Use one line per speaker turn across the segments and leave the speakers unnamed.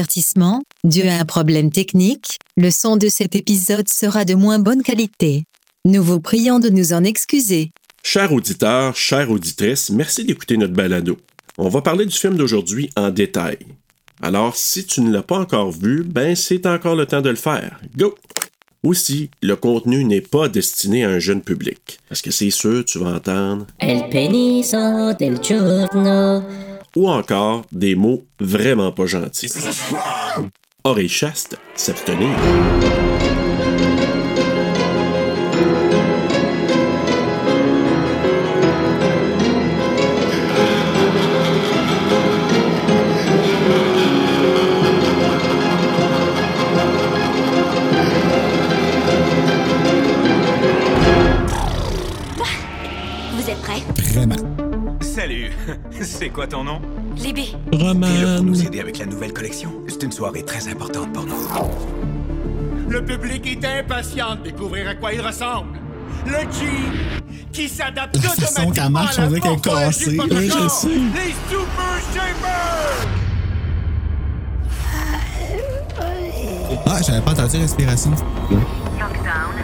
Avertissement, dû à un problème technique, le son de cet épisode sera de moins bonne qualité. Nous vous prions de nous en excuser.
Chers auditeurs, chères auditrices, merci d'écouter notre balado. On va parler du film d'aujourd'hui en détail. Alors, si tu ne l'as pas encore vu, ben c'est encore le temps de le faire. Go! Aussi, le contenu n'est pas destiné à un jeune public. Parce que c'est sûr, tu vas entendre
El peniso del giorno.
ou encore des mots vraiment pas gentils. Oreille chaste, s'abstenir.
Vous êtes prêts
Vraiment.
Salut C'est quoi ton nom
Libé,
T'es là pour
Roman.
nous aider avec la nouvelle collection. C'est une soirée très importante pour nous.
Le public est impatient de découvrir à quoi il ressemble. Le G qui s'adapte
La façon
automatiquement
qu'elle marche,
à la
on dirait qu'elle
morphologie
est cassée.
de votre
Oui, je
corps.
sais.
Les Super Shapers!
Ah, j'avais pas entendu respiration.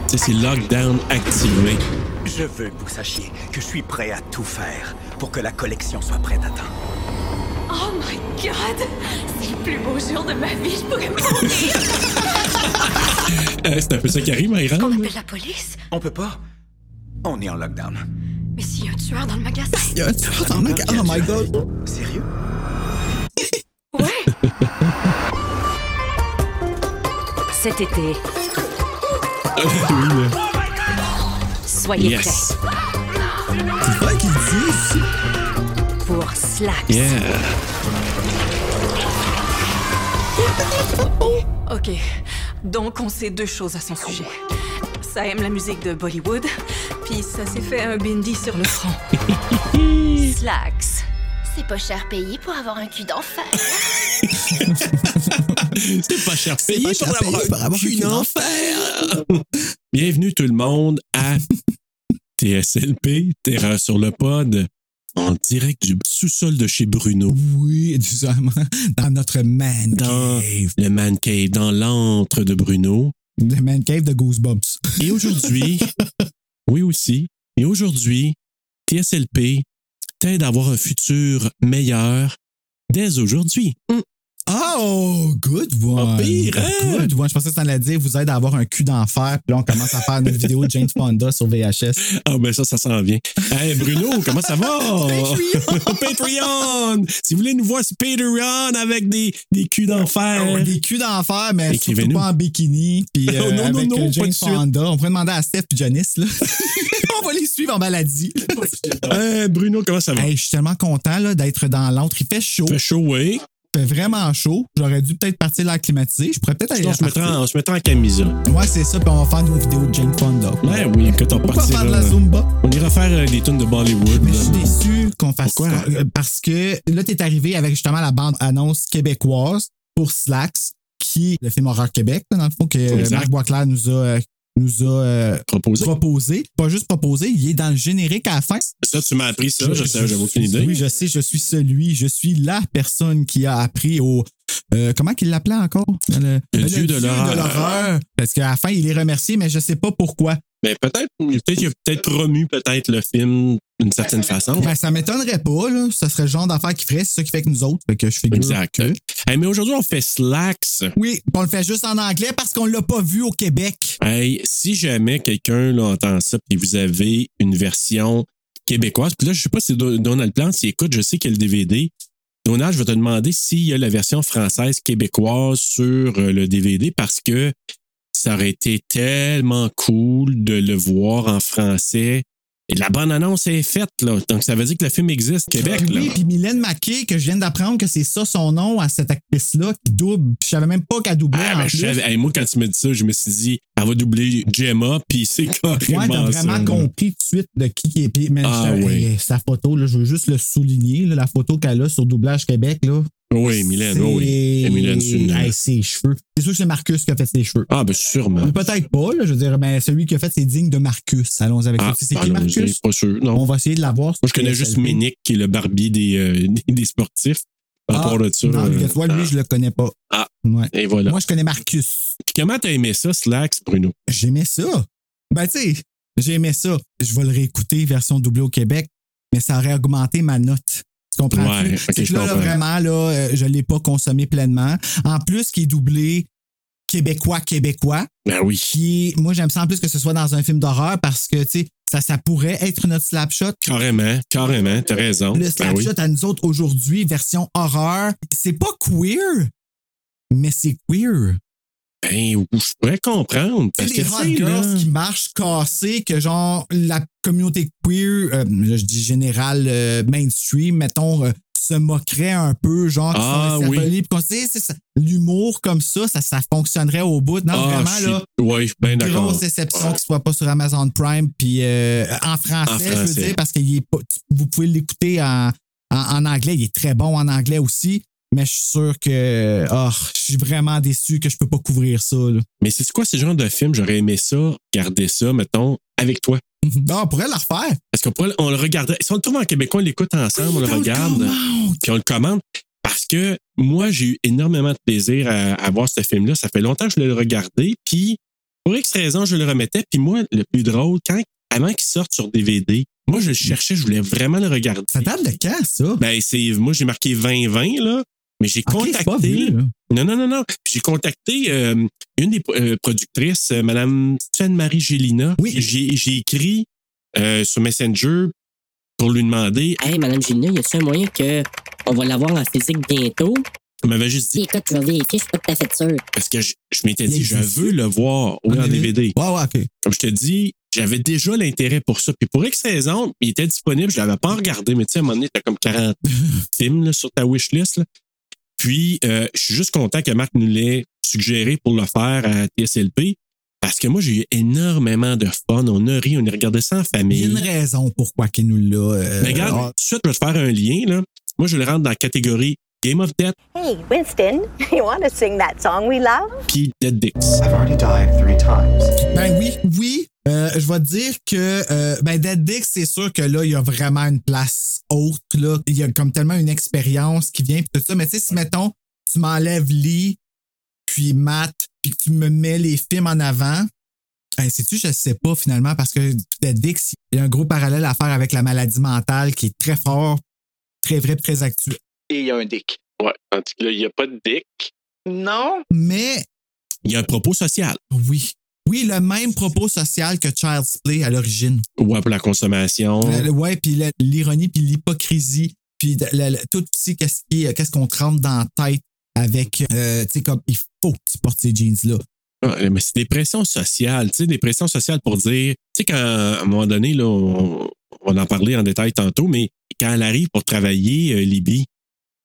Ça, c'est lockdown activé.
Je veux que vous sachiez que je suis prêt à tout faire pour que la collection soit prête à temps.
Oh my god! C'est le plus beau jour de ma vie, je pourrais pas.
Euh, c'est un peu ça qui arrive, ma
On
grande.
appelle la police?
On peut pas On est en lockdown.
Mais s'il y a un tueur dans le magasin?
Y a un tueur dans le magasin. Oh my god.
Sérieux
Ouais!
cet été,
Ah, oui, là.
soyez
Yes.
C'est vrai qu'il dit.
prêts pour Slack.
Yeah.
Ok, donc on sait deux choses à son sujet. Ça aime la musique de Bollywood, puis ça s'est fait un bindi sur le front.
Slacks.
C'est pas cher payé pour avoir un cul d'enfer.
C'est pas cher
C'est
payé
pas
pour
cher payé pour
avoir un
avoir un
cul
cul
d'enfer. Bienvenue tout le monde à TSLP, Terreur sur le pod, en direct du sous-sol de chez Bruno,
Oui, du genre, dans notre man
Dans-
cave.
le man cave dans l'antre de Bruno.
Le man cave de Goosebumps.
Et aujourd'hui, oui aussi, et aujourd'hui, TSLP t'aide à avoir un futur meilleur dès aujourd'hui.
Oh, good
Pas
one.
pire, hein?
Good one. Je pensais que ça allait dire vous aide à avoir un cul d'enfer. Puis là, on commence à faire notre vidéo de James Fonda sur VHS.
Ah ben ça, ça s'en vient. Hey Bruno, comment ça va? Patreon! Si vous voulez nous voir sur Patreon avec des, des culs d'enfer.
Ah Des culs d'enfer, mais surtout
Écrivez-nous.
pas en bikini. Puis euh,
Oh, non, non,
avec
non,
euh,
pas
James
de suite.
Fonda. On pourrait demander à Steph et Janice, là. on va les suivre en maladie.
Hey Bruno, comment ça va?
Hey, je suis tellement content là, d'être dans l'antre. Il fait chaud.
Fait chaud, hein? oui.
fait vraiment chaud. J'aurais dû peut-être partir l'air climatisé. Je pourrais peut-être aller
Sinon, on
la
se mettra
partir.
en, on se mettra en camisa.
Moi, c'est ça, puis on va faire nos vidéos de Jane Fonda.
Ouais, oui, quand on euh,
On va
partira.
faire de la Zumba.
On ira faire euh, des tunes de Bollywood.
Mais je suis
là.
déçu qu'on fasse
Pourquoi?
ça. Euh, Parce que là, t'es arrivé avec justement la bande annonce québécoise pour Slacks, qui est le film Horreur Québec, là, dans le fond, que euh,
Exact.
Marc Boisclair nous a, euh, nous a euh,
Proposé.
proposé. Pas juste proposé, il est dans le générique à la fin.
Ça, tu m'as appris ça, je sais, j'avais aucune idée.
Oui, je sais, je suis celui, je suis la personne qui a appris au. euh, comment qu'il l'appelait encore? Le,
Le dieu de l'horreur.
Parce qu'à la fin, il est remercié, mais je sais pas pourquoi.
Mais peut-être, peut-être qu'il a peut-être promu peut-être le film d'une certaine façon.
Ben, ça m'étonnerait pas, là. Ça serait le genre d'affaire qu'il ferait, c'est ça qu'il fait que nous autres. Fait que je figure.
Exact.
que-
Hey, mais aujourd'hui, on fait Slacks.
Oui, puis on le fait juste en anglais parce qu'on l'a pas vu au Québec.
Hey, si jamais quelqu'un là, entend ça puis vous avez une version québécoise, puis là, je sais pas si Do- Donald Plante s'il écoute, je sais qu'il y a le DVD. Donald, je vais te demander s'il y a la version française québécoise sur euh, le DVD parce que ça aurait été tellement cool de le voir en français. Et la bonne annonce est faite, là. Donc, ça veut dire que le film existe, Québec, là.
Oui, puis Mylène Maquet, que je viens d'apprendre que c'est ça son nom à cette actrice-là qui double. Je savais même pas qu'elle doublait.
Ah,
en
ben, je
plus.
savais- hey, moi, quand tu me dis ça, je me suis dit, elle va doubler Gemma, puis c'est carrément
Ouais, t'as vraiment
ça, là.
compris tout de suite de qui qui est pire. Mais
Ah
je-
oui.
eh, sa photo, là, je veux juste le souligner, là, la photo qu'elle a sur Doublage Québec. Là,
Oui, Mylène,
C'est-
oui, oui. Eh, Mylène, c'est une-
Hey, ses cheveux. C'est sûr que c'est Marcus qui a fait ses cheveux.
Ah, ben sûrement.
Mais Peut-être pas, là, je veux dire, mais celui qui a fait, c'est digne de Marcus. Allons avec
Ah,
ça. C'est qui
allons-y,
Marcus?
Pas sûr, non.
On
Moi,
va essayer de l'avoir.
je connais juste Ménic, qui est le barbier des, euh, des, des sportifs. À part de ça.
Ah, Non,
euh,
Lucas Wall,
ah.
lui, je le connais pas.
Ah.
Ouais.
Et voilà.
Moi, je connais Marcus.
Puis comment t'as aimé ça, Slacks, Bruno?
J'aimais ça. Ben, tu sais, j'aimais ça. Je vais le réécouter, version doublée au Québec, mais ça aurait augmenté ma note. Tu comprends?
Ouais, ok, je
là, là,
comprends.
vraiment, là, euh, je l'ai pas consommé pleinement. En plus, qui est doublé québécois-québécois,
Ben oui.
qui est- moi, j'aime ça en plus que ce soit dans un film d'horreur parce que, tu sais, ça, ça pourrait être notre slapshot.
Carrément, carrément, t'as raison.
Le
Ben Ah oui.
slapshot à nous autres aujourd'hui, version horreur, c'est pas queer, mais c'est queer.
Ben, ou- je pourrais comprendre.
C'est
Parce que,
les
tu
hot
sais,
girls
là,
qui marchent cassées, que genre la communauté queer, euh, là, je dis générale euh, mainstream, mettons, euh, se moquerait un peu, genre, qui
Ah,
sont
oui.
esservelés, puis qu'on se dit, c'est ça, L'humour comme ça, ça, ça fonctionnerait au bout. Non,
ah,
vraiment,
je suis-
là.
Ouais, ben d'accord.
Grosse déception qu'il soit pas sur Amazon Prime, puis euh, en, français,
En
je
français.
veux dire, parce que vous pouvez l'écouter en, en, en anglais. Il est très bon en anglais aussi, mais je suis sûr que oh, je suis vraiment déçu que je peux pas couvrir ça. là.
Mais c'est quoi ce genre de film? J'aurais aimé ça, garder ça, mettons, avec toi.
Ah, on pourrait la refaire.
Parce qu'on pourrait- on le regarderait. Si on le trouve en québécois, on l'écoute ensemble, Ah, on le regarde, puis on le commande. Parce que moi, j'ai eu énormément de plaisir à, à voir ce film-là. Ça fait longtemps que je voulais le regarder. Puis, pour X raison, je le remettais. Puis moi, le plus drôle, quand, avant qu'il sorte sur DVD, moi, je le cherchais, je voulais vraiment le regarder.
Ça date de quand, ça?
Ben, c'est, moi, j'ai marqué 2020, là. Mais j'ai
Ok, c'est pas vieux,
contacté.
là.
Non, non, non, non. Puis j'ai contacté euh, une des euh, productrices, euh, Madame Stéphane-Marie Gélina.
Oui.
J'ai j'ai écrit euh, sur Messenger pour lui demander.
Hey, Madame Gilna, y a-t-il un moyen que on va l'avoir en physique bientôt?
Elle m'avait juste
Puis
dit,
écoute, je vais vérifier, je suis pas tout à fait sûr.
parce que je, je m'étais dit,
Il
je
existe.
veux le voir oui, en DVD.
Ouais, ouais, ok.
Comme je te dis, j'avais déjà l'intérêt pour ça. Puis pour X raison, il était disponible, je l'avais pas regardé, mais tu sais, à un moment donné, t'as comme 40 films là, sur ta wishlist. là. Puis, euh, je suis juste content que Marc nous l'ait suggéré pour le faire à TSLP parce que moi, j'ai eu énormément de fun. On a ri, on a regardé ça en
Il y a
famille.
une raison pourquoi qu'il nous l'a. euh,
Mais Ben, regarde, tout de suite, je vais te faire un lien. Là. Moi, je le rentre dans la catégorie Game of Death
Hey, Winston, you want to sing that song we love?
puis Dead Dicks.
I've already died three times.
Ben oui, oui. Euh, je vais te dire que euh, ben Dead Dick, c'est sûr que là, il y a vraiment une place haute. Là. Il y a comme tellement une expérience qui vient pis tout ça. Mais tu sais, si mettons, tu m'enlèves Lee, puis Matt, puis que tu me mets les films en avant, ben, sais-tu, je sais pas finalement, parce que Dead Dick, il y a un gros parallèle à faire avec la maladie mentale qui est très fort, très vrai, pis très actuel.
Et il y a un dick.
Ouais, tandis que là, il n'y a pas de Dick.
Non?
Mais
Il y a un propos social.
oui. Oui, le même propos social que Child's Play à l'origine.
Ouais, pour la consommation.
Le- le- ouais, puis la- l'ironie, puis l'hypocrisie, puis de- la- la- tout aussi qu'est-ce qui- euh, qu'est-ce qu'on te rentre dans la tête avec, euh, tu sais, comme il faut que tu portes ces jeans-là.
Ah, mais c'est des pressions sociales, tu sais, des pressions sociales pour dire, tu sais, quand à un moment donné, là, on, on va en parler en détail tantôt, mais quand elle arrive pour travailler, euh, Libby,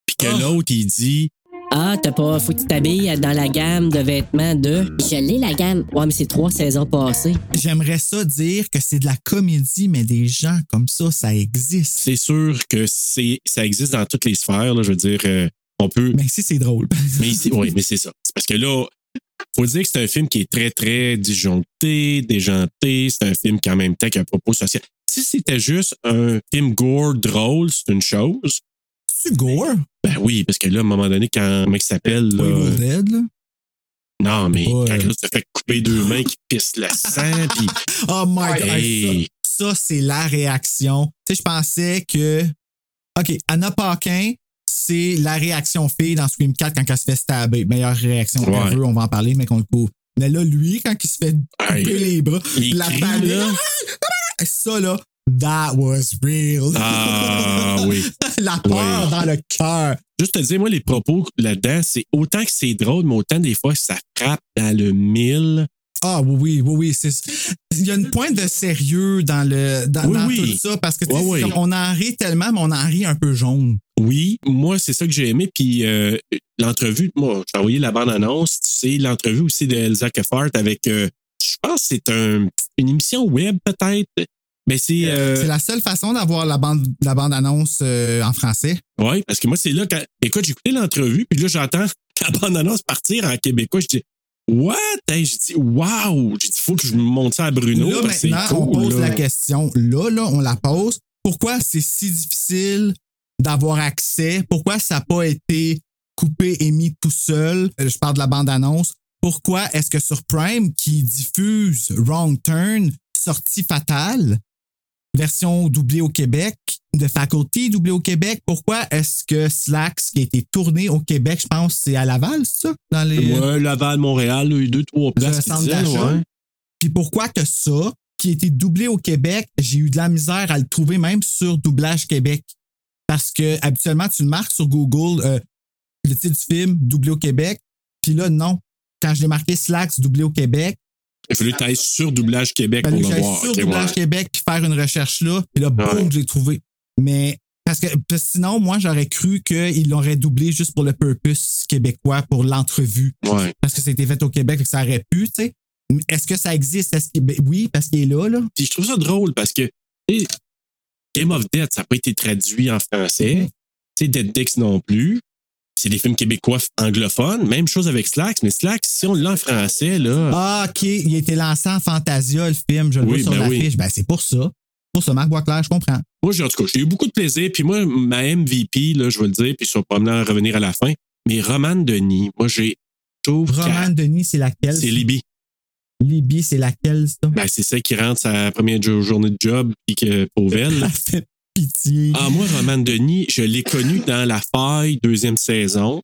puis que
Ah.
l'autre, il dit,
Ah, t'as pas. Faut que tu t'habilles dans la gamme de vêtements de. Je l'ai, la gamme. Ouais, mais c'est trois saisons passées.
J'aimerais ça dire que c'est de la comédie, mais des gens comme ça, ça existe.
c'est sûr que c'est, ça existe dans toutes les sphères, là, je veux dire, euh, on peut.
Mais si c'est drôle.
Mais ici- oui, mais c'est ça. C'est parce que là, faut dire que c'est un film qui est très, très disjoncté, déjanté. C'est un film qui, en même temps, qui a un propos social. Si c'était juste un film gore drôle, c'est une chose.
C'est gore,
Ben oui, parce que là, à un moment donné, quand mec s'appelle.
pas
là,
Evil Dead, là.
Non, mais
Ouais.
quand là, tu te fais couper deux mains qui pissent le sang, puis
Oh my god.
Hey.
Ça, ça, c'est la réaction. Tu sais, je pensais que. OK, Anna Paquin, c'est la réaction fille dans Scream 4 quand elle se fait stabber. Meilleure réaction
Ouais.
ever, on va en parler, mais qu'on le couvre. Mais là, lui, quand il se fait
Hey.
couper les bras,
les
la
cris,
panique.
là.
Ça, là, that was real.
Ah oui.
la peur
Oui.
dans le cœur.
Juste te dire, moi, les propos là-dedans, c'est autant que c'est drôle, mais autant des fois, ça frappe dans le mille.
Ah oui, oui, oui, oui. c'est- Il y a une pointe de sérieux dans, le, dans,
Oui,
dans
oui.
tout ça parce que tu sais,
Ouais,
c'est
oui.
comme, on en rit tellement, mais on en rit un peu jaune.
Oui, moi, c'est ça que j'ai aimé. Puis euh, l'entrevue, moi, j'ai envoyé la bande-annonce. C'est l'entrevue aussi de Elsa Kefart avec, euh, je pense, que c'est un- une émission web, peut-être. Mais c'est. euh,
C'est la seule façon d'avoir la bande, la bande annonce en français.
Oui, parce que moi, c'est là quand. Écoute, j'ai écouté l'entrevue, puis là, j'entends la bande-annonce partir en québécois. Je dis What? Hey, j'ai dit Wow! J'ai dit Faut que je monte ça à Bruno.
là,
parce que c'est
maintenant,
cool,
on pose
là.
la question. Là, là, on la pose. Pourquoi c'est si difficile d'avoir accès? Pourquoi ça n'a pas été coupé et mis tout seul? Euh, Je parle de la bande-annonce. Pourquoi est-ce que sur Prime, qui diffuse Wrong Turn, sortie fatale, version doublée au Québec, de Faculty doublée au Québec, pourquoi est-ce que Slacks, qui a été tourné au Québec, je pense, c'est à Laval, c'est ça? Dans les...
Ouais, Laval, Montréal, là, il y a eu deux, trois
Le
places. qui
centre
disaient,
d'achat.
ouais.
Puis pourquoi que ça, qui a été doublé au Québec, j'ai eu de la misère à le trouver même sur Doublage Québec. Parce que habituellement, tu le marques sur Google euh, le titre du film, doublé au Québec. Puis là, non. Quand je l'ai marqué Slacks, doublé au Québec,
Il a fallu que tu ailles sur Doublage Québec
fallait
pour
que
le
j'aille
voir.
sur
Ok,
Doublage
ouais.
Québec puis faire une recherche là. Puis là, boum,
Ouais.
je l'ai trouvé. Mais parce que parce que sinon, moi, j'aurais cru qu'ils l'auraient doublé juste pour le purpose québécois, pour l'entrevue.
Ouais.
Parce que c'était fait au Québec, fait que ça aurait pu, tu sais. Mais Est-ce que ça existe? Est-ce que- ben oui, parce qu'il est là, là.
Puis je trouve ça drôle parce que tu sais, Game of Death, ça n'a pas été traduit en
Mm-hmm.
français. Tu sais, Dead Dicks non plus. C'est des films québécois anglophones. Même chose avec Slacks, mais Slacks, si on l'a en français, là.
Ah, OK. Il a été lancé en Fantasia, le film. Je le
Oui,
vois sur
ben oui.
l'affiche. Ben, c'est pour ça. Pour ça, Marc Boisclair, je comprends.
Moi, j'ai, en tout cas, j'ai eu beaucoup de plaisir. Puis moi, ma MVP, là, je vais le dire, puis je vais probablement en revenir à la fin. Mais Roman Denis, moi, j'ai tout.
Roman Denis, c'est laquelle?
C'est Libye.
Libye, c'est laquelle, ça?
Ben, c'est ça qui rentre sa première jo- journée de job, puis que
Ça
Pauvel.
fait pitié.
Ah, moi, Roman Denis, je l'ai connu dans La Faille, deuxième saison.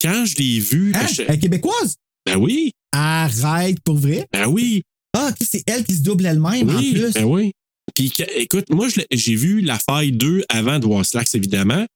Quand je l'ai vu,
Hein?
ben, je-
Elle est québécoise?
ben oui,
Arrête, pour vrai?
ben oui,
Ah, OK, c'est elle qui se double elle-même, en
oui,
plus.
ben oui. Puis que- écoute, moi, je l'ai- j'ai vu La Faille 2 avant de voir Slacks, évidemment.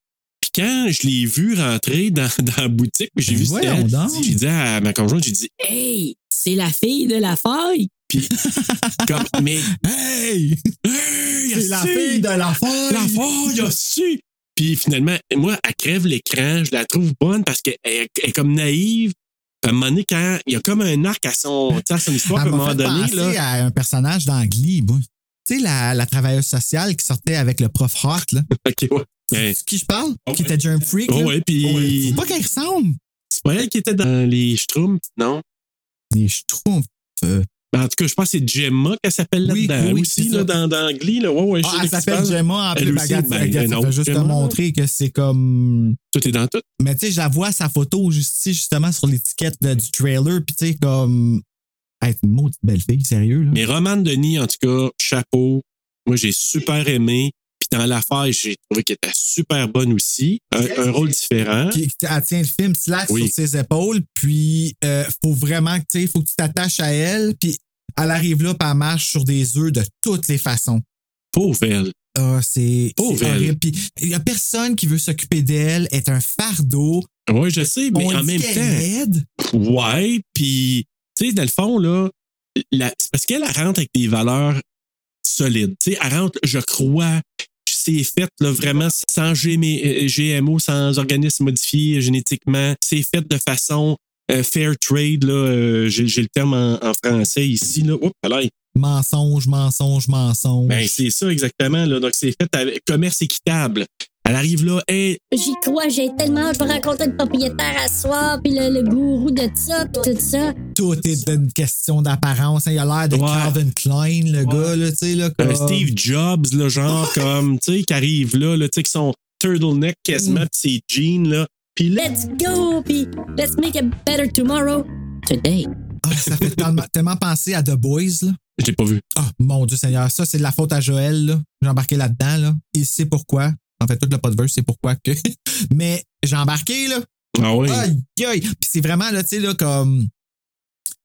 Puis quand je l'ai vu rentrer dans, dans la boutique, puis j'ai
Ben
vu c'était
voyons
elle,
donc.
j'ai dit à ma conjointe, j'ai dit,
Hey, c'est la fille de la faille.
comme, mais
Hey!
hey,
C'est la
asti,
fille de la folle!
La Faille, asti! Puis finalement, moi, elle crève l'écran, je la trouve bonne parce qu'elle elle est comme naïve. Puis À un moment donné, quand il y a comme un arc à son, tu sais, à son histoire, puis à
Elle
un moment
m'a fait
donné,
penser
là.
à un personnage dans Glee, moi. Tu sais, la, la travailleuse sociale qui sortait avec le prof Hart, là.
OK, ouais. Hey.
C'est qui je parle?
Oh,
qui
ouais.
était Germ Freak,
Oh,
là.
ouais, puis
Faut pas qu'elle ressemble.
c'est pas elle qui était dans les Schtroumpfs, non?
Les Schtroumpfs.
Ben, en tout cas, je pense que c'est Gemma qu'elle s'appelle
Oui,
là-dedans.
oui,
Elle
oui,
aussi,
c'est
là,
ça.
dans, dans Glee, là. Ouais, ouais, je
Ah,
sais
elle
de qui tu
s'appelle
parles.
Gemma en
Elle
plus.
aussi,
Regarde,
ben,
regarde,
non,
ça fait juste te
Gemma.
montrer que c'est comme.
Tout est dans tout.
Mais tu sais, je la vois sa photo juste ici, justement, sur l'étiquette de- du trailer. Puis tu sais, comme. Être une maudite belle fille, sérieux, là.
Mais Roman Denis, en tout cas, chapeau. Moi, j'ai super aimé. Puis dans l'affaire, j'ai trouvé qu'elle était super bonne aussi. Un, un rôle différent.
Qui, qui- elle tient le film slack
Hein? Oui.
sur ses épaules, puis euh, faut vraiment que tu sais, faut que tu t'attaches à elle, puis elle arrive là, puis elle marche sur des œufs de toutes les façons.
Pauvre elle.
Ah, c'est c'est
Pauvre elle.
horrible. Puis il y a personne qui veut s'occuper d'elle, est un fardeau.
Oui, je sais, mais
On
en
dit
même
qu'elle
temps.
est laide.
Ouais, puis, tu sais, dans le fond, là, la- c'est parce qu'elle elle rentre avec des valeurs solides. Tu sais, elle rentre, je crois, c'est fait là, vraiment sans GM- euh, GMO, sans organisme modifié génétiquement. C'est fait de façon euh, fair trade, là, euh, j'ai j'ai le terme en, en français ici, là. Oups, allez.
Mensonge, mensonge, mensonge.
Ben, c'est ça exactement, là. Donc, c'est fait avec commerce équitable. Elle arrive là, elle,
J'y crois, j'ai tellement hâte de rencontrer le propriétaire à soir, puis le, le gourou de ça, puis tout ça.
Tout est une question d'apparence. hein. Il a l'air de
Ouais.
Calvin Klein, le gars, là, tu sais, là.
Un
comme-
Steve Jobs, là, genre comme, tu sais, qui arrive là, là tu sais, qui sont turtleneck quasiment,
Mm.
pis ses jeans, là. Puis là,
Let's go, puis let's make it better tomorrow. Today.
Ah, ça fait tellement, tellement penser à The Boys, là.
je l'ai pas vu.
Ah, mon Dieu Seigneur, ça, c'est de la faute à Joël, là. J'ai embarqué là-dedans, là. Il sait pourquoi. En fait, tout le podverse, c'est pourquoi que. Mais j'ai embarqué, là.
Ah oui.
Aïe, aïe. Puis c'est vraiment, là, tu sais, là, comme.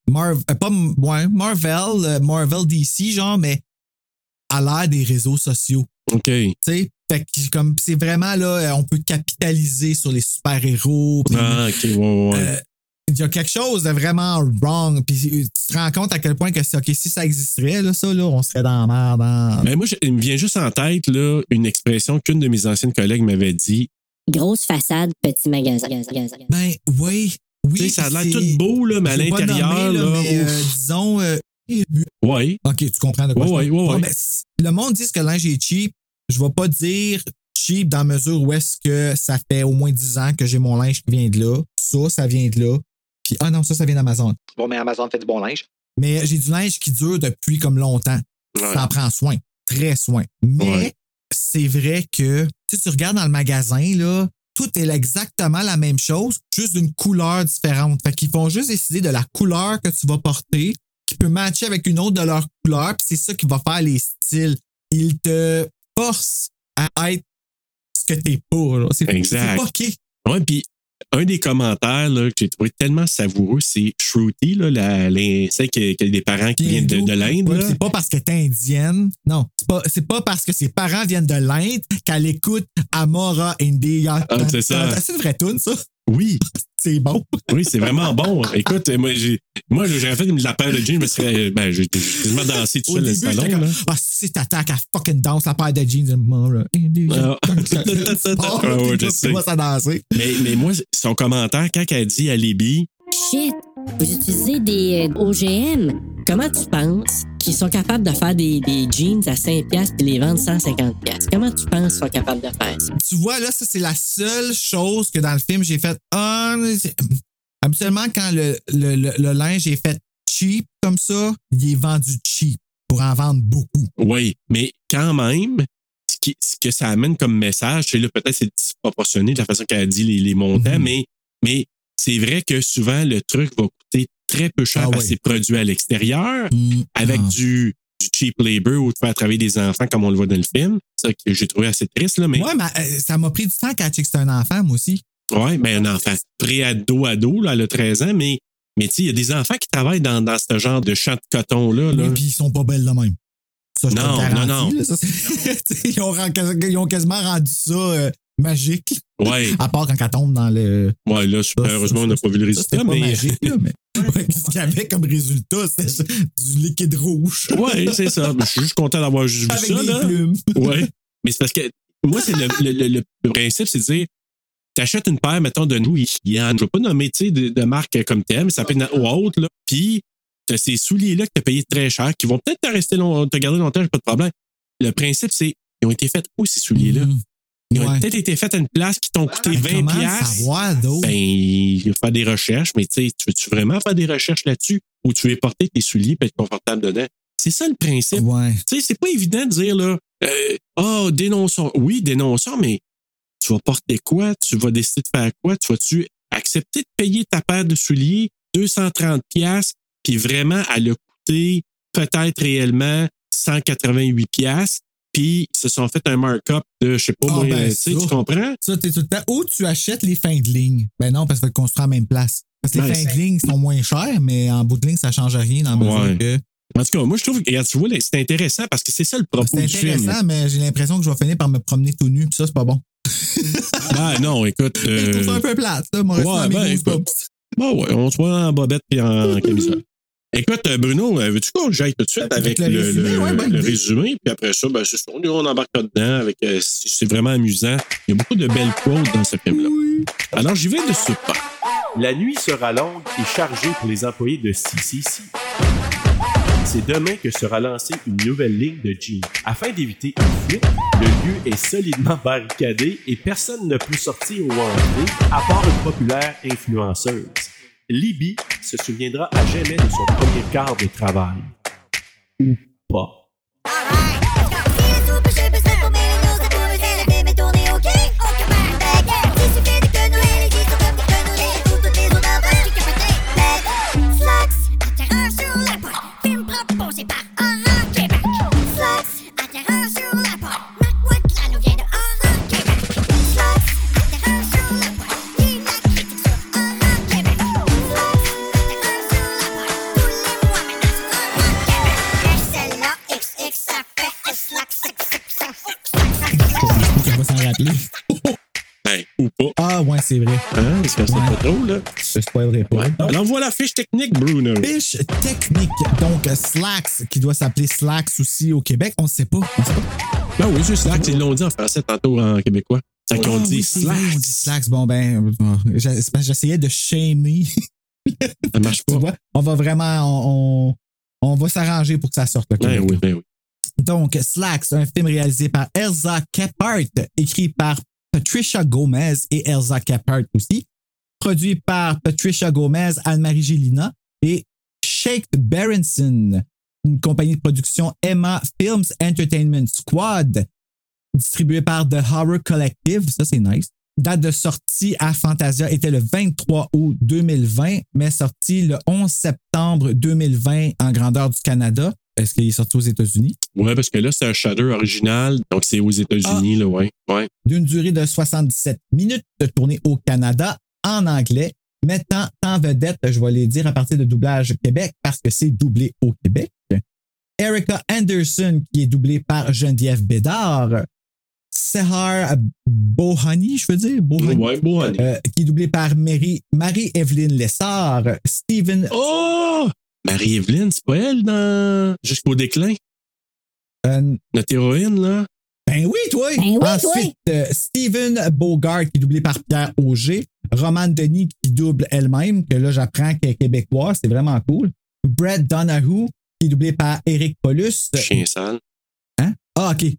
Marv, euh, pas, M- ouais, Marvel, euh, Marvel DC, genre, mais à l'ère des réseaux sociaux.
OK.
Tu sais, fait que j'ai comme, c'est vraiment, là, euh, on peut capitaliser sur les super-héros. puis-
Ah, OK, ouais, ouais, ouais.
euh, il y a quelque chose de vraiment wrong. Puis euh, tu te rends compte à quel point que c'est OK, si ça existerait, là, ça, là, on serait dans la merde. hein.
Ben, moi, je- il me vient juste en tête, là, une expression qu'une de mes anciennes collègues m'avait dit.
Grosse façade, petit magasin.
Ben oui, oui.
tu sais, ça a l'air
c'est-
tout beau, là, mais à
je veux pas
l'intérieur,
nommer,
là.
mais, euh,
ouf.
disons. euh,
ouais.
OK, tu comprends de quoi
Ouais,
je
ouais,
parle.
ouais,
Bon,
ouais.
ben, c- le monde dit que linge est cheap. Je vais pas dire cheap dans la mesure où est-ce que ça fait au moins 10 ans que j'ai mon linge qui vient de là. Ça, ça vient de là. Puis, ah non, ça, ça vient d'Amazon.
Bon, mais Amazon fait du bon linge.
Mais j'ai du linge qui dure depuis comme longtemps.
Ouais.
T'en prends soin. Très soin. Mais
Ouais.
c'est vrai que si tu regardes dans le magasin, là, tout est exactement la même chose, juste d'une couleur différente. Fait qu'ils vont juste décider de la couleur que tu vas porter, qui peut matcher avec une autre de leur couleur, puis c'est ça qui va faire les styles. Ils te forcent à être ce que t'es pas. là. C'est
Exact.
c'est fucké.
Ouais, puis un des commentaires là, que j'ai trouvé tellement savoureux, c'est Shruti, là, la, les- celle qui, qui a des parents qui viennent de, de l'Inde.
Ouais,
là.
C'est pas parce qu'elle est indienne. Non. C'est pas, c'est pas parce que ses parents viennent de l'Inde qu'elle écoute Amora India.
Ah, c'est ça.
C'est une vraie toune, ça.
Oui.
C'est bon.
Oui, c'est vraiment bon. Écoute, moi, j'ai, moi, j'aurais fait de la paire de jeans, je me serais, ben, j'ai j'ai quasiment dansé tout
Au
seul dans le
début, j'étais
salon,
comme,
là.
ah, si t'attaques à fucking danse la paire de jeans, Amora India.
Ah.
Bon,
Ah ouais,
puis
je
là,
sais.
tu vois ça danser.
Mais, mais moi, son commentaire, quand elle dit à Libby,
Shit, vous utilisez des euh, OGM. Comment tu penses qu'ils sont capables de faire des, des jeans à 5$ piastres et les vendre 150$? piastres? Comment tu penses qu'ils sont capables de faire ça?
Tu vois, là, ça, c'est la seule chose que dans le film, j'ai fait. Ah, c'est- habituellement, quand le, le, le, le linge est fait cheap comme ça, il est vendu cheap pour en vendre beaucoup.
oui, mais quand même, ce, qui- ce que ça amène comme message, c'est là, peut-être c'est disproportionné de la façon qu'elle a dit les, les montants,
Mhm.
mais, mais c'est vrai que souvent, le truc va coûter très peu cher
Ah
parce que
ouais.
c'est produit à l'extérieur. Mm. avec
Ah.
du, du cheap labor ou de faire travailler des enfants comme on le voit dans le film. Ça que j'ai trouvé assez triste, là, mais
Ouais, mais euh, ça m'a pris du temps qu'elle check que c'est un enfant, moi aussi.
ouais, ben, un enfant pré-ado, ado, là, elle a 13 ans, mais, mais tu sais, il y a des enfants qui travaillent dans, dans ce genre de champ de coton-là. Là.
Et puis, ils sont pas belles de même. Ça, je te le
Non, non,
garantis,
non.
là, ça, c'est- Tu sais, ils, ont ren- ils ont quasiment rendu ça euh, magique.
Ouais,
À part quand elle tombe dans le.
ouais, là, je-
Ça,
heureusement, on n'a pas vu le
Ça, c'était
résultat,
pas
mais.
magique, là, mais. Ouais, ce qu'il y avait comme résultat, c'était du liquide rouge.
Ouais, c'est ça. Je suis juste content d'avoir juste vu
Avec
ça,
des
là.
plumes.
Ouais. Mais c'est parce que moi, c'est le, le- le- le principe, c'est de dire, t'achètes une paire, mettons, de Louis Yann. Je vais pas nommer, tu sais, de, de marque comme thème, ça peut être une- ou autre, là. Puis, t'as ces souliers-là que t'as payé très cher, qui vont peut-être te rester long- te garder longtemps, j'ai pas de problème. Le principe, c'est, ils ont été faits où, ces souliers-là?
Mhm.
Ils ont
Ouais.
peut-être été faits à une place qui t'ont coûté
Mais
20
comment le
piastres.
savoir, d'où?
Ben, il faut faire des recherches, mais tu sais, tu veux-tu vraiment faire des recherches là-dessus ou tu veux porter tes souliers et être confortable dedans? C'est ça le principe.
ouais.
Tu sais, c'est pas évident de dire, là, euh, ah, dénonçons. Oui, dénonçons, mais tu vas porter quoi? Tu vas décider de faire quoi? Tu vas-tu accepter de payer ta paire de souliers 230 pièces puis vraiment, elle a coûté peut-être réellement 188 pièces puis ils se sont fait un markup de, je sais pas,
Ah,
moi,
ben,
tu sais,
ça.
tu comprends?
Ça, t'es tout le temps. Ou tu achètes les fins de ligne. Ben non, parce que tu construis à la même place. Parce que les
Ouais.
fins de ligne sont moins chères, mais en bout de ligne, ça change rien dans le mesure
Ouais.
que.
En tout cas, moi, je trouve que, regarde, tu vois, là, c'est intéressant parce que c'est ça le propos
C'est
du film.
intéressant, mais j'ai l'impression que je vais finir par me promener tout nu, puis ça, c'est pas bon.
Ah, non, écoute.
Je trouve ça
euh,
un peu plate, là. Moi, reste
ouais,
dans mes
ben,
moves,
écoute.
pas-
Bon, ouais, on se voit en bobette puis
Mm-hmm.
en camisole. Écoute, euh, Bruno, euh, veux-tu qu'on j'aille tout de suite avec,
Avec
le,
le résumé,
le-
ouais, bonne
le
idée.
résumé, puis après ça, ben, c'est sûr, on embarque dedans avec euh, c'est c'est vraiment amusant. Il y a beaucoup de belles quotes dans ce film-là. Alors, j'y vais de ce pas.
La nuit sera longue et chargée pour les employés de CCC. C'est demain que sera lancée une nouvelle ligne de jeans. Afin d'éviter une fuite, le lieu est solidement barricadé et personne ne peut sortir ou entrer à part une populaire influenceuse. Libby se souviendra à jamais de son premier quart de travail. Ou pas.
qu'elle va s'en rappeler.
Ben, ou pas.
Ah, ouais, c'est vrai.
Hein? Parce que c'est
Ouais.
pas trop, là.
Je spoilerai pas.
Alors, voilà la fiche technique, Bruno.
Fiche technique. Donc, Slacks, qui doit s'appeler Slacks aussi au Québec, on ne sait pas. On sait pas.
Ben oui, c'est Slacks. Ils l'ont dit en français tantôt en québécois. C'est qu'on
Ah,
dit
oui, c'est vrai, On dit
Slacks.
Slacks. Bon, ben, euh, j'ai- c'est parce que j'essayais de shamer.
Ça marche
Tu
pas.
vois, on va vraiment, on, on, on va s'arranger pour que ça sorte. le
Ben
Québec.
oui, ben oui.
Donc, Slacks, un film réalisé par Elsa Kephart, écrit par Patricia Gomez et Elsa Kephart aussi, produit par Patricia Gomez, Anne-Marie Gélina et Shake Berenson, une compagnie de production Emma Films Entertainment Squad. distribué par The Horror Collective. Ça, c'est nice. Date de sortie à Fantasia était le 23 août 2020, mais sortie le 11 septembre 2020 en grandeur du Canada. Est-ce qu'il est sorti aux États-Unis?
Ouais, parce que là, c'est un shader original, donc c'est aux
Ah.
États-Unis, là, ouais. ouais.
D'une durée de 77 minutes de tournée au Canada en anglais, mettant en vedette, je vais les dire à partir de doublage Québec, parce que c'est doublé au Québec. Erica Anderson, qui est doublée par Geneviève Bédard. Sehar Bohani, je veux dire, Bohani,
Ouais, Bohani.
Euh, qui est doublé par Mary- Marie-Evelyne Lessard, Steven
Oh! Marie-Evelyne, c'est pas elle dans Jusqu'au déclin?
Euh,
Notre héroïne, là?
Ben oui, toi!
Ben oui, toi!
Ensuite, euh, Steven Bogart, qui est doublé par Pierre Auger. Romane Denis, qui double elle-même, que là, j'apprends qu'elle est québécoise. C'est vraiment cool. Brad Donahue, qui est doublé par Eric Paulus.
Chien sale.
Hein? Ah, OK.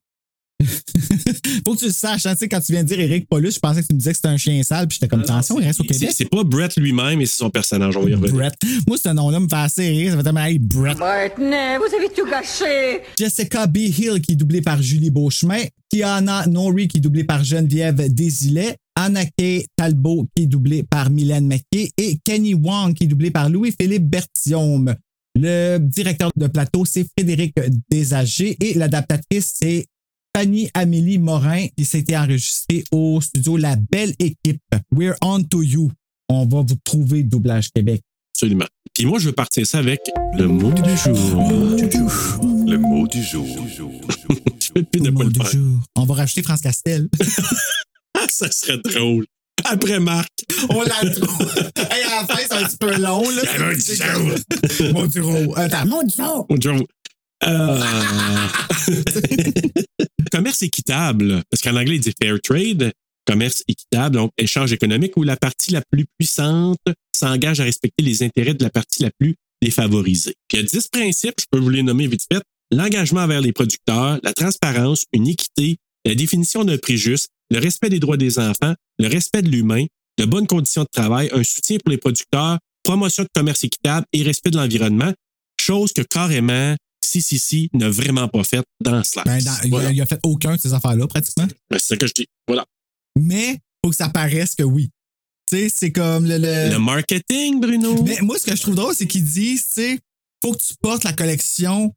Faut que tu le saches. hein. Tu sais, quand tu viens de dire Eric Paulus, je pensais que tu me disais que c'était un chien sale, puis j'étais comme, attention, il reste au
C'est
Québec.
c'est pas Brett lui-même, mais c'est son personnage, on va y revenir.
Brett. Moi, ce nom-là me fait assez rire. Ça fait tellement, hey, Brett.
Maintenant, vous avez tout gâché.
Jessica B. Hill, qui est doublée par Julie Beauchemin. Kiana Nori, qui est doublée par Geneviève Désilet. Anna Kay Talbot, qui est doublée par Mylène McKay. Et Kenny Wong, qui est doublée par Louis-Philippe Bertium. Le directeur de plateau, c'est Frédéric Desagers. Et l'adaptatrice, c'est Fanny Amélie Morin, qui s'était enregistrée au studio La Belle Équipe. We're on to you. On va vous trouver Doublage Québec.
Absolument. Puis moi, je veux partir ça avec le mot du jour.
Le mot du jour.
Je fais plus de
Au
pas
mot
le
du
faire.
jour. On va rajouter France Castel.
Ah, ça serait drôle. Après Marc.
On la trouve. hey, à la fin, c'est un petit peu long, là.
Ça veut dire.
Mon oh. bureau. Attends.
Mon Dieu!
Mon Dieu. Euh... commerce équitable, parce qu'en anglais, il dit fair trade, commerce équitable, donc échange économique où la partie la plus puissante s'engage à respecter les intérêts de la partie la plus défavorisée. Puis il y a 10 principes, je peux vous les nommer vite fait. L'engagement envers les producteurs, la transparence, une équité, la définition d'un prix juste, le respect des droits des enfants, le respect de l'humain, de bonnes conditions de travail, un soutien pour les producteurs, promotion de commerce équitable et respect de l'environnement, chose que carrément CCC n'a vraiment pas faite dans Slack.
Ben, dans- il a-
Voilà.
il a fait aucun de ces affaires-là, pratiquement.
Ben, c'est ça que je dis. Voilà.
Mais, faut que ça paraisse que oui. Tu sais, c'est comme le. le-
Le marketing, Bruno.
Mais moi, ce que Euh, je trouve drôle, c'est qu'ils disent, tu sais, faut que tu portes la collection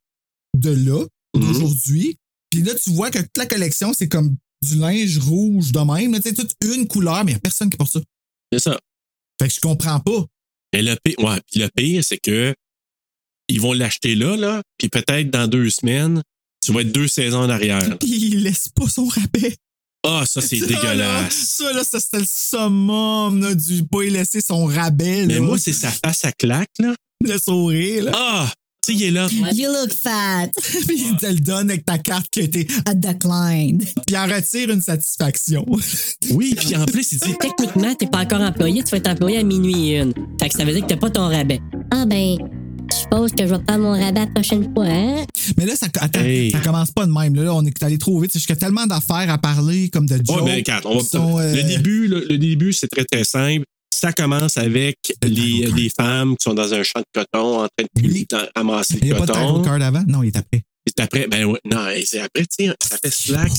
de là,
Mhm.
d'aujourd'hui. Puis là, tu vois que toute la collection, c'est comme du linge rouge de même. là, Tu sais, toute une couleur, mais il n'y a personne qui porte ça.
C'est ça.
Fait que je comprends pas.
Mais le pire, ouais, puis le pire, c'est que ils vont l'acheter là, là, puis peut-être dans deux semaines, tu vas être deux saisons en arrière. là.
Il laisse pas son rabais.
Ah, ça, c'est
Ça, là,
dégueulasse.
Ça, là, ça, c'était le summum là, du pas y laisser son rabais.
Mais
là.
moi, c'est sa face à claque, là.
le sourire. Là.
Ah! Tu sais, il est là.
You look fat.
Puis il te le donne avec ta carte qui a été.
I declined.
Puis il en retire une satisfaction.
Oui, puis en plus, il dit
Techniquement, t'es pas encore employé, tu vas être employé à minuit et une. Fait que ça veut dire que t'as pas ton rabais.
Ah ben, je suppose que je vais prendre mon rabat la prochaine fois, hein?
Mais là, ça, attends,
Hey.
ça commence pas de même. Là, Là, on est allé trop vite. Parce qu'il y a tellement d'affaires à parler, comme de
Ouais,
jokes.
ben, regarde, on va-
qui sont, euh,
Le début, le, le début, c'est très, très simple. Ça commence avec les, les femmes qui sont dans un champ de coton en train de
Oui.
dans- ramasser
Il n'y
le
a pas de tarot
coton.
card avant? Non, il est après.
Et C'est après, ben ouais, non, et c'est après, tu sais, ça fait Slack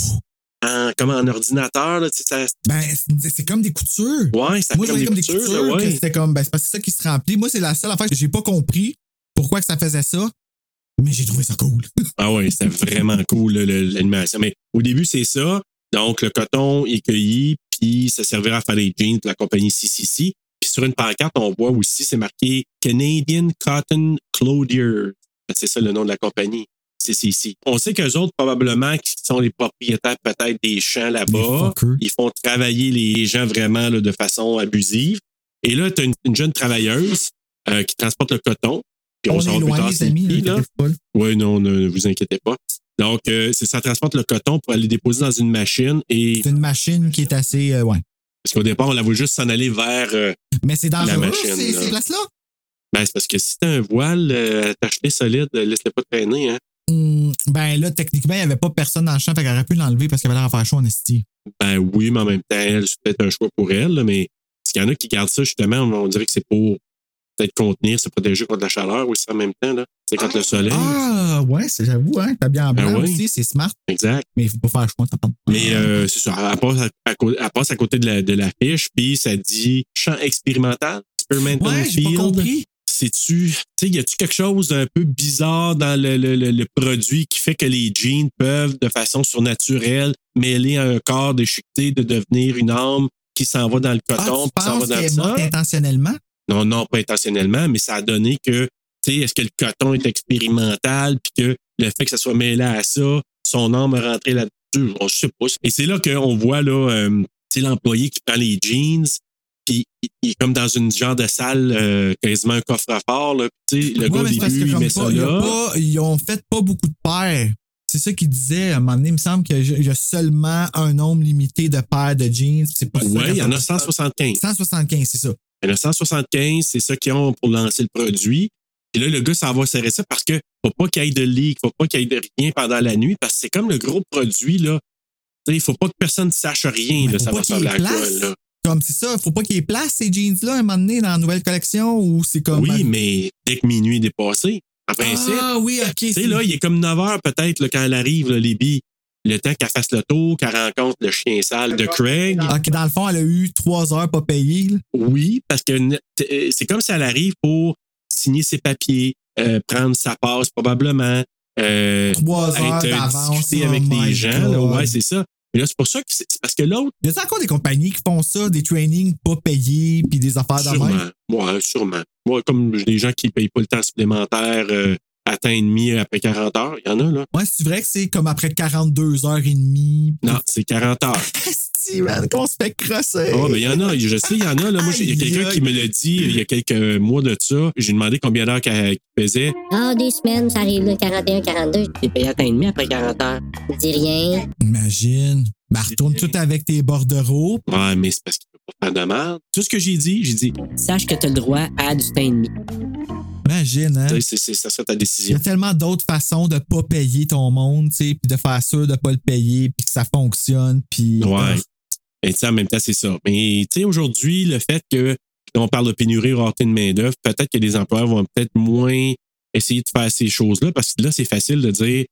en, comme en ordinateur, là, tu sais, ça,
Ben, c'est c'est comme des coutures.
ouais, ça
Moi, je
fait
voyais
comme
comme
des coutures, là,
que
ouais.
c'était comme, ben, c'est parce que c'est ça qui se remplit. Moi, c'est la seule affaire que j'ai pas compris pourquoi que ça faisait ça, mais j'ai trouvé ça cool.
Ah ouais, c'était vraiment cool, là, le- l'animation. Mais au début, c'est ça. Donc, le coton est cueilli, puis ça servira à faire les jeans pour la compagnie CCC. Puis sur une pancarte, on voit aussi, c'est marqué Canadian Cotton Clothier. Ben, C'est ça le nom de la compagnie. CCC. On sait qu'eux autres, probablement, qui sont les propriétaires peut-être des champs là-bas. Ils font travailler les gens vraiment là, de façon abusive. Et là, tu as une, une jeune travailleuse euh, qui transporte le coton. Puis on,
on,
s'en
est
va plus
loin,
tard,
les
c'est
amis.
qui, là?
là, t'inquiète pas, là.
Oui, non, ne, ne vous inquiétez pas. Donc, euh, c'est ça transporte le coton pour aller le déposer dans une machine et
C'est une machine qui est assez. euh, ouais.
parce qu'au départ, on la voit juste s'en aller vers. euh,
Mais c'est dangereux,
machine,
ces,
là.
ces places-là.
ben, c'est parce que si t'as un voile euh, attaché solide, euh, laisse-le pas traîner, hein.
Hum, ben là, techniquement, il n'y avait pas personne dans le champ, fait qu'elle aurait pu l'enlever parce qu'elle avait l'air à faire chaud en esti.
Ben oui, mais en même temps, elle, c'est peut-être un choix pour elle, là, mais parce qu'il y en a qui gardent ça justement, on on dirait que c'est pour peut-être contenir, se protéger contre la chaleur aussi en même temps. là. C'est contre le soleil.
Ah, ouais, c'est- j'avoue, hein. T'as bien en
Ben
blanc
oui.
aussi, c'est smart.
Exact.
Mais il faut pas faire choix, t'as pas.
Mais euh, c'est ça, elle passe à, à cô- elle passe à côté de la, de la fiche, puis ça dit champ expérimental, experimental
Ouais, j'ai pas
field.
compris.
C'est-tu, tu sais, y a-tu quelque chose d'un peu bizarre dans le, le- le- le produit qui fait que les jeans peuvent, de façon surnaturelle, mêler à un corps déchiqueté de devenir une âme qui s'en va dans le
Ah,
coton,
tu
puis s'en va
penses
dans
qu'elle
le
est morte
sang?
intentionnellement?
Non, non, pas intentionnellement, mais ça a donné que, tu sais, est-ce que le coton est expérimental, puis que le fait que ça soit mêlé à ça, son âme est rentrée là-dessus, on sait pas. Et c'est là qu'on voit, là, euh, tu sais, l'employé qui prend les jeans, puis il, il est comme dans une genre de salle, euh, quasiment un coffre-fort, là, puis tu sais, le
Ouais,
gars, au
mais c'est parce que
début, il
comme
met
pas,
ça
il y a
là.
pas- ils ont fait pas beaucoup de paires. C'est ça qu'il disait à un moment donné. Il me semble qu'il y a seulement un nombre limité de paires de jeans. puis C'est pas ça
Ouais, il y en a
qu'elle-
175.
175, c'est ça.
Il y en a 175, c'est ça qu'ils ont pour lancer le produit. Et là, le gars s'en va serrer ça parce que faut pas qu'il y ait de leak, faut pas qu'il y ait de rien pendant la nuit, parce que c'est comme le gros produit, là. Tu sais, Il faut pas que personne sache rien,
Mais
là,
faut
ça
pas
va
qu'il
ressembler
y ait
à quoi,
place.
là.
Comme c'est ça, faut pas qu'il y ait place ces jeans-là à un moment donné dans la nouvelle collection ou c'est comme.
Oui, mais dès que minuit est dépassé, en principe.
Ah oui, ok.
Tu sais,
c'est-
là, il est comme 9 h peut-être, là, quand elle arrive, là, les billes. Le temps qu'elle fasse le tour, qu'elle rencontre le chien sale de Craig.
Ok, dans le fond, elle a eu trois heures pas payées. là.
Oui, parce que ne- t- euh, c'est comme si elle arrive pour signer ses papiers, euh, prendre sa passe probablement, euh,
Trois heures
être euh,
d'avance,
discuter
oh
avec
my
les gens. là.
God.
ouais, c'est ça. Mais là, c'est pour ça que c'est c'est parce que l'autre,
Y a encore des compagnies qui font ça, des trainings pas payés puis des affaires de même?
sûrement, ouais, sûrement. Ouais, comme des gens qui payent pas le temps supplémentaire euh, à temps et demi euh, après 40 heures, il y en a là.
Ouais, c'est vrai que c'est comme après 42 heures et demie.
Non, c'est 40 heures.
Asti, man, qu'on se fait crosser.
Ah, ben, il y en a, je sais, il y en a. Là, moi, j'ai- il y a quelqu'un qui me l'a dit euh, il y a quelques mois de ça. J'ai demandé combien d'heures qu'elle qu'elle faisait.
Ah, deux semaines, ça arrive là, 41, 42.
T'es payé à temps et demi après 40 heures.
Dis rien.
Imagine. Ben, retourne tout avec tes bordereaux.
Ouais, mais c'est parce qu'il peut pas faire de merde. Tout ce que j'ai dit, j'ai dit,
Sache que t'as le droit à du temps et demi.
Imagine, hein?
Tu sais, c'est- c'est- ça serait ta
Il y
décision.
a tellement d'autres façons de pas payer ton monde, tu sais, puis de faire sûr de pas le payer, puis que ça fonctionne, puis...
Ouais. Mais tu sais, en même temps, c'est ça. Mais tu sais, aujourd'hui, le fait que on parle de pénurie ou de main-d'œuvre, peut-être que les employeurs vont peut-être moins essayer de faire ces choses-là parce que là, c'est facile de dire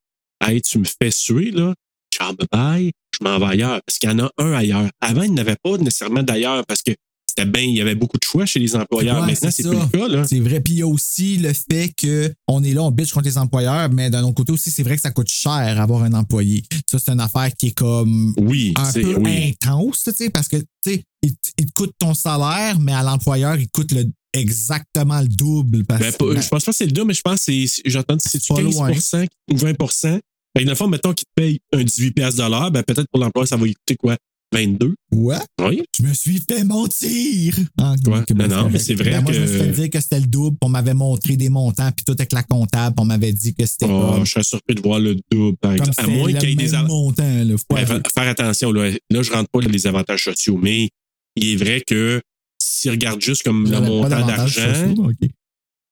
Hey, tu me fais suer, là, ciao, bye bye, je m'en vais ailleurs. Parce qu'il y en a un ailleurs. Avant, il n'y en avait pas nécessairement d'ailleurs parce que c'était bien, il y avait beaucoup de choix chez les employeurs.
Ouais,
Maintenant, c'est
c'est ça.
plus le cas, là.
C'est vrai. Puis il y a aussi le fait que on est là, on bitch contre les employeurs, mais d'un autre côté aussi, c'est vrai que ça coûte cher avoir un employé. Ça, c'est une affaire qui est comme
Oui,
un
c'est-
peu
oui.
intense, tu sais, parce que, tu sais, il, t- il te coûte ton salaire, mais à l'employeur, il coûte le, exactement le double. Parce
Ben, pas-
que,
je pense pas que c'est le deux, mais je pense que c'est, j'entends, c'est
Pas loin.
15 ou 20 Fait que ben, dans le fond, mettons qu'il te paye un 18 piastres de l'heure, ben peut-être pour l'emploi, ça va lui coûter quoi? 22?
ouais,
Oui.
je me suis fait mentir. Ah,
Ouais.
ok, ben,
Non, non,
correct.
mais c'est vrai
Ben, Moi, je me suis
que-
fait dire que c'était le double, puis on m'avait montré des montants, puis tout avec la comptable, puis on m'avait dit que c'était
Oh,
comme-
je serais surpris de voir le double, par
comme
exemple. À
c'est
moins
le
qu'il y ait
même
des av-
montant, là, faut
Ben, fa- faire attention, là. Là, je rentre pas dans les avantages sociaux, mais il est vrai que s'ils regardent juste comme le
J'aurais pas
montant
d'avantages
d'argent,
sociaux, ok.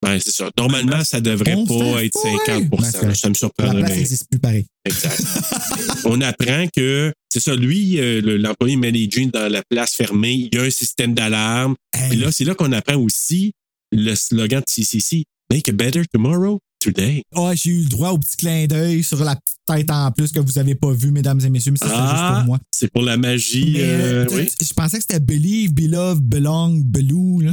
ben, c'est ça. Normalement, ça devrait
On
pas
fait
être
fourrer.
50
Ben, c'est correct.
Ça me
La
surprendrait.
place
bien.
n'existe plus pareil.
Exact. On apprend que, c'est ça, lui, euh, le- l'employé met les jeans dans la place fermée, il y a un système d'alarme. Et là, c'est là qu'on apprend aussi le slogan de CCC, Make a better tomorrow, today.
Ah, j'ai eu le droit au petit clin d'œil sur la petite tête en plus que vous n'avez pas vu, mesdames et messieurs, mais ça, c'est juste pour moi.
c'est pour la magie.
Mais,
Ah, euh,
tu-
oui.
Je pensais que c'était Believe, Belove, Belong, Belou. Là.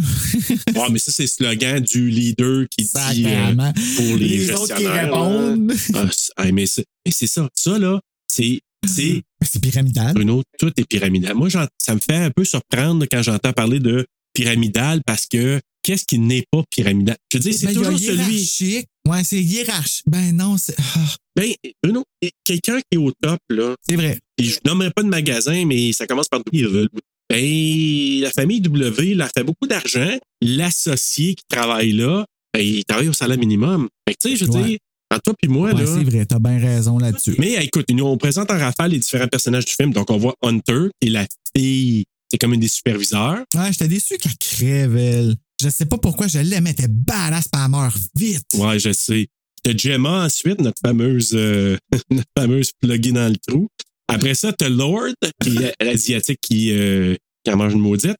Ouais, mais ça, c'est le slogan du leader qui dit euh,
Sacrément.
pour les,
Les autres qui
gestionnaires.
répondent.
Ah, c'est- ah, mais c'est mais c'est ça. Ça, là, c'est. c'est
C'est pyramidal.
Bruno, tout est pyramidal. Moi, j'en- ça me fait un peu surprendre quand j'entends parler de pyramidal parce que qu'est-ce qui n'est pas pyramidal? Je veux dire, c'est
Ben, il y a
toujours celui.
hiérarchique. Ouais, c'est hiérarchique. Ben non, c'est. ah,
Ben, Bruno, quelqu'un qui est au top, là,
c'est vrai.
puis je nommerai pas de magasin, mais ça commence par W. Ben, la famille W, là, fait beaucoup d'argent. L'associé qui travaille là, ben, il travaille au salaire minimum. Fait que, tu sais, je veux
Ouais.
dire, entre toi puis moi,
Ouais,
là.
c'est vrai. T'as bien raison là-dessus.
Mais euh, écoute, nous, on présente en rafale les différents personnages du film. Donc, on voit Hunter, qui est la fille, c'est comme une des superviseurs.
Ouais, j'étais déçu qu'elle crève, elle. Je sais pas pourquoi je l'aimais. Elle était badass par mort vite.
Ouais, je sais. T'as Gemma ensuite, notre fameuse, euh, notre fameuse plugin dans le trou. Après ça, t'as Lord, qui est l'asiatique qui, euh, qui en mange une maudite.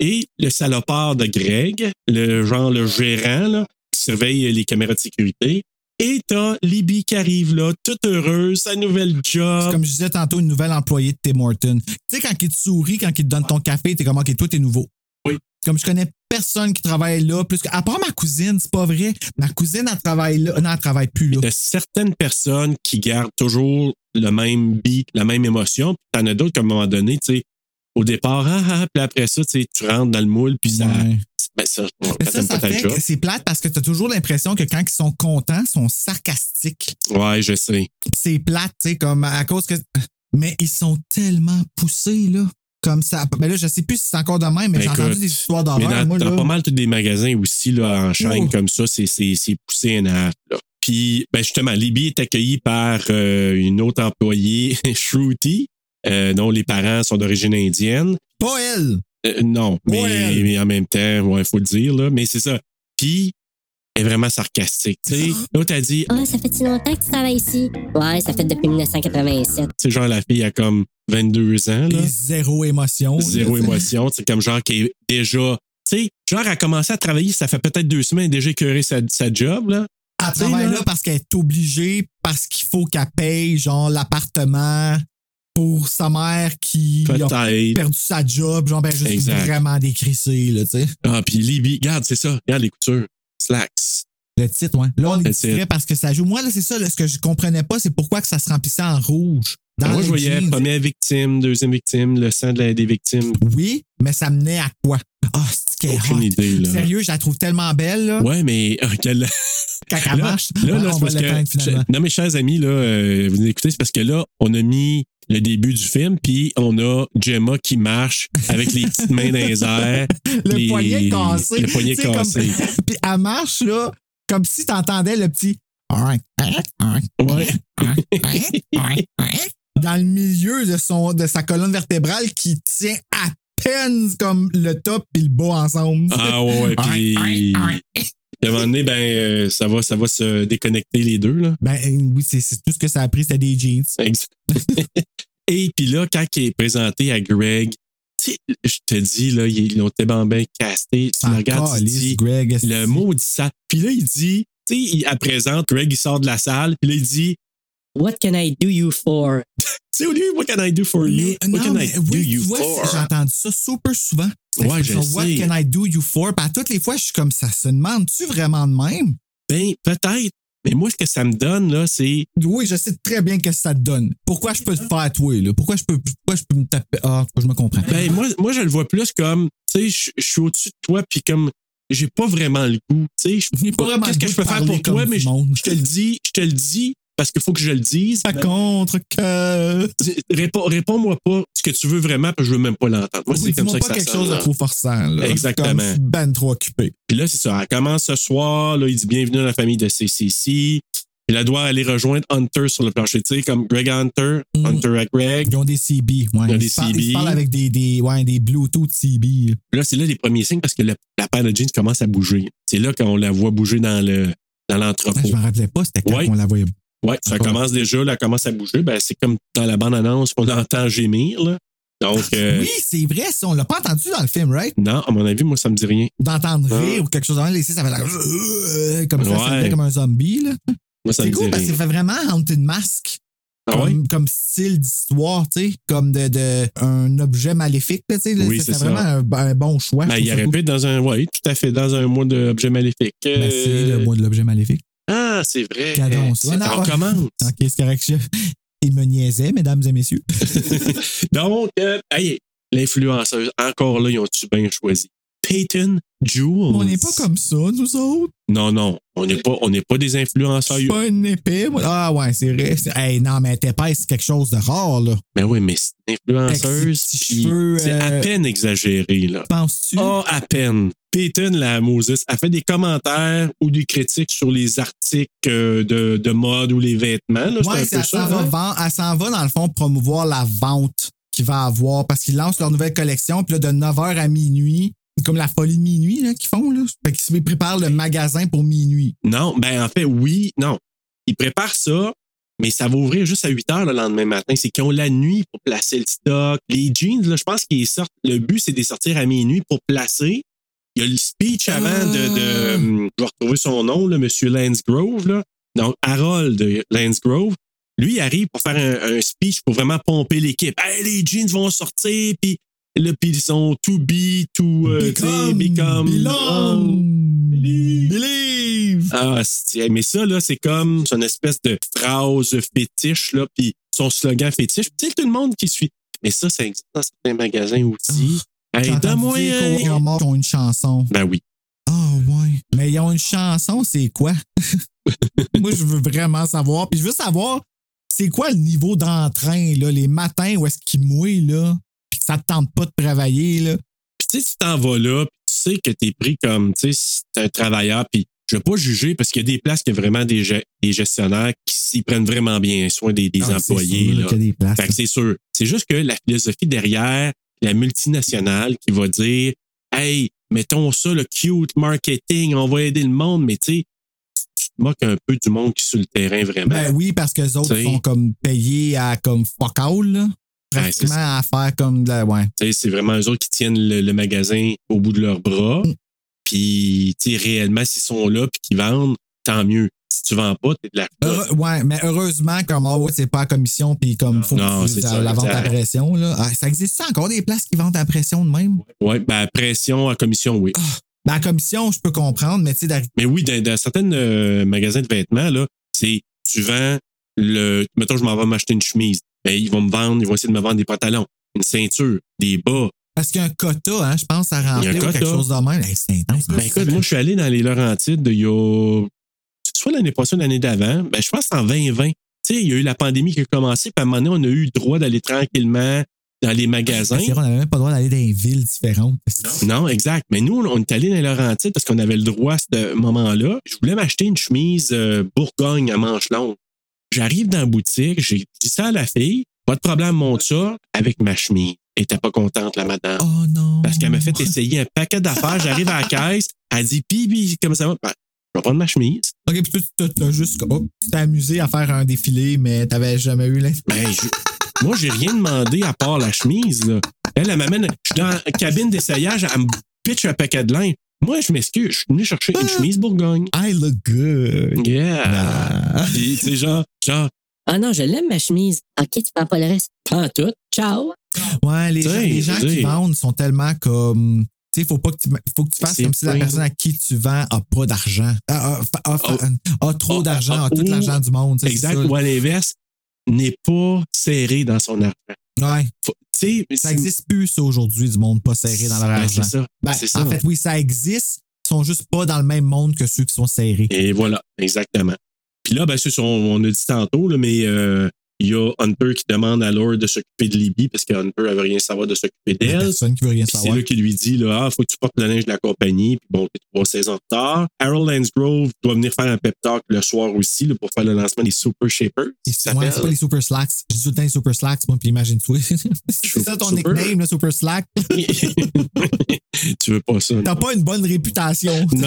Et le salopard de Greg, le genre le gérant là, qui surveille les caméras de sécurité. Et t'as Libby qui arrive là, toute heureuse, sa nouvelle job.
Comme je disais tantôt, une nouvelle employée de Tim Horton. Tu sais, quand il te sourit, quand il te donne ton café, t'es comme, OK, toi, t'es nouveau.
Oui.
Comme je connais personne qui travaille là, plus que, à part ma cousine, c'est pas vrai. Ma cousine, elle travaille là. Non, elle travaille plus là.
Il y a certaines personnes qui gardent toujours le même beat, la même émotion. Puis t'en as d'autres, comme à un moment donné, tu sais, au départ, ah, ah, puis après ça, tu sais, tu rentres dans le moule, puis ça.
Ouais.
Ben, ça,
Mais ça,
t'aimes
ça
pas ta
fait
job.
que c'est plate parce que t'as toujours l'impression que quand ils sont contents, ils sont sarcastiques.
Ouais, je sais.
C'est plate, tu sais, comme à cause que. Mais ils sont tellement poussés, là. Comme ça. Ben là, je sais plus si c'est encore de même, mais j'ai
Ben Écoute,
entendu des histoires
Mais
d'horreur.
dans,
Ah, moi,
dans
là.
pas mal tous des magasins aussi, là, en chaîne
Oh.
comme ça, c'est, c'est, c'est poussé en art, là. Puis, ben justement, Libby est accueillie par euh, une autre employée, Shruti, euh, dont les parents sont d'origine indienne.
Pas elle!
Euh, non, mais,
Ouais.
mais en même temps, il faut le dire, là. Mais c'est ça. Puis, elle est vraiment sarcastique. tu sais. L'autre a dit,
Ah, ça fait-tu longtemps que tu travailles ici? Ouais, ça fait depuis 1987.
c'est genre la fille a comme 22 ans, là.
Puis zéro émotion. là,
Zéro
tu sais.
émotion. C'est comme genre qui est déjà. Tu sais, genre, elle a commencé à travailler, ça fait peut-être deux semaines, elle a déjà écœuré sa, sa job, là. Tu
Elle
sais,
travaille
là-
là parce qu'elle est obligée, parce qu'il faut qu'elle paye, genre, l'appartement pour sa mère qui a
Peut-être.
perdu sa job. Genre, ben, je suis
Exact.
vraiment décrissée, là, tu sais.
Ah, puis Libby, regarde, c'est ça. Regarde les coutures. Slacks.
Le titre, ouais. Là, on est
Le titre.
distrait parce que ça joue. Moi, là, c'est ça, là, ce que je comprenais pas, c'est pourquoi que ça se remplissait en rouge. Dans
Moi,
le
je voyais
jean.
première victime, deuxième victime, le sang de la- des victimes.
Oui, mais ça menait à quoi? Ah, c'est qu'elle est
Aucune
hot.
idée, là.
Sérieux, je la trouve tellement belle, là,
Ouais, mais euh, quelle-
quand elle
Là,
marche.
là, là,
Ah, on
c'est
va
parce
l'éteindre,
que.
finalement.
Non, mes chers amis, là, euh, vous écoutez, c'est parce que là, on a mis le début du film, puis on a Gemma qui marche avec les petites mains dans les airs.
Le
les-
poignet cassé.
Le poignet
Tu sais, comme-
cassé.
Puis elle marche, là, comme si t'entendais le petit... Hein,
Ouais.
hein dans le milieu de, son, de sa colonne vertébrale qui tient à peine comme le top et le bas ensemble.
Ah ouais, ouais, puis. À un moment donné, ben, euh, ça, va, ça va se déconnecter les deux, là.
Ben euh, oui, c'est c'est tout ce que ça a pris, c'était des jeans.
Exact. Et puis là, quand il est présenté à Greg, tu sais, je te dis, là, ils l'ont tellement bien casté. Tu le regardes, tu te
Calisse,
dis,
Ah, Greg, est-ce
le
que-
maudit sale. Puis là, il dit, tu sais, il- elle présente, Greg, il sort de la salle, puis là, il dit,
What can I do you for?
tu sais, au lieu, what can I do for you?
Mais,
What
non,
can I
mais
do
oui, tu
you
vois,
for?
j'ai entendu ça super souvent. Cette
Ouais, je
expression, What
sais.
can I do you for? Puis à toutes les fois, je suis comme ça. Se demande-tu vraiment de même?
Ben, peut-être. Mais moi, ce que ça me donne, là, c'est.
Oui, je sais très bien que ça te donne. Pourquoi je peux te faire toi, là? Pourquoi je peux, pourquoi je peux me taper? Ah, en tout cas, je me comprends.
Ben, moi, moi, je le vois plus comme, tu sais, je- je suis au-dessus de toi, puis comme, j'ai pas vraiment le goût. Tu sais, je-
J'ai pas vraiment
qu'est-ce
le
que
goût
je peux
de
faire
parler
pour toi,
comme
mais
du
je
monde.
je te le dis, je te le dis, parce qu'il faut que je le dise.
Ça contre que.
Tu- répo- Réponds-moi pas ce que tu veux vraiment, parce que je veux même pas l'entendre. Moi, c'est
Oui,
comme ça
dis-moi
que
pas
ça
quelque
sonne,
chose de
là.
trop forçant, là.
Exactement.
Comme je suis ben trop occupé.
Puis là, c'est ça. Elle commence ce soir. Là, il dit bienvenue dans la famille de CCC. Puis elle doit aller rejoindre Hunter sur le plancher. Tu sais, comme Greg Hunter,
Mm.
Hunter à Greg.
Ils ont des CB, ouais.
Ils ont des
se parlent-
CB.
Ils se parlent avec des, des, ouais, des Bluetooth CB. là.
Puis là, c'est là les premiers signes parce que le- la paire de jeans commence à bouger. C'est là qu'on la voit bouger dans le dans l'entrepôt.
Ah, Je m'en rappelais pas, c'était quand
Ouais.
on la voyait.
Ouais, ça
D'accord.
commence déjà, là, elle commence à bouger. Ben, c'est comme dans la bande-annonce qu'on entend gémir. Là. Donc, euh,
Ah, Oui, c'est vrai, ça, on l'a pas entendu dans le film, right?
non, à mon avis, moi, ça me dit rien.
D'entendre
Ah.
rire ou quelque chose. Ici, ça fait la- euh, comme ça, ça
Ouais.
fait comme un zombie, là.
Moi, ça me
C'est
dit
cool parce que
rien.
ça fait vraiment Haunted Mask.
Ah
comme,
ouais?
comme style d'histoire, tu sais, comme de, de- un objet maléfique, là, tu sais. là,
Oui,
c'est
c'est ça.
vraiment un, un bon choix.
Ben,
je
il
trouve ça
aurait
cool.
pu être dans un. Oui, tout à fait, dans un mois d'objet maléfique.
Ben, c'est le mois de l'objet maléfique.
Ah, c'est vrai.
Cadence.
C'est-
Ouais, non,
on
ouais.
commence.
Ok, c'est correct. chef. Il me niaisait, mesdames et messieurs.
Donc, euh, hey, l'influenceuse, encore là, ils ont-tu bien choisi? Peyton Jewels.
On n'est pas comme ça, nous autres.
Non, non, on n'est pas, on n'est pas des
Je
influenceurs.
suis pas une épée. moi. Ah ouais, c'est vrai. C'est- Hey, non, mais t'es pas, c'est quelque chose de rare, là.
Mais Ben oui, mais c'est une
Avec
influenceuse,
ses petits
puis
cheveux,
c'est à
euh,
peine exagéré, là.
Penses-tu?
Ah, à peine. Peyton, la Moses, a fait des commentaires ou des critiques sur les articles euh, de, de mode ou les vêtements. Là,
Ouais,
c'est un peu ça.
ça s'en va,
hein?
vendre- elle s'en va, dans le fond, promouvoir la vente qu'il va avoir parce qu'ils lancent leur nouvelle collection. Puis là, de 9h à minuit, c'est comme la folie de minuit là, qu'ils font. Là. Fait qu'ils se préparent le magasin pour minuit.
Non, ben en fait, oui, non. Il prépare ça, Mais ça va ouvrir juste à 8 heures le lendemain matin. C'est qu'ils ont la nuit pour placer le stock. Les jeans, là, je pense qu'ils sortent. Le but, c'est de les sortir à minuit pour placer. Il y a le speech avant
Ah.
de, de- hum, Je vais retrouver son nom, là, M. Lansgrove. Là. Donc, Harold Lansgrove. Lui, il arrive pour faire un, un speech pour vraiment pomper l'équipe. Hey, les jeans vont sortir, puis là, puis ils sont to be, to euh, tu sais,
Become,
become,
belong,
believe. Ah, c'est- mais ça, là, c'est comme c'est une espèce de phrase fétiche, là, puis son slogan fétiche. Tu sais, tout le monde qui suit. Mais ça, ça existe dans certains magasins aussi. Hey,
J'ai entendu
donne-moi
Ah. dire
un-
qu'aux Ramones, ils ont une chanson.
Ben oui.
Ah ouais. Mais ils ont une chanson, c'est quoi? Moi, je veux vraiment savoir. Puis je veux savoir, c'est quoi le niveau d'entrain, là, les matins où est-ce qu'ils mouillent, là? Puis que ça te tente pas de travailler, là.
Puis tu sais, tu t'en vas là, puis tu sais que t'es pris comme, tu sais, c'est un travailleur, puis je vais pas juger parce qu'il y a des places qui a vraiment des, ge- des gestionnaires qui s'y prennent vraiment bien soin des, des
Ah, c'est
employés.
sûr
là.
qu'il y a des places.
Fait que c'est sûr. C'est juste que la philosophie derrière, la multinationale qui va dire, hey, mettons ça, le cute marketing, on va aider le monde, mais tu sais, tu te moques un peu du monde qui est sur le terrain vraiment.
Ben oui, parce que les autres
T'sais.
sont comme payés à comme fuck all, là.
Ben, c'est
Pratiquement à faire comme de la. Ouais.
Tu sais, c'est vraiment eux autres qui tiennent le, le magasin au bout de leurs bras.
Mm.
Puis, tu sais, réellement, s'ils sont là puis qu'ils vendent, tant mieux. Si tu vends pas, t'es de la
Heureux- ouais, mais heureusement, comme ah ouais, c'est pas à commission, puis comme faut
non,
que tu
c'est
la,
ça,
la vente à
exact.
pression, là. Ah, ça existe ça encore des places qui vendent à pression de même?
Ouais, ben, pression à commission, oui.
Ben, à commission, je peux comprendre, mais tu sais, d'arriver-
Mais oui, dans, dans certains euh, magasins de vêtements, là, c'est tu vends le. Mettons, je m'en vais m'acheter une chemise. Ben, ils vont me vendre, ils vont essayer de me vendre des pantalons, une ceinture, des bas.
Parce qu'il y a un quota, hein, je pense, à
Il y a un
remplir ou quelque
quota.
chose de même. Hey, Ah, c'est intense.
Ben écoute, moi, je suis allé dans les Laurentides il y a. Soit l'année passée ou l'année d'avant, ben, je pense en 2020. Tu sais, il y a eu la pandémie qui a commencé, puis à un moment donné, on a eu le droit d'aller tranquillement dans les magasins.
C'est vrai, on n'avait même pas le droit d'aller dans des villes différentes.
Non, exact. Mais nous, on est allé dans les Laurentides parce qu'on avait le droit à ce moment-là. Je voulais m'acheter une chemise euh, Bourgogne à manches longues. J'arrive dans la boutique, j'ai dit ça à la fille. Pas de problème, monte ça avec ma chemise. Elle était pas contente, la madame.
Oh non.
Parce qu'elle m'a fait essayer un paquet d'affaires. J'arrive à la caisse. Elle dit, puis, puis, comment ça va? Ben, je vais prendre ma chemise.
Ok, puis toi, tu t'as- t'as juste. hop, tu t'es amusé à faire un défilé, mais t'avais jamais eu. l'in-
Ben, je- moi, j'ai rien demandé à part la chemise. Là. Elle, elle m'amène. Je suis dans la cabine d'essayage, elle me pitch un paquet de linge. Moi, je m'excuse, je suis venu chercher une chemise Bourgogne.
I look good. Ah.
Yeah! Puis, tu sais, genre, genre,
Ah non, je l'aime, ma chemise. OK, tu prends pas le reste. Prends tout. Ciao.
Ouais, les
T'sais,
gens, les gens
t'sais.
qui vendent sont tellement comme. Tu sais, faut pas que tu, faut que tu fasses
C'est
comme si la
plein.
personne à qui tu vends a pas d'argent. A, a- a- a- a trop
Oh,
d'argent, a,
oh,
tout
oh.
l'argent du monde. tu sais,
exact,
c'est ça.
ou à l'inverse, n'est pas serré dans son argent.
Ouais.
Faut- Tu sais,
Ça existe plus, ça, aujourd'hui, du monde pas serré dans leur
Ben,
argent.
C'est ça.
Ben,
c'est ça.
En fait, oui, ça existe. Ils sont juste pas dans le même monde que ceux qui sont serrés.
Et voilà, exactement. Puis là, ben, c'est ça, on, on a dit tantôt, là, mais euh, il y a Hunter qui demande à Laure de s'occuper de Libby parce que Hunter ne veut rien savoir de s'occuper
Il y a
d'elle.
personne qui veut rien
Puis c'est
savoir.
là qu'il lui dit, là, ah, faut que tu portes le linge de la compagnie. Puis bon, t'es trois saisons de tard. Harold Lansgrove doit venir faire un pep talk le soir aussi là, pour faire le lancement des Super Shapers.
Et
Ça
c'est ouais, c'est
s'appelle.
pas les Super Slacks. Je dis tout le temps les Super Slacks, moi, puis imagine-toi. c'est ça ton
Super.
nickname, le Super Slack.
tu veux pas ça?
T'as pas une bonne réputation.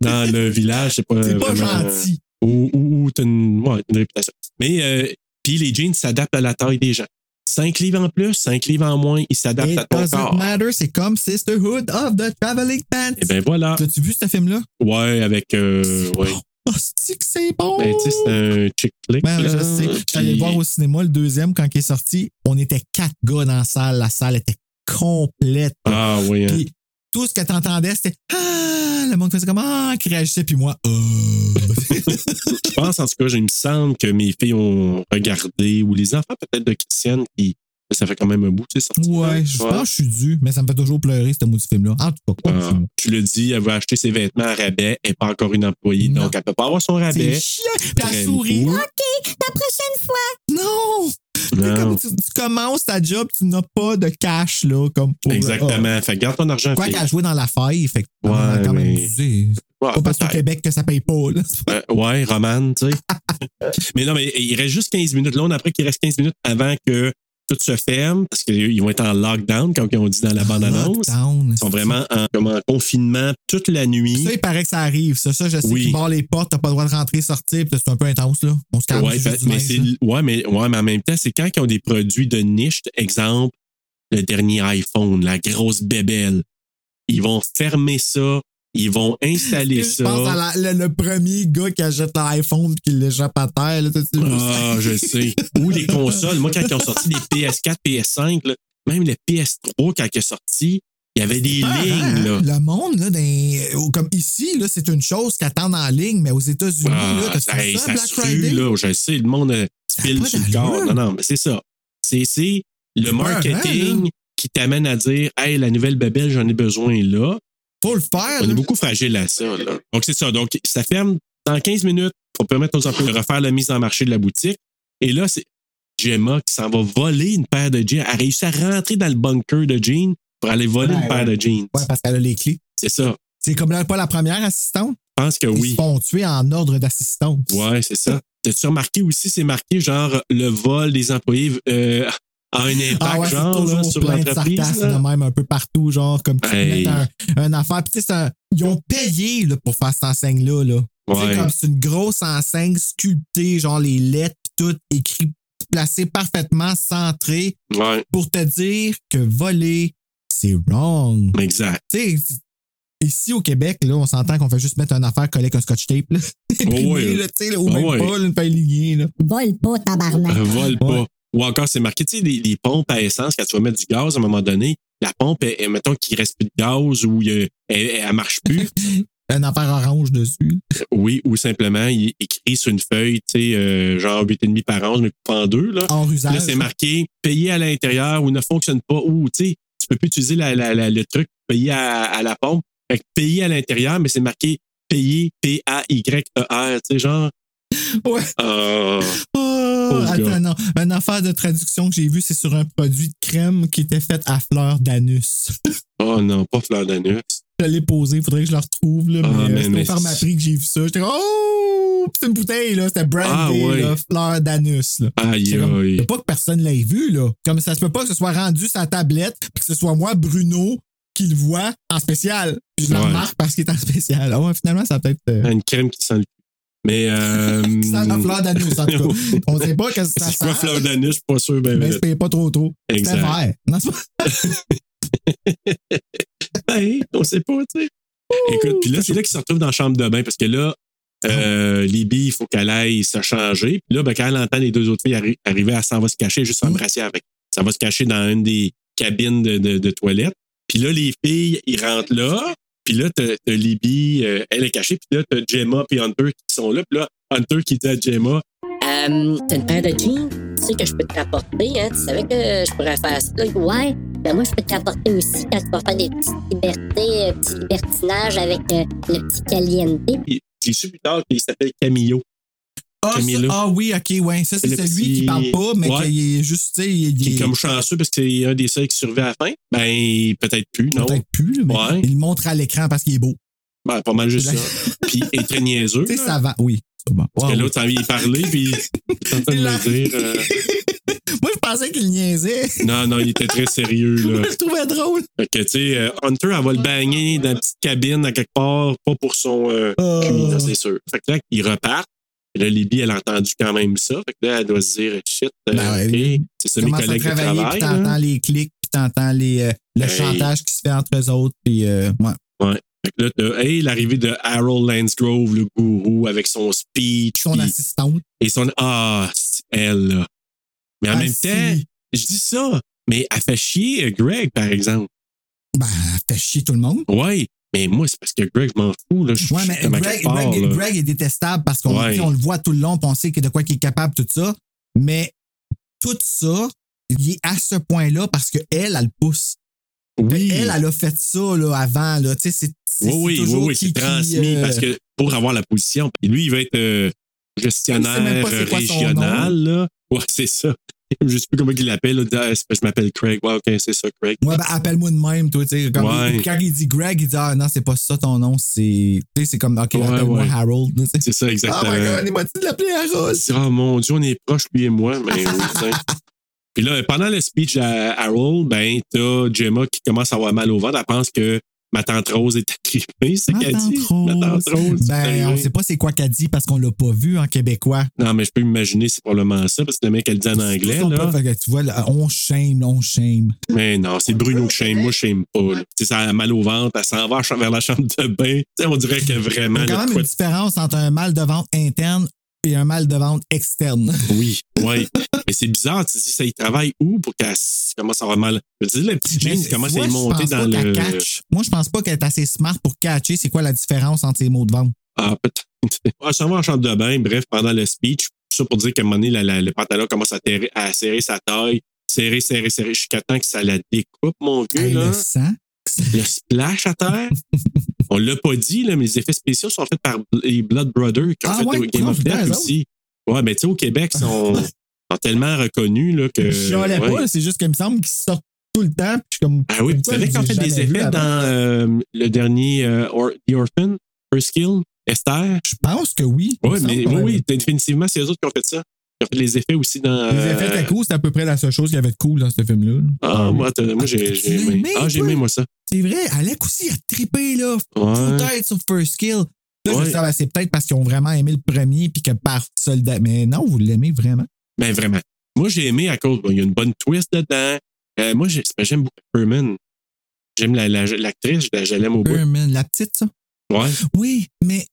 Non. Dans le village, c'est pas.
T'es pas
vraiment- euh,
gentil.
Ou, ou, ou t'as une, ouais, une réputation. Mais euh, puis les jeans s'adaptent à la taille des gens. 5 livres en plus, 5 livres en moins, ils s'adaptent
It
à euh, ton
doesn't
corps.
matter, c'est comme Sisterhood of the Traveling Pants.
Et ben voilà.
T'as-tu vu ce film-là?
Ouais, avec euh, ouais.
Oh, c'est que c'est bon!
Ben, tu sais, c'est un chick flick.
Ben,
là,
je sais. Je suis allé
puis-
le voir au cinéma le deuxième quand il est sorti. On était quatre gars dans la salle. La salle était complète.
Ah oui. hein.
Puis tout ce que t'entendais, c'était Ah! Le monde faisait comme Ah! qui réagissait, puis moi, Euh!
Je pense, en tout cas, je- il me semble que mes filles ont regardé, ou les enfants peut-être de Christiane, qui, ça fait quand même un bout, tu sais, sorti.
Ouais, je
Ouais.
pense que je suis dû, mais ça me fait toujours pleurer, ce mot du film-là. En tout cas,
Ah,
continue.
tu le dis, elle veut acheter ses vêtements à rabais, elle n'est pas encore une employée,
Non.
donc elle ne peut pas avoir son rabais.
C'est chiant. Puis
Très
elle sourit.
cool. Ah.
OK, la prochaine fois.
Non! C'est
Non,
comme tu, tu commences ta job, tu n'as pas de cash, là, comme pour.
exactement. Fait que garde ton argent.
Ah. Quoi
fille.
qu'à jouer dans la faille, fait que on a
Ouais,
quand même
mais-
usé.
Ouais,
Pas parce qu'au
Ah, peut-être.
Québec que ça paye pas, là.
Euh, ouais, Roman, tu sais. mais non, mais il reste juste 15 minutes. Là, on apprend qu'il reste 15 minutes avant que tout se ferme parce qu'ils vont être en lockdown, comme ils ont dit dans la bande-annonce.
Lockdown.
Ils sont vraiment en, comme en confinement toute la nuit.
Ça, il paraît que ça arrive. Ça, ça je sais
Oui.
qu'ils barrent les portes, t'as pas le droit de rentrer, sortir, puis c'est un peu intense, là. On se calme
Ouais,
c'est
ben,
juste du
mais
neige,
c'est-
là.
ouais, mais, ouais, mais en même temps, c'est quand ils ont des produits de niche, exemple, le dernier iPhone, la grosse bébelle, ils vont fermer ça, ils vont installer
Je pense à
ça.
la- le, le premier gars qui achète l'iPhone puis qui l'échappe à terre. Là, tu sais,
Ah, je sais. Ou les consoles. Moi, quand ils ont sorti les PS4, PS5, là, même le PS3, quand il est sorti, il y avait des
Ah,
lignes. Là.
hein, Le monde, là, des- ou comme ici, là, c'est une chose qu'attendent en ligne, mais aux États-Unis,
Ah,
là, t'as
hey,
vu ça,
ça
Black
se rue,
Friday?
là. Je sais, le monde euh, se pile
pas
sur le
d'allure.
corps. Non, non, mais c'est ça. C'est c'est le
C'est pas avant,
marketing qui t'amène à dire Hey, la nouvelle bébelle, j'en ai besoin là.
Faut le faire.
On est
là.
beaucoup fragile à ça. Là. Donc, c'est ça. Donc, ça ferme dans 15 minutes pour permettre aux employés de refaire la mise en marché de la boutique. Et là, c'est Gemma qui s'en va voler une paire de jeans. Elle a réussi à rentrer dans le bunker de jeans pour aller voler
Ouais,
une paire de jeans.
Ouais, parce qu'elle a les clés.
C'est ça.
C'est comme là, pas la première assistante.
Je pense que
Ils se
oui.
font tuer en ordre d'assistance.
Ouais, c'est ça. T'as-tu remarqué aussi, c'est marqué genre le vol des employés euh, a un impact
Ah ouais, c'est
genre là,
toujours
sur
plein de
l'entreprise?
sarcasme
là?
de même un peu partout, genre comme tu
Hey.
mets un, un affaire. Puis tu sais, c'est un- ils ont payé là, pour faire cette enseigne-là. Là. Tu sais,
Ouais.
comme c'est une grosse enseigne sculptée, genre les lettres, puis tout écrit, placé parfaitement, centré,
Ouais,
pour te dire que voler, c'est wrong.
exact.
Tu sais, ici au Québec, là, on s'entend qu'on fait juste mettre une affaire collée avec un scotch tape, là. Imprimé,
ouais.
là, tu sais, là, ou
Ah
même
ouais.
pas, là, une feuille lignée, là.
Vole pas, tabarnak.
Un vol
Ouais.
pas. Ou encore, c'est marqué, tu sais, les, les pompes à essence, quand tu vas mettre du gaz à un moment donné, la pompe, elle- elle, mettons qu'il reste plus de gaz ou il y a- elle, elle, elle marche plus.
Une affaire orange dessus.
oui, ou simplement, il est écrit sur une feuille, tu sais, euh, genre 8,5 par 11, mais coupé en deux, là.
En
Puis
usage.
Là, c'est marqué payé à l'intérieur ou ne fonctionne pas ou tu sais, tu peux plus utiliser la- la- la- le truc payé à, à la pompe. Fait que payé à l'intérieur, mais c'est marqué payé P-A-Y-E-R. E Tu sais, genre.
Ouais.
Ah,
Oh,
Pauvre
attends,
gars.
non. Une affaire de traduction que j'ai vue, c'est sur un produit de crème qui était fait à fleur d'anus.
oh non, pas fleur d'anus.
je l'ai posé, faudrait que je le retrouve, là.
Ah,
mais, euh,
mais-
c'est
mais-
au pharmaprix que j'ai vu ça. J'étais comme, oh! Puis C'est une bouteille, là. C'était brandé,
Ah, ouais.
là. Fleur d'anus, là.
Aïe,
C'est comme-
aïe.
C'est pas que personne l'ait vu, là. Comme ça se peut pas que ce soit rendu sa tablette, puis que ce soit moi, Bruno, qui le voit en spécial. Puis je le
Ouais.
remarque parce qu'il est en spécial. Ah ouais, finalement, ça peut être. euh,
Ah, Une crème qui sent le cul. Mais. Euh,
qui sent la fleur d'anus, en tout cas. On sait pas que ça
C'est quoi
sent.
fleur d'anus? Je suis pas sûr. Ben,
Mais c'est pas trop tôt. C'est
Exact.
vert. Non, c'est pas-
ben, on sait pas, tu sais. Écoute, puis là, c'est là qu'ils se retrouvent dans la chambre de bain parce que là, euh, Libby, il faut qu'elle aille se changer. Puis là, ben, quand elle entend les deux autres filles arri- arriver, elle s'en va se cacher, juste s'embrasser avec. Ça va se cacher dans une des cabines de, de, de toilettes. Puis là, les filles, ils rentrent là. Puis là, t'as t'as Libby, euh, elle est cachée. Puis là, t'as Gemma puis Hunter qui sont là. Puis là, Hunter qui dit à Gemma,
Euh, t'as une paire de jeans, tu sais que je peux te rapporter, hein? Tu savais que je pourrais faire ça.
Ouais, ben moi, je peux te rapporter aussi quand tu vas faire des petites libertés, euh, petits libertinages avec euh, le petit caliente.
j'ai su plus tard qu'il s'appelle Camillo.
Ah, ça-
Camilo.
ah oui, ok, ouais. Ça, c'est
Le
celui
petit-
qui parle pas, mais
Ouais.
qui est juste, tu sais, il,
qui
il
est comme chanceux parce que c'est un des seuls qui survit à la fin. Ben, peut-être plus, non?
peut-être plus, là, mais
Ouais.
il le montre à l'écran parce qu'il est beau.
Ben, pas mal juste
La-
ça. Puis, il est très niaiseux.
Tu sais,
là.
ça va, oui. c'est bon.
Parce
Ouais,
que
ouais.
l'autre, t'as envie de parler, puis il est en train de
Il l'a-
me dire. euh,
Moi, je pensais qu'il niaisait.
Non, non, il était très sérieux, là.
je trouvais drôle.
Fait que, tu sais, euh, Hunter, elle va le bagner dans une petite cabine à quelque part, pas pour son euh,
Ah.
cul, là, c'est sûr. Fait que là, ils repartent. Et là, Libby, elle a entendu quand même ça. Fait que là, elle doit se dire, shit, euh,
Ben ouais.
ok, c'est ça
Tu
mes
commences à
collègues de
travailler, puis
travail. là.
t'entends les clics, puis t'entends les, euh, le
Hey.
chantage qui se fait entre eux autres, puis euh, ouais.
Fait que là, t'as, hey, l'arrivée de Harold Lansgrove, le gourou, avec son speech.
Son
puis-
assistante.
et son, ah, c'est elle, là. Mais en
Ah,
même
si.
temps, je dis ça, mais elle fait chier euh, Greg, par exemple.
Ben, elle fait chier tout le monde.
Ouais, mais moi, c'est parce que Greg, je m'en fous. Là. Je
Ouais, mais
je suis comme à
Greg,
quelque part,
Greg-
là.
Greg est détestable parce qu'on
Ouais.
tu sais, on le voit tout le long, puis on sait que de quoi qu'il est capable, tout ça. Mais tout ça, il est à ce point-là parce qu'elle, elle le pousse.
oui.
Elle, elle a fait ça là, avant. Là. Tu sais, C'est,
oui,
c'est, c'est
oui, oui,
toujours
oui,
qui-
c'est
qui,
transmis
euh,
parce que pour avoir la position, puis lui, il va être euh,
Il sait
gestionnaire
même pas c'est quoi son
régional. Là. Ouais, c'est ça. Je sais plus comment il l'appelle. là. Ah, c'est parce que Je m'appelle Craig. Ouais, ok, c'est ça, Craig.
Ouais, ben, appelle-moi de même, toi, tu sais. comme-
Ouais.
puis Quand il dit Greg, il dit Ah non, c'est pas ça ton nom, c'est. Tu sais, c'est comme OK,
Ouais,
appelle-moi
ouais.
Harold. là, tu
C'est
sais.
ça,
Ah, my
exactement.
God, il m'a dit de l'appeler Harold.
Ah, mon Dieu, on est proches, lui et moi. Mais oui, tiens. Puis là, pendant le speech à Harold, ben, t'as Gemma qui commence à avoir mal au ventre. Elle pense que ma tante Rose est agrippée, c'est ce qu'elle dit. Ma tante Rose.
Ben, on sait pas c'est quoi qu'elle dit parce qu'on l'a pas vu en québécois.
Non, mais je peux imaginer, c'est probablement ça, parce que le mec, elle dit en anglais.
Son
Là.
prof, fait que tu vois, là, on shame, on shame.
Mais non, c'est Bruno qui shame, moi, je shame pas. là. Tu sais, ça a mal au ventre, elle s'en va vers la chambre de bain. Tu sais, on dirait que
Il y
vraiment.
a quand
là,
même
quoi-
une différence entre un mal de ventre interne et un mal de ventre externe.
Oui, oui. mais c'est bizarre, tu dis, ça, il travaille où pour qu'elle s- commence à avoir mal? Je veux dire, le petit
Mais
jean
tu
commence
vois,
à y
je
monter
pense
dans
pas
le.
qu'elle catch. Moi, je pense pas qu'elle est assez smart pour catcher c'est quoi la différence entre ces mots de ventre.
Ah, peut-être. Elle s'en va en chambre de bain, bref, pendant le speech. Ça pour dire qu'à un moment donné, la- la- le pantalon commence à, terrer- à serrer sa taille, serrer, serrer, serrer, jusqu'à temps que ça la découpe, mon vieux.
Hey,
là.
le sang.
le splash à terre. On l'a pas dit, là, mais les effets spéciaux sont faits par les Blood Brothers qui ont
Ah
fait
ouais,
au Game of
cool,
Death
eux
aussi. Ouais, mais tu sais, au Québec, ils sont, sont tellement reconnus là, que.
Je chialais
Euh, ouais.
pas, c'est juste qu'il me semble qu'ils sortent tout le temps. Puis je suis comme.
Ah oui, puis tu savais
Pourquoi je
qu'on
les ai
fait des
jamais vus
effets
avant?
dans euh, le dernier euh, Or- The Orphan, Her Skill, Esther.
Je pense que oui.
Ouais,
Il me
mais
semble.
oui, oui, définitivement, c'est eux autres qui ont fait ça. Ils ont fait les effets aussi dans.
Les effets de la
euh,
cool, c'est à peu près la seule chose qu'il y avait de cool dans ce film-là.
Ah, moi, attends, moi j'ai j'ai
Tu l'as
aimé.
aimé,
Ah, j'ai
toi?
aimé, moi, ça.
C'est vrai, Alec aussi a trippé, là.
Ouais.
Full tête sur First Kill. Là, je
Ouais.
me suis dit, ah, ben, c'est peut-être parce qu'ils ont vraiment aimé le premier, puis que par soldat. Mais non, vous l'aimez vraiment.
Mais Ben, vraiment. Moi, j'ai aimé à cause. bon, Il y a une bonne twist dedans. Euh, moi, j'ai- c'est parce que j'aime beaucoup Perman. J'aime la- la- l'actrice, je la- je l'aime au bout.
Berman, la petite, ça.
Ouais.
Oui, mais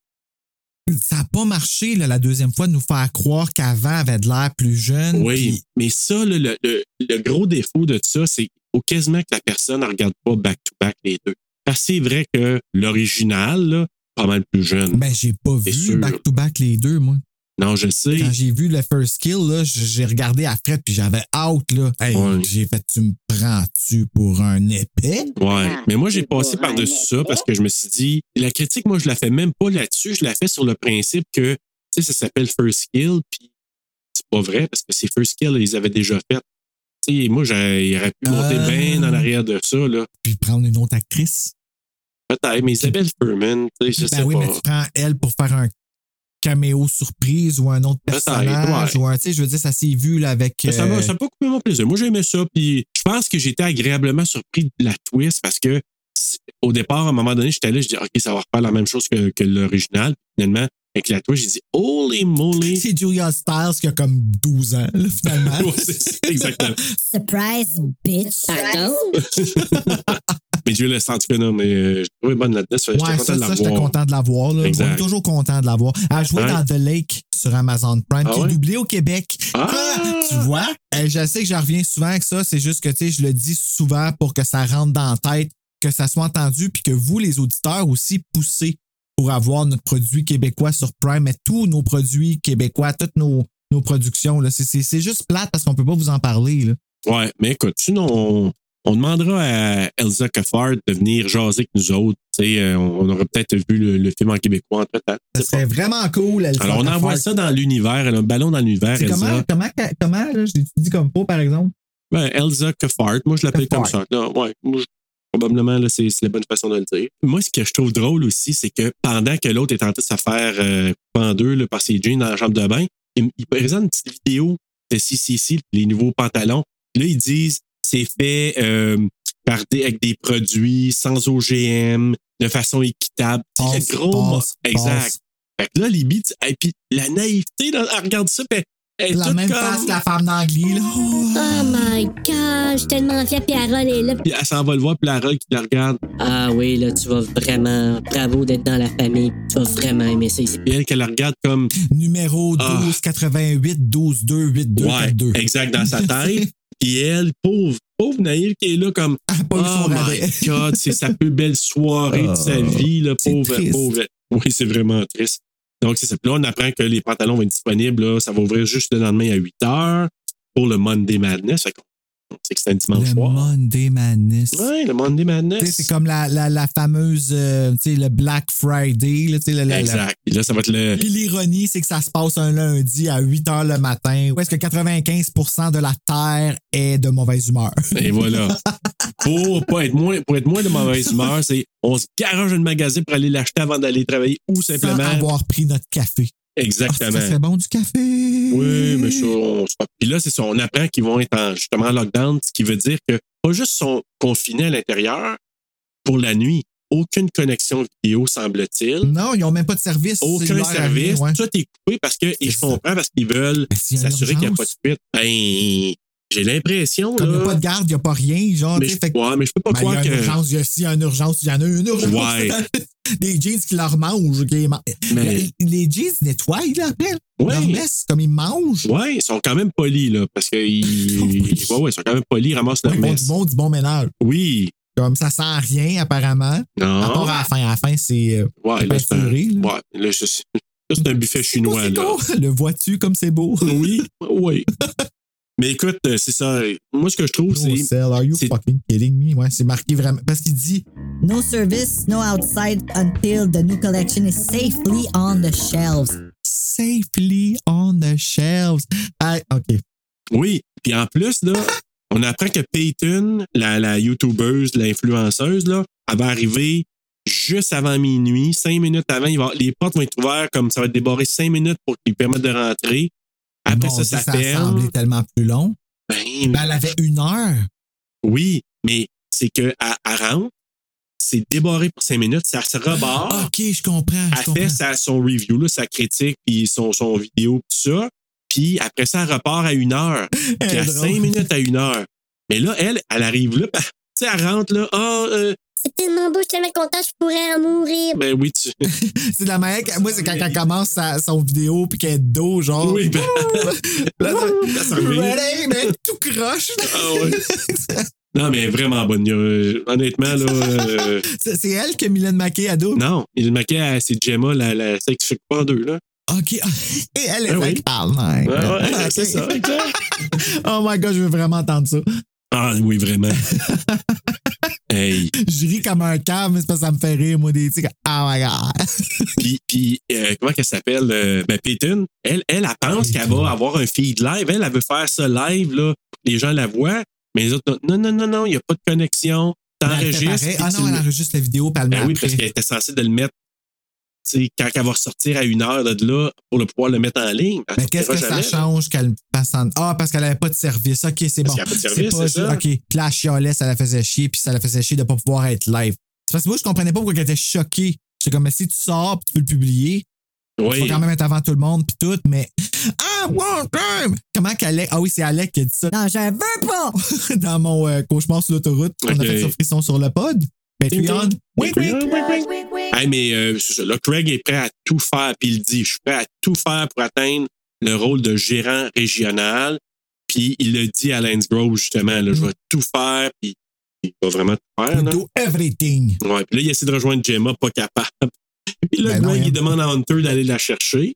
ça n'a pas marché, là, la deuxième fois, de nous faire croire qu'avant, elle avait de l'air plus jeune.
Oui. Mais ça, là, le, le- le gros défaut de ça, c'est au quasiment que la personne ne regarde pas back-to-back les deux. Parce que c'est vrai que l'original, là, pas mal plus jeune.
Puis, Ben, j'ai pas
C'est
vu
sûr.
back-to-back les deux, moi.
Non, je sais.
Quand j'ai vu le first kill, là, j- j'ai regardé à Fred, puis j'avais out, là. Hey,
Ouais.
j'ai fait, tu me prends-tu pour un épais?
Ouais. Mais moi, j'ai
pour
passé
un
par-dessus ça parce que je me suis dit, la critique, moi, je la fais même pas là-dessus. Je la fais sur le principe que, tu sais, ça s'appelle First Kill, puis c'est pas vrai parce que ces First Kill, ils avaient déjà fait. Tu sais, moi, j'ai- ils auraient pu monter
Ah.
bien en arrière de ça, là.
Puis prendre une autre actrice.
Peut-être, mais Isabelle Furman, tu sais, je
ben
sais
oui,
pas.
mais tu prends elle pour faire un caméo surprise ou un autre
Peut-être,
personnage.
ouais.
Ou un, tu sais, je veux dire, ça s'est vu, là, avec.
Mais ça
euh,
m'a ça m'a beaucoup fait mon plaisir. Moi, j'aimais ça. Puis je pense que j'étais agréablement surpris de la twist parce que c'est- au départ, à un moment donné, j'étais là, je dis OK, ça va refaire la même chose que, que l'original. Finalement, avec la twist, j'ai dit Holy moly!
C'est Julia Stiles qui a comme 12 ans, là, finalement.
Ouais, c'est ça, exactement.
Surprise, bitch. Pardon?
Mais Dieu l'a senti que non, mais euh, je trouvais bonne là-dedans. ça fait que
Ouais,
J'étais content
ça,
de la
ça, j'étais
voir.
content de la voir. Là.
Exact.
On est toujours content de la voir. Elle jouait
Ouais.
dans The Lake sur Amazon Prime,
Ah
qui
ouais?
est doublée au Québec.
Ah!
tu vois? Euh, je sais que j'en reviens souvent avec ça. C'est juste que, tu sais, je le dis souvent pour que ça rentre dans la tête, que ça soit entendu, puis que vous, les auditeurs, aussi poussez pour avoir notre produit québécois sur Prime, mais tous nos produits québécois, toutes nos, nos productions. là. C'est- C'est c'est juste plate parce qu'on peut pas vous en parler. Là.
Ouais, mais écoute, sinon, on, on demandera à Elsa Coffard de venir jaser avec nous autres. Tu sais, euh, on, on aurait peut-être vu le, le film en québécois entre temps.
Ça serait vraiment cool. Elsa
Alors, on
Lafargue.
envoie ça dans l'univers, elle a un ballon dans l'univers,
C'est
Elsa.
comment, comment, comment là, je l'ai dit comme faux, par exemple?
Ben, Elsa Coffard, moi, je l'appelle comme ça. Non, ouais, moi, je- probablement, là, c'est c'est la bonne façon de le dire. Moi, ce que je trouve drôle aussi, c'est que pendant que l'autre est en train de se faire euh, couper en deux là, par ses jeans dans la chambre de bain, il, il présente une petite vidéo de CCC, les nouveaux pantalons. Là, ils disent c'est fait euh, par des, avec des produits sans OGM, de façon équitable. C'est
Pense,
le gros mot.
pense,
Exact.
pense.
Fait que là, Libby, tu- et puis la naïveté, là, elle regarde ça, puis elle, elle est
La
toute
même
comme- Ah.
face que la femme d'anglais, là.
Oh my god, je suis tellement fière, puis Harold est là.
Puis elle s'en va le voir, puis la Rogue qui la regarde.
Ah oui, là, tu vas vraiment. Bravo d'être dans la famille. Tu vas vraiment aimer ça ici.
Puis elle, qu'elle la regarde comme.
Numéro
Ah.
12, 88, 12, 2, 8, 2, 2.
exact, dans sa tête. puis elle, pauvre, pauvre naïve, qui est là comme.
pas eu
oh
son rabais.
my God, c'est sa plus belle soirée de sa
Ah,
vie, là,
c'est
pauvre,
triste.
pauvre. Oui, c'est vraiment triste. Donc, c'est ça. Puis là, on apprend que les pantalons vont être disponibles. là. ça va ouvrir juste le lendemain à 8 h pour le Monday Madness. Fait qu'on on sait que c'est un dimanche
Le
soir.
Monday Madness.
Ouais, le Monday
Tu sais, C'est
Madness.
comme la, la, la fameuse, euh, tu sais, le Black Friday. Là, tu sais, la- la- la-
Exact. Puis là, ça va être le.
Puis l'ironie, c'est que ça se passe un lundi à 8 h le matin, où est-ce que 95 de la Terre est de mauvaise humeur.
Et voilà. pour, pas être moins, pour être moins de mauvaise humeur, c'est on se garage le magasin pour aller l'acheter avant d'aller travailler ou simplement.
Sans avoir pris notre café.
Exactement.
Ah, c'est bon du café.
Oui, mais ça, on se- Puis là, c'est ça, on apprend qu'ils vont être en, justement en lockdown, ce qui veut dire que pas juste sont confinés à l'intérieur pour la nuit, aucune connexion vidéo, semble-t-il.
Non, ils n'ont même pas de service.
Aucun
Mm. cellulaire à
service.
venir, ouais.
Tout est coupé parce que, et je comprends, parce qu'ils veulent
s'il y a
s'assurer qu'il n'y a pas de
urgence.
fuite. Ben, j'ai l'impression,
Comme il n'y a pas
là.
de garde, il n'y a pas rien. Genre,
Mais
tu
je,
sais, fait que-
ouais, mais je peux pas
Ben,
croire
il y a une
que.
urgence, il y a s'il y a une urgence, il y en a une urgence.
Ouais.
Des jeans qui leur mangent. qui les man-
Mais-
Les- Les jeans nettoient, ils l'appellent. Ils
Ouais.
leur laissent comme ils mangent.
Ouais, ils sont quand même polis, là, parce que ils, ouais, ouais, ils sont quand même polis, ils ramassent leur
Ils font du
messe.
bon, du bon ménage.
Oui.
Comme ça sent rien, apparemment.
Non.
À part à la fin. À la fin, c'est euh,
Ouais, là, c'est un,
peinturé, là.
ouais, là, je- là, c'est un buffet chinois, là.
Oh, le vois-tu comme c'est beau?
Oui, oui. Mais écoute, euh, c'est ça. Moi, ce que je trouve,
No
c'est.
sell, Oh, are you
c'est-
fucking kidding me? Ouais, c'est marqué vraiment. Parce qu'il dit
No service, no outside until the new collection is safely on the shelves.
safely on the shelves. Ah, OK.
Oui. Puis en plus, là, on apprend que Peyton, la, la YouTubeuse, l'influenceuse, là, elle va arriver juste avant minuit, cinq minutes avant. il va- les portes vont être ouvertes, comme ça va être débarré cinq minutes pour qu'ils permettent de rentrer. Après
Mon
ça,
Dieu,
ça,
a
ferme.
semblé tellement plus long.
Ben,
Ben, elle avait une heure.
Oui, mais c'est que à, à rentre, c'est débarré pour cinq minutes, ça se rebarre.
Ah, OK, je comprends.
Ah!
Je
elle fait
comprends.
sa- son review, là, sa critique, puis son, son vidéo, tout ça. Puis après ça, elle repart à une heure. Puis
Elle est
à
drôle.
cinq minutes à une heure. Mais là, elle, elle arrive là, ben, tu sais, elle rentre là. Ah, euh,
C'est tellement beau, je suis tellement content, je pourrais en mourir.
ben oui, tu.
C'est de la manière. que- Moi, c'est quand elle commence sa- son vidéo puis qu'elle est de dos, genre.
Oui, ben.
Là, ça-
ça revient.
Ready, mais tout croche. là.
Ah ouais. Non, mais vraiment bonne. euh, honnêtement, là. euh,
C'est c'est elle que Mylène Maquet a dos.
non, il maquait à c'est Gemma, la, la celle qui fait pas deux, là.
OK. Et elle est
Ben oui.
celle qui parle. man.
Ah ouais,
OK.
c'est ça, exact.
Oh my god, je veux vraiment entendre ça.
Ah oui, vraiment. hey.
Je ris comme un câble, mais c'est parce que ça me fait rire, moi, des tics. Oh my god.
Puis, puis euh, comment qu'elle s'appelle? euh, ben, Peyton, elle, elle, elle pense qu'elle va avoir un feed live. Elle, elle veut faire ça live, là. Les gens la voient, mais les autres, non, non, non, non, il n'y a pas de connexion.
Elle
T'enregistres.
fait
puis
pareil. Ah
tu
non,
le-
elle enregistre la vidéo, pas le
Ben
met
oui,
après.
parce qu'elle était censée de le mettre, tu sais, quand elle va ressortir à une heure là, de là, pour le pouvoir le mettre en ligne. Elle
Mais qu'est-ce que
sortira
ça
jamais, là.
change qu'elle passe en. Ah, parce qu'elle n'avait pas de service. OK, c'est
Parce qu'il y
bon.
a pas de service, c'est ça?
OK. Puis là, elle chialait, ça la faisait chier, puis ça la faisait chier de ne pas pouvoir être live. C'est parce que moi, je comprenais pas pourquoi elle était choquée. J'étais comme, mais si tu sors, puis tu veux le publier, il faut
Oui.
quand même être avant tout le monde, puis tout, mais. Ah, one time! Comment qu'Alec. Ah oui, c'est Alec qui a dit ça.
Non, je veux pas!
Dans mon euh, cauchemar sur l'autoroute, qu'on a
OK.
fait sur Frisson sur le pod. Patreon. Oui, oui.
Hey, mais euh, c'est ça, là, Craig est prêt à tout faire, puis il dit, je suis prêt à tout faire pour atteindre le rôle de gérant régional. Puis il le dit à Lance Grove, justement, là, je vais tout faire, puis il va vraiment tout faire.
We
Là.
do everything.
Ouais, puis là, il essaie de rejoindre Gemma, pas capable. Puis là,
Ben non,
Craig, il
hein.
demande à Hunter d'aller la chercher.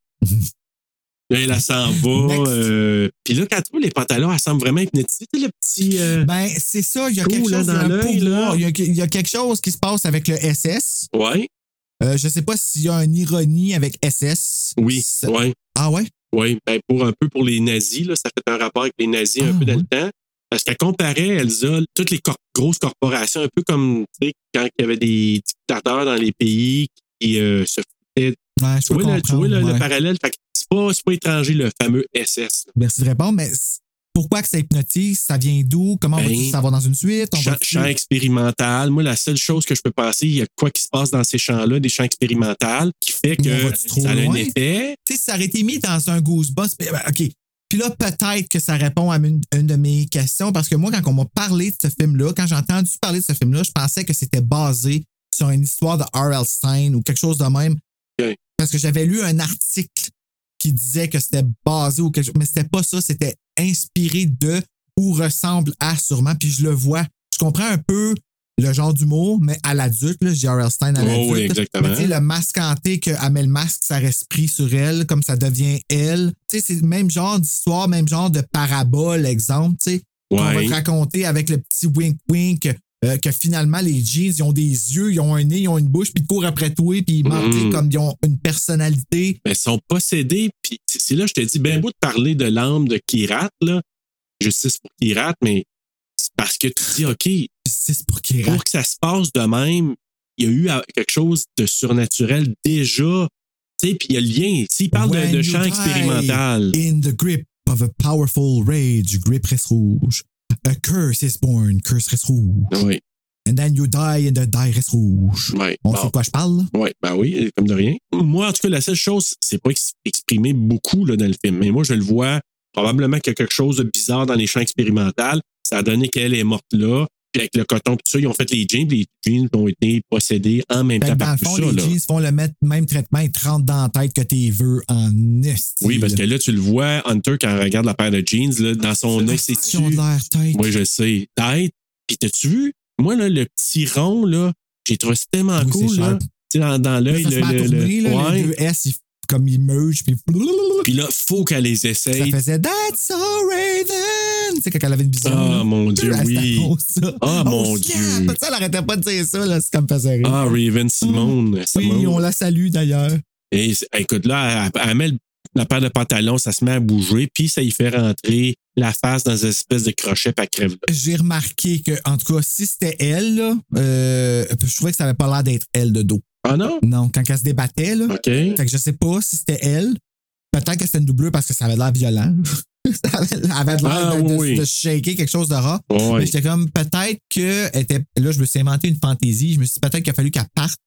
là, elle elle s'en
Next.
va. euh, puis là, quand elle trouve les pantalons, elle semble vraiment hypnotisée. Tu sais, le petit... euh,
Ben, c'est ça, il y a
Cool,
quelque
là,
chose
dans
dans le
l'œil, là.
pouvoir. Il y a- il y a quelque chose qui se passe avec le SS.
Ouais,
Euh, je sais pas s'il y a une ironie avec SS.
oui,
Ça-
ouais.
Ah ouais?
Oui, ben pour un peu pour les nazis, là, ça fait un rapport avec les nazis un
Ah,
peu dans
oui.
le temps. Parce qu'elle comparait, Elsa, toutes les cor- grosses corporations, un peu comme tu sais, quand il y avait des dictateurs dans les pays qui euh, se foutaient.
Ouais, je
Tu
peux
vois, là, tu vois,
comprendre.
là,
ouais.
le parallèle? Fait que c'est pas, c'est pas étranger, le fameux SS. là.
Merci de répondre, mais c- pourquoi que ça hypnotise? Ça vient d'où? Comment
Ben,
va-tu savoir dans une suite? On
Champ,
va-tu-
champ expérimental. Moi, la seule chose que je peux penser, il y a quoi qui se passe dans ces champs-là, des champs expérimentaux, qui fait
Mais on
que
va-tu trop
ça a un
loin?
effet.
Tu sais, si ça aurait été mis dans un goosebumps, ben, ben, OK. Puis là, peut-être que ça répond à une, une de mes questions, parce que moi, quand on m'a parlé de ce film-là, quand j'ai entendu parler de ce film-là, je pensais que c'était basé sur une histoire de R.L. Stein ou quelque chose de même.
Ok.
Parce que j'avais lu un article qui disait que c'était basé ou quelque chose, mais c'était pas ça, c'était inspiré de ou ressemble à sûrement, puis je le vois. Je comprends un peu le genre d'humour, mais à l'adulte, là, j'ai R.L. Stein à
Oh,
l'adulte.
oui, exactement.
Mais tu sais, le masque hanté qu'elle met le masque, ça reste pris sur elle, comme ça devient elle. Tu sais, c'est le même genre d'histoire, même genre de parabole, exemple, tu sais. On va
Ouais.
te raconter avec le petit wink-wink euh, que finalement, les jeans, ils ont des yeux, ils ont un nez, ils ont une bouche, puis ils courent après toi, puis ils mentent, tu sais,
Mm.
comme ils ont une personnalité.
mais ben, sont possédés. Puis c'est- c'est là, je te dis, ben beau de parler de l'âme de Kirat, là. Justice pour Kirat, mais c'est Parce que tu dis, OK,
c'est pour, qu'il
pour que ça se passe de même, il y a eu euh, quelque chose de surnaturel déjà. Tu sais, puis il y a le lien. S'il parle de, de chant expérimental.
In the grip of a powerful rage, grip reste rouge. A curse is born, curse reste rouge.
Oui.
And then you die and the die reste rouge.
Ouais,
On
bon.
sait de quoi je parle?
Ouais, ben oui, comme de rien. Moi, en tout cas, la seule chose, c'est pas ex- exprimé beaucoup là, dans le film. Mais moi, je le vois probablement qu'il y a quelque chose de bizarre dans les champs expérimentaux. Ça a donné qu'elle est morte là. Puis avec le coton, puis tout ça, ils ont fait les jeans, puis les jeans ont été possédés en même
Fait que
temps
Ben,
par
dans le
tout
fond,
ça.
les
là.
jeans font le met- même traitement, ils te rentrent dans la tête que tes vœux en esti.
Oui, parce que là, tu le vois, Hunter, quand il regarde la paire de jeans, là, dans son œil, c'est
Ils ont de l'air tête.
Oui, je sais. Tête. Puis t'as-tu vu? Moi, là, le petit rond, là, j'ai trouvé ça tellement
Oui, c'est
cool, là.
sharp.
Tu sais, dans, dans
Là,
l'œil,
ça
le,
se met à
le, le-
tourner, là, les
ouais.
deux S, ils, comme ils mergent, puis
Puis là, faut qu'elle les
ça
essaye.
faisait That's alright then! Tu sais, quand elle avait une vision.
Ah,
là.
mon Dieu,
Ah, c'était
oui.
drôle, ça.
Ah,
Oh,
mon
snap!
Dieu.
Tu sais, Elle arrêtait pas de dire ça, là, c'est comme faisait rire.
Ah, Raven Simone.
oui,
Simone.
on la salue d'ailleurs.
Et c'est- écoute, là, elle, elle met le- la paire de pantalons, ça se met à bouger, puis ça y fait rentrer la face dans une espèce de crochet, puis elle crève. là.
J'ai remarqué que, en tout cas, si c'était elle, là, euh, je trouvais que ça avait pas l'air d'être elle de dos.
Ah non?
Non, quand elle se débattait, là.
OK.
Fait que je sais pas si c'était elle. Peut-être que c'était une doubleur parce que ça avait l'air violent. ça avait elle avait l'air
Ah,
de, de-
oui.
de shaker quelque chose de rare.
Ouais.
Mais j'étais comme, peut-être que. elle était- là, je me suis inventé une fantaisie. Je me suis dit, peut-être qu'il a fallu qu'elle parte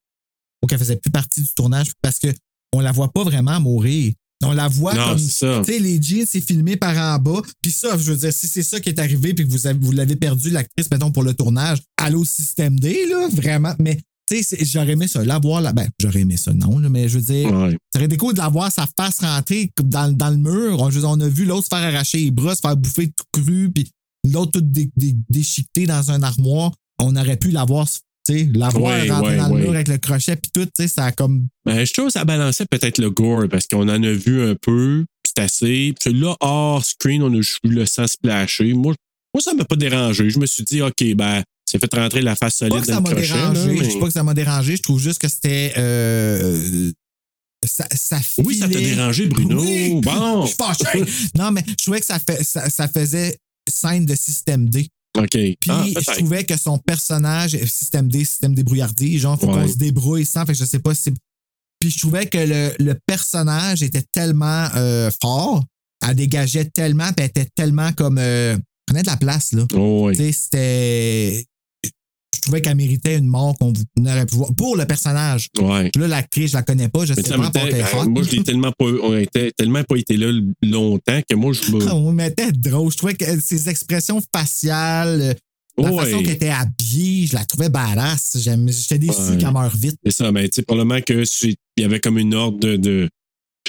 ou qu'elle faisait plus partie du tournage parce que on la voit pas vraiment mourir. On la voit
Non,
comme.
c'est ça.
Tu sais, les jeans, c'est filmé par en bas. Puis ça, je veux dire, si c'est ça qui est arrivé puis que vous, avez- vous l'avez perdu, l'actrice, mettons, pour le tournage, allô Système D, là, vraiment. Mais, tu sais, c'est- j'aurais aimé ça. La voir, là, ben, j'aurais aimé ça, non, là, mais je veux dire,
Ouais.
ça aurait été cool de la voir sa face rentrer dans, dans le mur. On, je veux dire, on a vu l'autre se faire arracher les bras, se faire bouffer tout cru, puis l'autre tout dé- dé- déchiqueté dans un armoire. On aurait pu la voir, tu sais, la voir
Ouais,
rentrer
ouais,
dans le
ouais.
mur avec le crochet, puis tout, tu sais, ça a comme.
Ben, je trouve que ça balançait peut-être le gore parce qu'on en a vu un peu, c'est assez. Puis là, hors screen, on a juste vu le sang splasher. Moi, moi ça m'a pas dérangé. Je me suis dit, OK, ben, c'est fait rentrer la face
pas
solide
que
dans
ça
le
m'a
crochet. là,
dérangé.
mais-
Je dis pas que ça m'a dérangé. Je trouve juste que c'était. euh, ça, ça
Oui, ça t'a
filait.
dérangé, Bruno.
Oui.
Bon.
Je suis fâché. non, mais je trouvais que ça, fait, ça, ça faisait scène de système D.
OK.
Puis
Ah,
je
peut-être.
trouvais que son personnage, euh, système D, système débrouillardé, genre, faut qu'on
Ouais.
se débrouille sans, fait que je sais pas si. c'est- Puis je trouvais que le, le personnage était tellement euh, fort, elle dégageait tellement, puis elle était tellement comme. euh, prenait de la place, là.
Oh, oui.
Tu sais, c'était. Je trouvais qu'elle méritait une mort qu'on aurait pu voir pour le personnage.
Ouais.
Là, l'actrice, je la connais pas, je
Mais
sais
ça
pas
m'était-
elle
ben, moi, je l'ai tellement pas, on était tellement pas été là longtemps que Ah, moi, je me.
On mettait drôle. Je trouvais que ses expressions faciales, euh, la
Ouais.
façon qu'elle était habillée, je la trouvais badass. J'aime- J'étais déçu
Ouais.
qu'elle meurt vite.
C'est ça, mais tu sais, probablement que c'est- il y avait comme une ordre de, de,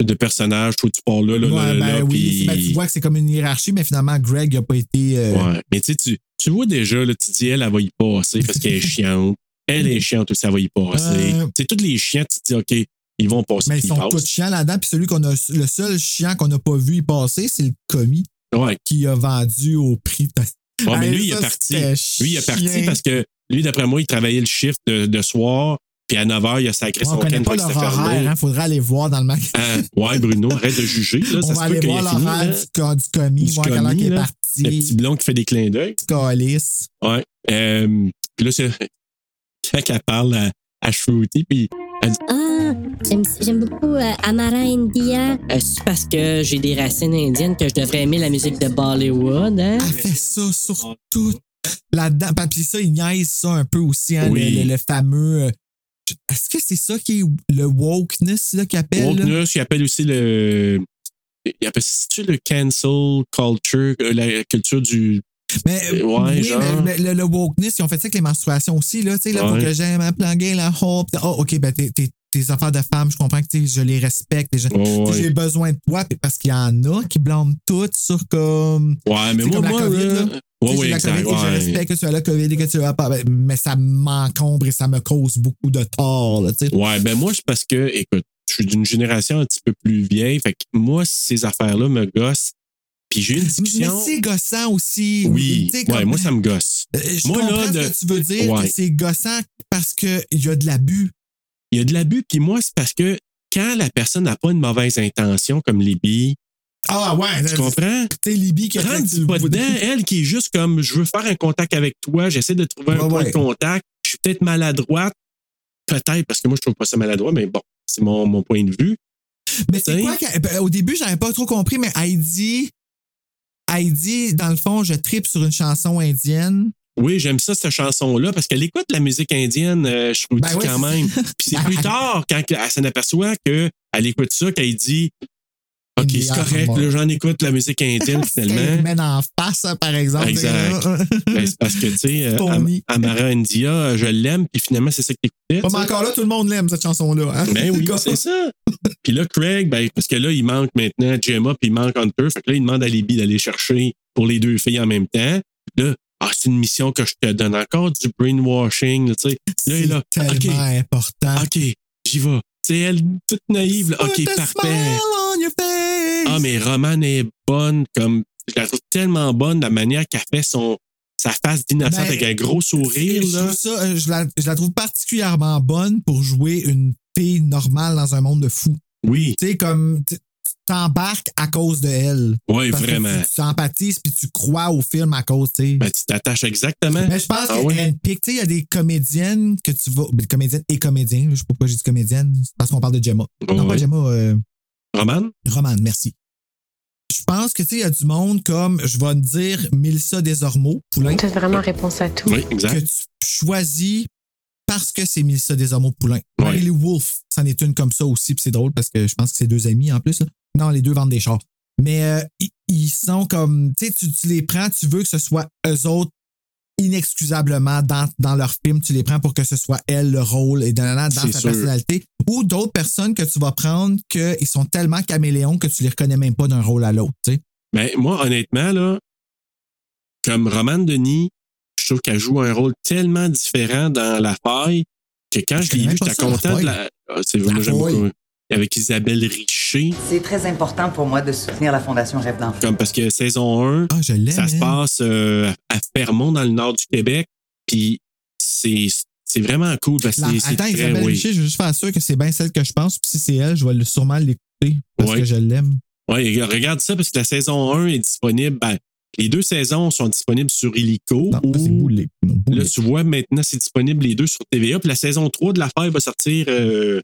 de personnages, toi, tu pars là, là,
Ouais,
là, là,
ben
là,
oui,
puis-
ben, tu vois que c'est comme une hiérarchie, mais finalement, Greg n'a pas été. euh,
Ouais. Mais tu sais, tu- tu vois déjà, là, tu dis, elle, elle va y passer parce qu'elle est chiante. Elle est chiante aussi, elle va y passer.
Ouais.
Tu sais, tous les chiens, tu te dis, OK, ils vont passer.
Euh. Mais ils
puis
sont tous
passent.
chiants là-dedans. Puis celui qu'on a, le seul chiant qu'on n'a pas vu y passer, c'est le commis
Ouais.
qui a vendu au prix. de-
Ouais, Ah, mais
Hey,
lui, il
Ben, ça,
est parti.
c'était
Lui, il est parti
chien.
parce que lui, d'après moi, il travaillait le shift de, de soir, puis à 9 h, il a sacré
Ouais, on
son
connaît
canne
pas
quand
leur
c'était fermé.
horaire, hein, faudrait aller voir dans le magasin.
Ah, ouais, Bruno, arrête de juger. Là,
On
ça se
va
peut
aller
qu'il
voir
ait fini, là.
l'horaire du, co- du commis,
Du
voir comment
commis,
il est
là. Le petit
parti.
blond qui fait des clins d'œil.
Calice.
Ouais. Euh, puis là, c'est quand elle parle à, à Shruti, puis elle dit
Ah, j'aime j'aime beaucoup euh, Amara India.
Euh, c'est parce que j'ai des racines indiennes que je devrais aimer la musique de Bollywood, hein?
Elle fait ça sur tout. Là-dedans. Puis- Puis ça, il niaise ça un peu aussi, hein,
Oui.
le, le- le fameux. euh, Est-ce que c'est ça qui est le wokeness là, qu'il appelle? là?
Wokeness, il appelle aussi le. Il appelle c'est-tu le cancel culture, euh, la culture du.
Mais,
Ouais,
oui,
genre.
mais, mais le, le wokeness, ils ont fait ça avec les menstruations aussi. Là, tu sais, là, faut
Ouais.
que j'aime aplanguer la hope. Oh, OK, ben, t'es, t'es- tes affaires de femmes, je comprends que tu sais, je les respecte. les gens-
Ouais,
J'ai
ouais.
besoin de toi puis parce qu'il y en a qui blâment tout sur comme.
Ouais, mais
C'est
moi,
comme la
moi.
COVID,
euh,
là. Tu
Ouais,
sais, j'ai
ouais,
la
exact.
COVID et je
ouais.
respecte que tu as la COVID et que tu as pas. Ben, Mais ça m'encombre et ça me cause beaucoup de tort. Là, tu sais.
Ouais, ben moi, c'est parce que, écoute, je suis d'une génération un petit peu plus vieille. Fait que moi, ces affaires-là me gossent. Puis j'ai eu une
Mais
discussion.
c'est gossant aussi.
Oui,
Tu sais,
ouais,
comme-
moi, ça me gosse.
Euh, Je
Moi, là,
comprends ce
de-
que tu veux dire
Ouais.
que c'est gossant parce qu'il y a de l'abus.
Il y a de l'abus, puis moi, c'est parce que quand la personne n'a pas une mauvaise intention, comme les billes,
Ah ouais.
Tu comprends?
T'es Libby qui a
rentre pas dedans. Elle qui est juste comme je veux faire un contact avec toi, j'essaie de trouver un
Ouais,
point
ouais.
de contact. Je suis peut-être maladroite. Peut-être, parce que moi, je trouve pas ça maladroit, mais bon, c'est mon, mon point de vue.
Mais c'est quoi qu'elle- ben, Au début, j'avais pas trop compris, mais Heidi. Heidi, dans le fond, je tripe sur une chanson indienne.
Oui, j'aime ça, cette chanson-là, parce qu'elle écoute la musique indienne, euh, je trouve,
Ben ouais,
quand
c'est-
même. Puis c'est plus tard, quand elle s'en aperçoit qu'elle écoute ça, qu'elle dit OK,
Indian,
c'est correct,
ouais.
là, j'en écoute la musique indienne,
Elle
finalement.
mène en face, hein, par exemple.
Exact. Ben, c'est parce que, tu sais, euh,
Tony.
Am- Amara India, euh, je l'aime, puis finalement, c'est ça que t'écoutais.
Bon,
tu
mais
sais.
encore là, tout le monde l'aime, cette chanson-là. hein?
Ben oui,
Comme-
c'est ça. Puis là, Craig, ben, parce que là, il manque maintenant Gemma, puis il manque Hunter. Fait que là, il demande à Libby d'aller chercher pour les deux filles en même temps. Là, ah, c'est une mission que je te donne encore du brainwashing, là, tu sais. Là, il est là,
tellement
OK,
important.
OK, j'y vais. C'est elle, toute naïve, là. OK,
Put a
parfait.
smile on your face.
Ah, mais Roman est bonne, comme, je la trouve tellement bonne, la manière qu'elle fait son, sa face d'innocente
Ben,
avec un gros sourire,
Je,
là.
trouve ça, euh, je la, je la trouve particulièrement bonne pour jouer une fille normale dans un monde de fous.
Oui.
Tu sais, comme tu tu t'embarques à cause de elle.
Oui,
Parce que
vraiment.
Tu tu sympathises puis tu crois au film à cause, tu sais.
Ben, tu t'attaches exactement.
Mais je pense
Ah
qu'elle
ouais?
pique. Tu sais, il y a des comédiennes que tu vas. ben, Comédiennes et comédiens. là, Je sais pas pourquoi j'ai dit comédienne. c'est parce qu'on parle de Gemma. non, pas
Ouais.
Gemma. euh,
Roman?
Romane, merci. Je pense que, tu sais, il y a du monde comme, je vais te dire, Milsa Desormeaux, Poulain.
Tu as vraiment réponse à tout.
Oui, exact.
Que tu choisis parce que c'est Milsa Desormeaux, Poulain.
Ouais.
Marie Lou Wolfe, c'en est une comme ça aussi, puis c'est drôle parce que je pense que c'est deux amis en plus. là. Non, les deux vendent des chars. Mais euh, ils- ils sont comme, tu sais, tu tu les prends, tu veux que ce soit eux autres inexcusablement dans, dans leur film, tu les prends pour que ce soit elle le rôle et nanana, dans
C'est
sa
sûr.
personnalité. Ou d'autres personnes que tu vas prendre qu'ils sont tellement caméléons que tu les reconnais même pas d'un rôle à l'autre. tu sais.
Ben, moi, honnêtement, là, comme Romane Denis, je trouve qu'elle joue un rôle tellement différent dans La Faille que quand je, l'ai
connais
vue,
pas
j'étais
ça, La
content de la.
Faille.
Ah, c'est moi,
La
j'aime
Faille.
beaucoup. Avec Isabelle Richer,
C'est très important pour moi de soutenir la Fondation Rêve d'enfant.
comme parce que saison 1,
Ah, je l'aime.
ça se
elle.
passe euh, à Fermont, dans le nord du Québec. Puis c'est c'est vraiment cool parce
La-
que c'est
attends,
très.
Isabelle
oui.
Richer, je veux juste faire sûr que c'est bien celle que je pense. Puis si c'est elle, je vais le- sûrement l'écouter parce
Ouais.
que je l'aime.
Oui, regarde ça parce que la saison 1 est disponible. Ben, les deux saisons sont disponibles sur Illico. ou- Là, tu vois, maintenant, c'est disponible les deux sur TVA. Puis la saison 3 de l'affaire va sortir euh,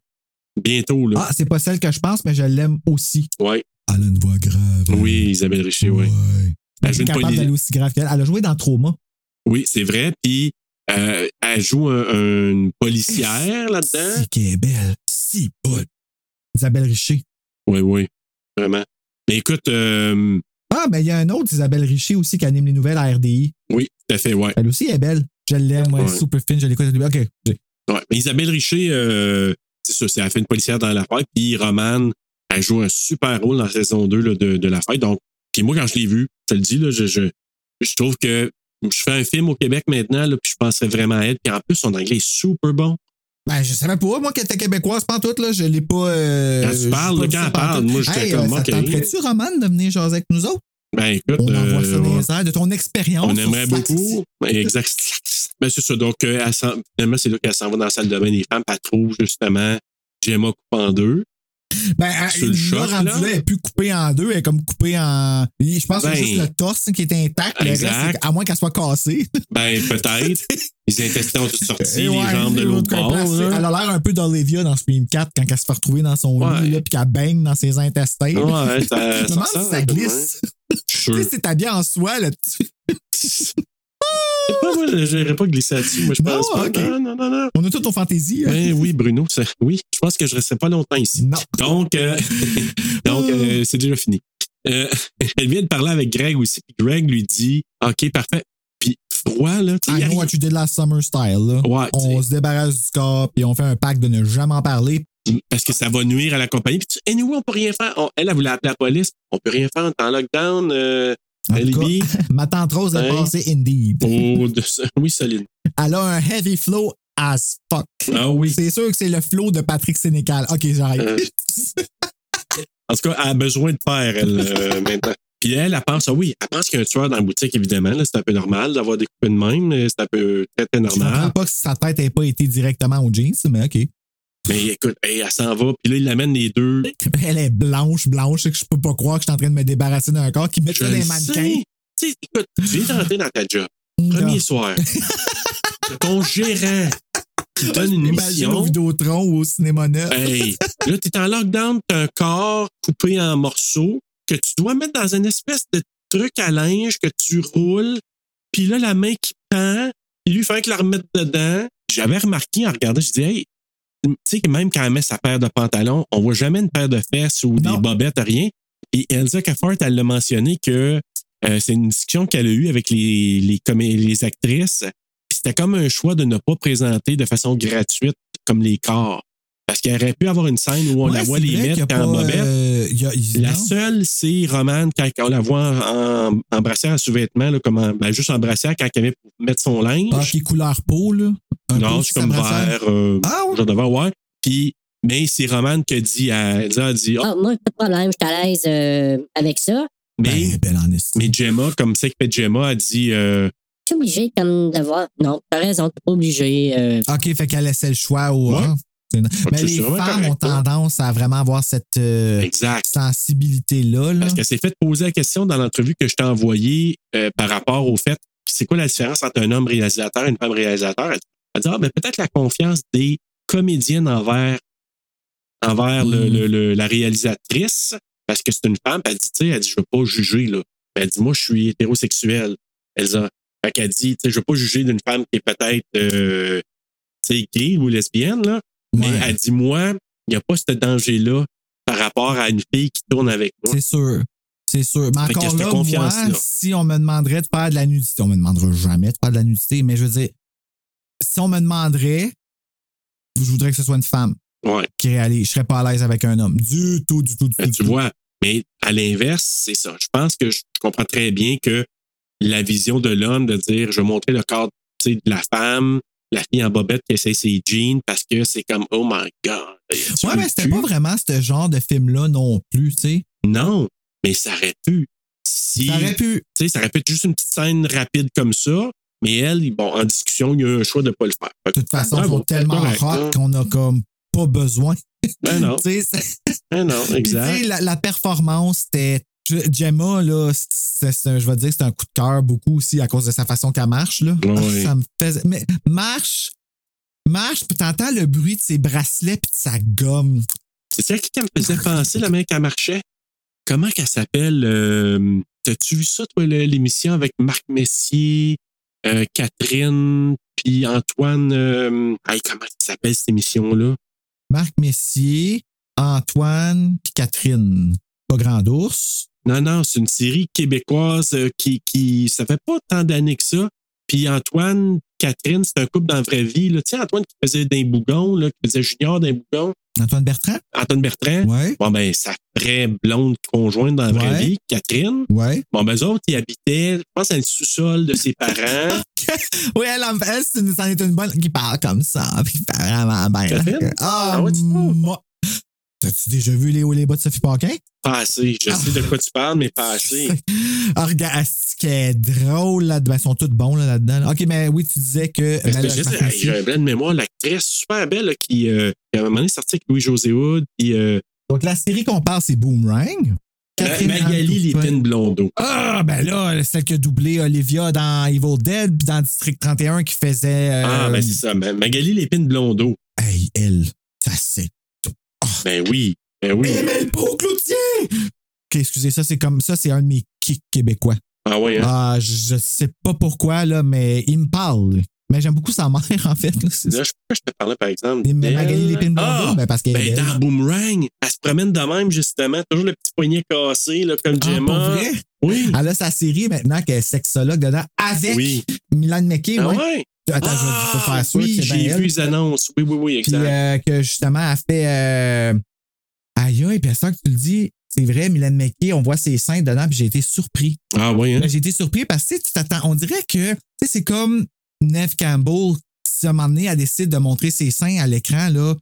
bientôt. Là.
Ah, c'est pas celle que je pense, mais je l'aime aussi.
ouais.
Elle a une voix grave.
Oui, Isabelle Richer, oui. Elle
Elle
joue une
est Ben, capable
poly-
d'aller aussi grave qu'elle. Elle a joué dans Trauma.
Oui, c'est vrai. Puis euh, elle joue un- une policière là-dedans.
Si qu'elle est belle. Si bonne. Isabelle Richer.
Oui, oui, vraiment. Mais écoute, euh,
Ah, mais il y a un autre Isabelle Richer aussi qui anime les nouvelles à RDI.
oui, tout à fait, ouais.
Elle aussi est belle. Je l'aime, moi,
Ouais.
super fine, je l'écoute. OK. j'ai-
Ouais, mais Isabelle Richer, euh, c'est ça, c'est, elle fait une policière dans l'affaire. Puis Romane, elle joue un super rôle dans la saison 2 là, de, de l'affaire. Donc, puis moi, quand je l'ai vu, je te le dis, là, je, je, je trouve que je fais un film au Québec maintenant, là, puis je penserais vraiment à elle. Puis en plus, son anglais est super bon.
Ben, je savais pas, moi, qu'elle était québécoise, pantoute, là. Je l'ai pas. euh,
Quand tu
j'ai
parles,
pas
là,
vu
quand
ça
elle parle,
pantoute.
moi, j'étais
Hey,
comme,
euh, ça
OK.
te tenterait-tu, Romane, de venir jaser avec nous autres?
Ben écoute,
On envoie
euh,
ça dans
ouais.
les airs de ton expérience.
on aimerait
Slack.
beaucoup. Exact. Ben, c'est ça. Donc, euh, elle s'en- finalement, c'est là qu'elle s'en va dans la salle de bain des femmes, pas trouve justement Gemma coupe en deux.
Ben,
Sur
elle,
le
là,
choc,
rendue
là.
là, elle est plus coupée en deux, elle est comme coupée en. Je pense que
Ben.
c'est juste le torse qui est intact, le reste,
Exact.
c'est- à moins qu'elle soit cassée.
Ben, peut-être. les intestins ont tous sorti,
Et Eh ouais,
les jambes de l'autre bord.
place,
là.
Elle a l'air un peu d'Olivia dans Scream 4 quand elle se fait retrouver dans son
Ouais.
lit là, puis qu'elle baigne dans ses intestins.
Ah Ouais,
Je
ça,
me demande
ça,
si ça glisse.
Sûr.
Tu sais, c'est habillé en soie là-dessus.
C'est pas moi, je n'irais pas glisser là-dessus, moi, je
Non,
pense pas.
ok.
Non, non, non, non.
On a tout ton fantaisie. hein.
Ben oui, Bruno, ça- oui, je pense que je restais pas longtemps ici. Donc, euh, donc
Ah.
euh, c'est déjà fini. Euh, elle vient de parler avec Greg aussi, puis Greg lui dit OK, parfait. Puis froid, là, tu sais, il
I know
arrive-
what you did last summer style. là.
Ouais,
Ah, on se débarrasse du corps puis on fait un pacte de ne jamais en parler.
parce que ça va nuire à la compagnie. Puis tu, anyway, on peut rien faire. On- elle, elle voulait appeler la police. On peut rien faire. On est en lockdown. Euh,
En tout
Libby.
cas, ma tante Rose est
Hein?
passée indeed.
Oh, de ça. Oui, solide.
Elle a un heavy flow as fuck.
Ah oui.
C'est sûr que c'est le flow de Patrick Sénécal. Ok, j'arrête.
Euh, En tout cas, elle a besoin de faire, elle, euh, maintenant. Puis elle, elle pense, ah oui, elle pense qu'il y a un tueur dans la boutique, évidemment. là. C'est un peu normal d'avoir des coupes de même. là. euh, C'est un peu très, très
Je comprends
normal.
pas que sa tête n'ait pas été directement au jeans, mais ok.
Mais écoute, hey, elle s'en va, puis là, il l'amène les deux.
Elle est blanche, blanche, c'est que je peux pas croire que je suis en train de me débarrasser d'un corps qui met
Je
ça dans les
le
mannequins.
sais. Tu sais, écoute, tu viens d'entrer dans ta job. Premier soir. T'as ton gérant qui te donne une
Imagine au
mission.
Vidéotron ou au Cinémoneuf.
Hey, là, t'es en lockdown, t'as un corps coupé en morceaux que tu dois mettre dans une espèce de truc à linge que tu roules. Puis là, la main qui pend, il lui fait que la remette dedans. J'avais remarqué en regardant, je disais, hey, tu sais que même quand elle met sa paire de pantalons, on voit jamais une paire de fesses ou des bobettes, rien. Et Elsa Caffart, elle l'a mentionné que euh, c'est une discussion qu'elle a eue avec les, les, comé- les actrices. Puis c'était comme un choix de ne pas présenter de façon gratuite comme les corps. Parce qu'elle aurait pu avoir une scène où on
Ouais,
la voit
c'est
les
vrai qu'il y a
mettre en
pas,
bobette.
euh, il y a- il-
La
non.
seule, c'est Romane, quand on la voit en, en brassière à sous-vêtements, là, comme en- ben, juste en brassière quand elle vient pour mettre son linge.
Ah, puis couleur peau, là. Un
non,
peu
c'est
sur
comme
sa brassière.
vert, euh,
Ah ouais?
genre de vert, ouais. Puis, mais c'est Romane qui dit à Elsa, elle dit, Ah,
Ah, moi, pas de problème, je suis à l'aise euh, avec ça.
Ben,
mais, Ben, mais Gemma, comme ça qui fait Gemma, a dit, euh,
Tu es obligé comme de voir. Non, t'as raison, t'es pas obligé. euh,
OK, fait qu'elle laissait le choix au.
Ouais.
hein. C'est- Mais
c'est
les
vraiment
femmes
correct, hein. Ben,
ont tendance à vraiment avoir cette euh, sensibilité-là. là.
parce qu'elle s'est fait poser la question dans l'entrevue que je t'ai envoyée euh, par rapport au fait, c'est quoi la différence entre un homme réalisateur et une femme réalisateur? Elle, elle dit, ah, ben, peut-être la confiance des comédiennes envers, envers le- le- le- la réalisatrice, parce que c'est une femme, puis elle dit, tu sais, elle dit, je veux pas juger, là. Ben, Elle dit, moi, je suis hétérosexuel. Elsa. Fait qu'elle dit, tu sais, je veux pas juger d'une femme qui est peut-être, euh, tu sais, gay ou lesbienne, là. Mais ben, elle dit, moi, il n'y a pas ce danger-là par rapport à une fille qui tourne avec moi.
C'est sûr. C'est sûr. Mais
Fait qu'il y a
encore
cette
là,
confiance-là.
moi, si on me demanderait de faire de la nudité, on me demandera jamais de faire de la nudité, mais je veux dire, si on me demanderait, je voudrais que ce soit une femme
Ouais.
qui réalise. Je serais pas à l'aise avec un homme. Du tout, du tout, du tout.
Ben, tu vois, mais à l'inverse, c'est ça. Je pense que je comprends très bien que la vision de l'homme de dire je vais montrer le corps tu sais, de la femme, la fille en bobette qui essaie ses jeans parce que c'est comme oh my god. tu
Ouais,
peux
mais c'était
plus.
pas vraiment ce genre de film-là non plus, tu sais.
Non, mais ça aurait pu. Si,
Ça aurait pu.
Tu sais, ça aurait pu être juste une petite scène rapide comme ça, mais elle, bon, en discussion, il y a eu un choix de pas le faire. De
toute façon, ils sont tellement hot qu'on a comme pas besoin.
hein? Ben non.
Tu sais, c'est-
Ben non,
Puis, tu sais,
exact.
la, la performance, c'était. Je- Gemma, là, c'est- c'est un- je vais te dire que c'est un coup de cœur beaucoup aussi à cause de sa façon qu'elle marche. Là.
Ouais,
Ah,
ouais.
Ça me faisait. Mais marche, marche, puis t'entends le bruit de ses bracelets puis de sa gomme.
C'est ça qui me faisait penser, la mec qu'elle marchait. Comment qu'elle s'appelle? euh, T'as-tu vu ça, toi, le- l'émission avec Marc Messier, euh, Catherine, puis Antoine? euh, hey, comment elle s'appelle, cette émission-là?
Marc Messier, Antoine, puis Catherine. Pas grand ours.
Non, non, c'est une série québécoise euh, qui, qui. Ça fait pas tant d'années que ça. Puis Antoine, Catherine, c'est un couple dans la vraie vie. Là. Tu sais, Antoine qui faisait d'un bougon, là, qui faisait junior d'un bougon.
Antoine Bertrand?
Antoine Bertrand.
Ouais.
Bon, ben, sa vraie blonde conjointe dans la vraie
Ouais.
vie, Catherine.
Ouais.
Bon, ben, eux autres, ils habitaient, je pense, dans le sous-sol de ses parents.
Oui, elle, en- elle, c'est une- c'en est une bonne qui parle comme ça. Puis qui parle vraiment bien.
Catherine?
Ah,
Ah ouais,
moi- T'as-tu déjà vu les hauts et les bas de Sophie Paquin?
pas assez. Je sais de quoi tu parles, mais pas assez.
Ah, regarde, asti, qu'elle est drôle là-dedans. Ils sont tous bons là, là-dedans. OK, mais oui, tu disais que.
Parce que
mais là,
je sais, Ben,
Marc
hey, euh,
Messier-
J'ai un blanc de mémoire, l'actrice super belle là, qui, euh, qui, à un moment donné, est sortie avec Louis-José Hood. Puis, euh,
Donc, la série qu'on parle, c'est Boomerang.
Ma- Magali Lépine Blondeau.
Ah, ben là, celle qui a doublé Olivia dans Evil Dead, puis dans District 31, qui faisait. euh,
Ah, ben c'est ça. Ma- Magali Lépine Blondeau.
Hey, elle, ça c'est.
Ben oui, ben oui.
Emile Proulx-Cloutier! OK, excusez, ça, c'est comme. Ça, c'est un de mes kicks québécois.
Ah ouais, hein?
Ah, je sais pas pourquoi, là, mais il me parle. Mais j'aime beaucoup sa mère, en fait. là, c'est-
Là, je, pourquoi je te parlais, par exemple.
Mais
d'elle?
Magali Lépine Blondeau,
Ah,
ben, parce qu'elle est
ben,
belle.
dans Boomerang, elle se promène de même, justement. Toujours le petit poignet cassé, là, comme
Ah,
Gemma.
pour vrai?
Oui.
Elle a sa série maintenant qu'elle est sexologue dedans avec
Oui.
Milan McKay.
Ah
ouais.
ouais? Ah!
Attends, je vais- je vais faire sûr
oui,
que c'est
j'ai
bien
vu
elle.
les annonces. Oui, oui, oui,
Puis
exact.
euh, que justement, elle fait. euh, Aïe, aïe, puis à ça que tu le dis, c'est vrai, Milan McKay, on voit ses seins dedans, puis j'ai été surpris.
ah oui, hein?
Ben, J'ai été surpris parce que tu sais, tu t'attends. On dirait que tu sais, c'est comme Neve Campbell, si à un moment donné, elle décide de montrer ses seins à l'écran, là.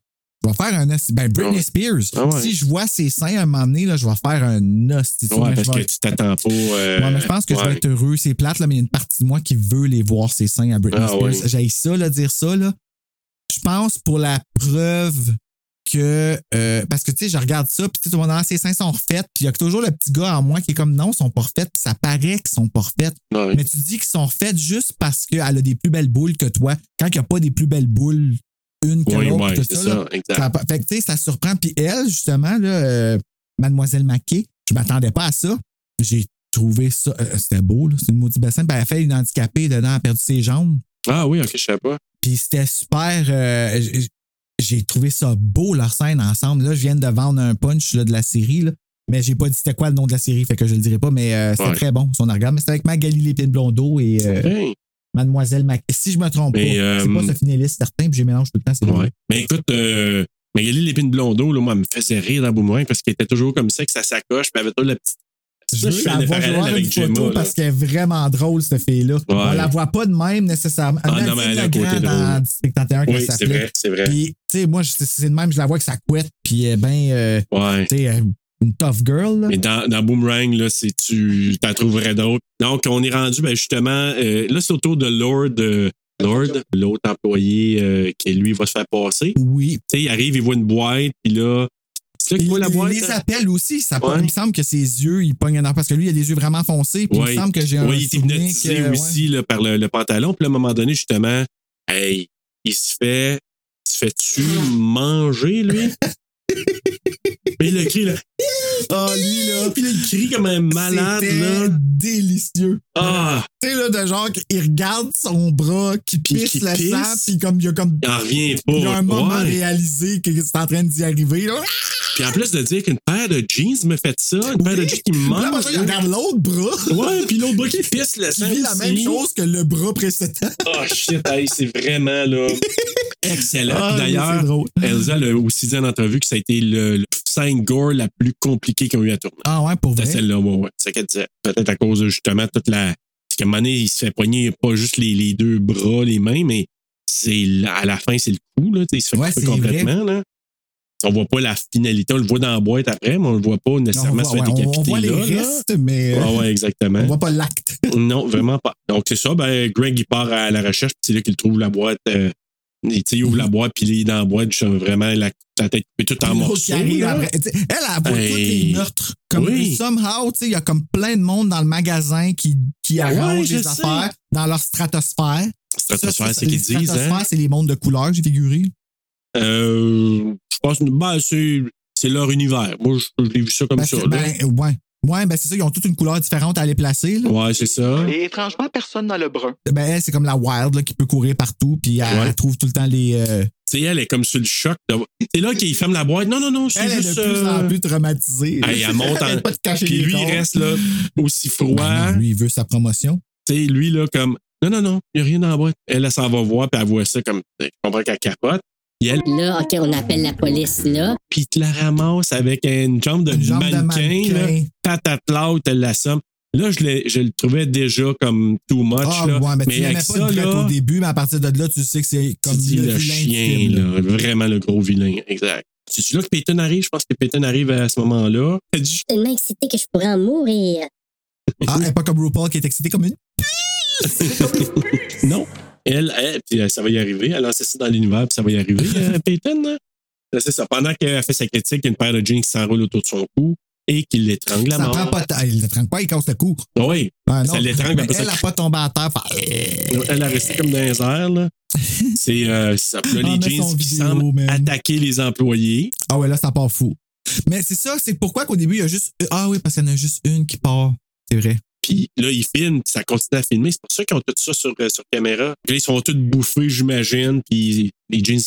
Je vais faire un hostie- Ben, Britney
Ouais.
Spears.
Ah ouais.
Si je vois ses seins à un moment donné, là, je vais faire un hostie.
Ouais, parce
je
que
vais-
tu t'attends pas. euh,
Ouais, mais je pense que je vais
ouais.
être heureux. C'est plate, là, mais il y a une partie de moi qui veut les voir, ces seins à Britney
Ah,
Spears.
ouais.
J'ai ça, là, dire ça, là. Je pense pour la preuve que. euh, parce que, tu sais, je regarde ça, puis tu sais, tout le monde, Ah, ses seins sont refaits, puis il y a toujours le petit gars en moi qui est comme, non, ils sont pas refaits, puis ça paraît qu'ils sont pas refaits.
Ouais.
Mais tu dis qu'ils sont refaits juste parce qu'elle a des plus belles boules que toi. Quand il n'y a pas des plus belles boules, une que
Oui,
l'autre,
oui,
tout
c'est
ça,
ça,
là,
exact.
ça a pas- fait que, tu sais, ça surprend. Puis elle, justement, là, euh, Mademoiselle Maquet, je m'attendais pas à ça. J'ai trouvé ça. euh, C'était beau, là. C'est une maudite bassine. Puis elle a fait une handicapée dedans, elle a perdu ses jambes.
Ah oui, ok, je sais pas.
Puis c'était super. euh, j- j'ai trouvé ça beau, leur scène ensemble. Là, je viens de vendre un punch là, de la série, là. mais j'ai pas dit c'était quoi le nom de la série, fait que je le dirai pas, mais euh, c'était
Ouais.
très bon, son regard. Mais c'était avec Magali Lépine Blondeau et euh,
Ok.
Mademoiselle Mac. Si je me trompe
Mais,
pas,
euh,
c'est pas ce finaliste certain, puis j'ai mélange tout le temps. C'est
Ouais. Mais écoute, euh, Magali Lépine Blondeau, là, moi, elle me faisait rire dans Boomerang parce qu'elle était toujours comme ça, que ça sacoche, puis elle avait toujours la petite.
Je
Ça, je
veux
fais
la
le
voir, je veux
parallèle
voir une
avec
photo
Gemma. là.
parce qu'elle est vraiment drôle, cette fille-là. On la voit pas de même nécessairement.
Ah, non, mais elle a un côté
Nadine Legrand
drôle.
dans District 31 qu'elle
Oui, c'est
s'appelait.
vrai, c'est vrai.
Puis, tu sais, moi, je- c'est de même, je la vois avec sa couette, puis elle est ben, euh, tu sais, euh, une tough girl. là.
Mais dans, dans Boomerang, là, c'est tu t'en trouverais d'autres. Donc, on est rendu, ben, justement, euh, là, c'est autour de Lord, euh, Lord, l'autre employé euh, qui, lui, va se faire passer.
Oui.
Tu sais, il arrive, il voit une boîte, puis là, c'est là qu'il voit la
Il
boîte.
les
hein?
appelle aussi. Ça,
Ouais.
Il me semble que ses yeux, ils pognent un air parce que lui, il a des yeux vraiment foncés. Puis
Ouais.
il me semble que j'ai un.
Ouais, il est
souvenir
hypnotisé
que- ouais.
aussi là, par le, le pantalon. Puis là, à un moment donné, justement, hey, il se fait. Il se fait-tu manger, lui? Puis le cri, là.
Ah, lui, là.
Puis il crie comme un malade,
C'était
là.
délicieux.
Ah!
Tu sais, là, de genre, il regarde son bras qui
Puis
pisse
qui
le
pisse.
sang, puis comme il y a comme.
Il en revient pas.
Il y a un moment
Ouais.
réalisé que c'est en train d'y arriver, là.
Puis en plus de dire qu'une paire de jeans me fait ça, une paire de jeans qui me
Puis là,
mange.
après ça, il regarde l'autre bras.
Ouais, puis l'autre bras qui pisse le
Qui
sang
vit la
aussi.
même chose que le bras précédent.
Oh shit, hey, c'est vraiment là. Excellent.
Ah,
Puis
mais c'est
D'ailleurs,
drôle.
Elsa l'a aussi dit en entrevue que ça a été le, le scène gore la plus compliquée qu'ils ont eu à tourner.
Ah ouais, pour vrai.
C'était celle-là, ouais, ouais. C'est ce qu'elle disait. Peut-être à cause de, justement toute la. Parce qu'à un moment donné, il se fait pogner pas juste les, les deux bras, les mains, mais c'est la- à la fin, c'est le coup, là. tu sais, Il se fait
Ouais,
couper
c'est
complètement, là. On voit pas la finalité. On le voit dans la boîte après, mais on le voit pas
On
nécessairement
voit,
se faire
ouais, on-
décapiter
on voit les
là, là.
restes, mais euh,
Ouais, ouais, exactement.
on voit pas l'acte.
Non, vraiment pas. Donc, c'est ça. Ben, Greg, il part à la recherche, puis c'est là qu'il trouve la boîte. euh, il, tu sais, il ouvre
Mm-hmm.
la boîte, puis il est dans la boîte, je- vraiment, la, la tête coupée tout en
L'autre qui
morceaux.
arrive
là.
après. Tu sais, Elle, elle voit
Hey.
tous les meurtres. Comme
Oui.
somehow, tu sais, il y a comme plein de monde dans le magasin qui, qui arrange
je
les
sais.
affaires dans leur stratosphère.
Stratosphère,
Ça,
c'est qu'ils
les
disent, hein.
stratosphères, c'est les mondes de couleurs, j'ai figuré.
Euh, je pense, ben, c'est, c'est leur univers. Moi, je, je l'ai vu ça comme
Parce
ça.
que,
là.
ben, ouais. Ouais, ben c'est ça, ils ont toutes une couleur différente à les placer. là.
ouais, c'est ça.
Et étrangement, personne n'a le brun.
Ben, elle, c'est comme la wild là, qui peut courir partout, puis elle,
Ouais.
elle trouve tout le temps les. euh,
Tu sais, elle est comme sur le choc. de- C'est là qu'il ferme la boîte. Non, non, non, c'est
Elle est
juste.
de plus
euh,
en plus traumatisée.
hey, elle monte en.
Arrête pas de cacher
Puis
les
lui,
corps.
il reste là, aussi froid.
Ben non, lui, il veut sa promotion.
Tu sais, lui, là, comme, non, non, non, il n'y a rien dans la boîte. Elle, elle s'en va voir, puis elle voit ça comme, je comprends qu'elle capote. Et elle,
Là, OK, on appelle la police, là.
puis il te la ramasse avec une jambe de
Une jambe de
mannequin,
mannequin.
là, patate l'autre, elle l'assomme. Là, je, l'ai- je le trouvais déjà comme too much,
Ah,
là.
ouais, mais, tu
avec
n'aimais
ça,
pas le
là,
au début, mais à partir de là, tu sais que c'est
tu
comme
dis
le,
le,
vilain du
chien,
film,
là,
là.
vraiment le gros vilain, exact. C'est-tu là que Peyton arrive? Je pense que Peyton arrive à ce moment-là. Elle dit,
Tellement excité que je pourrais en mourir.
Ah, elle est pas comme RuPaul qui est excitée comme une.
non. Elle, elle, puis euh, ça va y arriver. Elle lance ça dans l'univers, puis ça va y arriver, euh, Peyton. hein. Là, C'est ça. Pendant qu'elle fait sa critique, il y a une paire de jeans qui s'enroule autour de son cou et qui l'étrangle à
Ça prend
mort.
pas de temps. Il l'étrangle pas, il casse le cou.
Oui.
Ah, non.
Ça l'étrangle,
Mais
après ça-
Elle n'a pas tombé à terre. fait- euh,
Elle a resté comme dans les airs. là. C'est euh, ça. Puis là,
Ah,
les
mais son
jeans qui
vidéo, euh.
semblent
man.
attaquer les employés.
Ah ouais, là, ça part fou. Mais c'est ça, c'est pourquoi qu'au début, il y a juste. Ah oui, parce qu'il y en a juste une qui part. C'est vrai.
Puis là, ils filment, puis ça continue à filmer. C'est pour ça qu'ils ont tout ça sur, euh, sur caméra. Puis là, ils sont tous bouffés, j'imagine. Puis les jeans.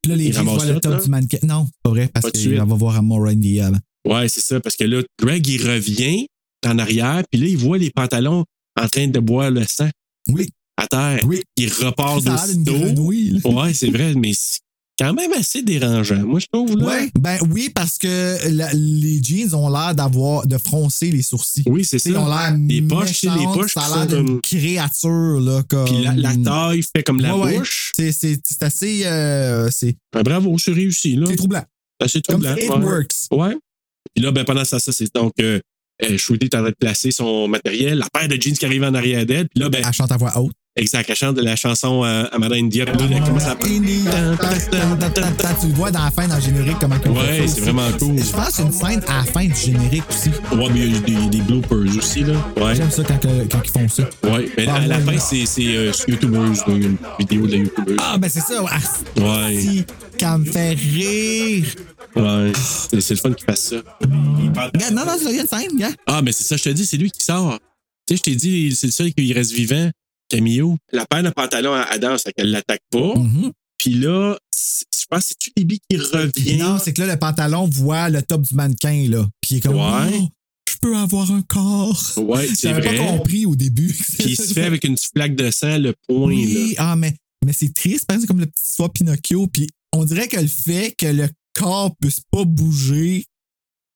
Puis là, les
Ils
gens voient
ramassent
le
tout,
top
là.
du mannequin. Non, c'est pas vrai, parce
Pas de
qu'il
suite.
va voir à Morandi avant.
Ouais, c'est ça. Parce que là, Greg, il revient en arrière. Puis là, il voit les pantalons en train de boire le sang.
Oui.
à terre.
Oui.
Il repart
Ça a l'air d'une
Ben, de
grenouille. là.
Ouais, c'est vrai, mais c'est quand même assez dérangeant. Moi, je trouve là.
Ouais, ben oui, parce que la- les jeans ont l'air d'avoir de froncer les sourcils.
Oui, c'est
Ils ont
ça.
l'air
Les poches, c'est les
méchantes,
poches
ça
qui
a l'air
sont
d'une
comme-
créature là comme
Puis la, la taille fait comme la
euh, Ouais, ouais.
bouche.
C'est- C'est c'est assez euh, c'est
Ben, bravo, c'est réussi là.
c'est troublant.
Ben, C'est
Comme
troublant.
ça, it
ouais.
works.
Ouais. Puis là, ben pendant ça, ça c'est donc euh, Euh, Shruti est en train de placer son matériel, la paire de jeans qui arrive en arrière d'elle, puis là, ben.
Elle chante à voix haute.
Exact, elle chante la chanson euh, à Madame Diop. puis là, elle commence à.
Tu le vois dans la fin, dans le générique, comment ils ont fait ça
Ouais,
aussi.
c'est vraiment cool.
Je pense une scène à la fin du générique aussi.
Ouais, mais il y a des, des bloopers aussi, là. Ouais.
J'aime ça quand, que- quand ils font ça.
Ouais, mais à la fin, c'est c'est, euh, sur YouTubeuse, donc une vidéo de la YouTubeuse.
Ah, ben c'est ça. Ah,
Ouais,
si, quand me fait rire.
ouais. C'est c'est le fun qu'il fasse ça.
Ah. Regarde, non, non, c'est une scène, gars.
Ah, mais c'est ça, je te dis, c'est lui qui sort. Tu sais, je t'ai dit, c'est le seul qui reste vivant, Camillo. La paire de pantalons à, à danse, fait qu'elle l'attaque pas. Puis là, c'est- je pense que c'est-tu Libby qui revient?
Non, c'est que là, le pantalon voit le top du mannequin, là. Puis il est comme,
Ouais.
Oh, je peux avoir un corps.
Ouais, c'est
J'avais
vrai.
pas compris au début.
Puis il se fait avec une petite plaque de sang, le point,
Oui, ah, mais, mais c'est triste, parce que c'est comme le petit histoire Pinocchio. Puis on dirait que le fait que le corps puisse pas bouger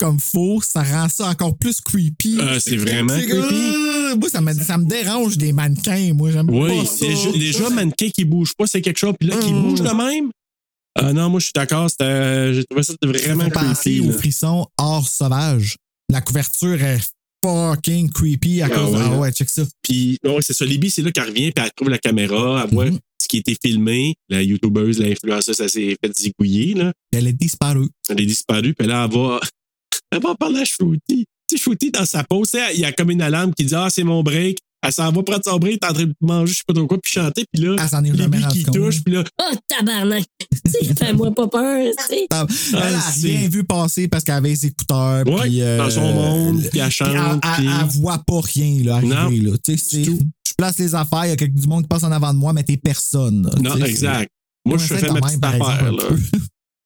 comme faux, ça rend ça encore plus creepy.
là. Ah, c'est vraiment
C'est que,
creepy.
euh, Moi, ça me, ça me dérange des mannequins. Moi, j'aime
Oui,
pas ça. Mm.
déjà, déjà mannequin qui bouge pas, c'est quelque chose. Puis là, qui bouge de même. Ah non, moi, je suis d'accord. c'était, euh, J'ai trouvé ça vraiment
Faut penser
creepy.
au
là.
frisson hors sauvage. La couverture est fucking creepy à
Ah
cause.
ouais,
ah
là.
ouais, check ça.
Puis, non, c'est ça. Libby, c'est là qu'elle revient, puis elle trouve la caméra, elle voit
Mm-hmm. Mhm.
ce qui a été filmé. La youtubeuse, l'influenceuse, ça s'est fait zigouiller, là.
Elle est disparue.
Elle est disparue, puis là, elle va, elle va parler à Shruti. Tu sais, Shruti, dans sa pause, tu sais, il y a comme une alarme qui dit Ah, c'est mon break. Elle s'en va prendre son break, elle est en train de manger, je sais pas trop quoi, puis chanter, puis là,
Elle s'en est jamais
Libby
rendue
qui
compte.
touche, puis là,
Oh, tabarnak! Tu sais, Fais-moi pas peur, tu sais.
Ah, Elle a
Ah, c'est-
rien vu passer parce qu'elle avait les écouteurs.
Ouais,
puis, euh,
dans son monde, puis elle
puis elle,
chante.
elle-
puis-
elle voit pas rien là,
Non.
arriver. Là. Tu sais, c'est- Je place les affaires, il y a quelqu'un du monde qui passe en avant de moi, mais t'es personne. là.
Non,
Tu sais,
exact. Moi, je
Ouais,
fais
quand
ma
même,
petite
par exemple,
affaire,
un
là.
peu.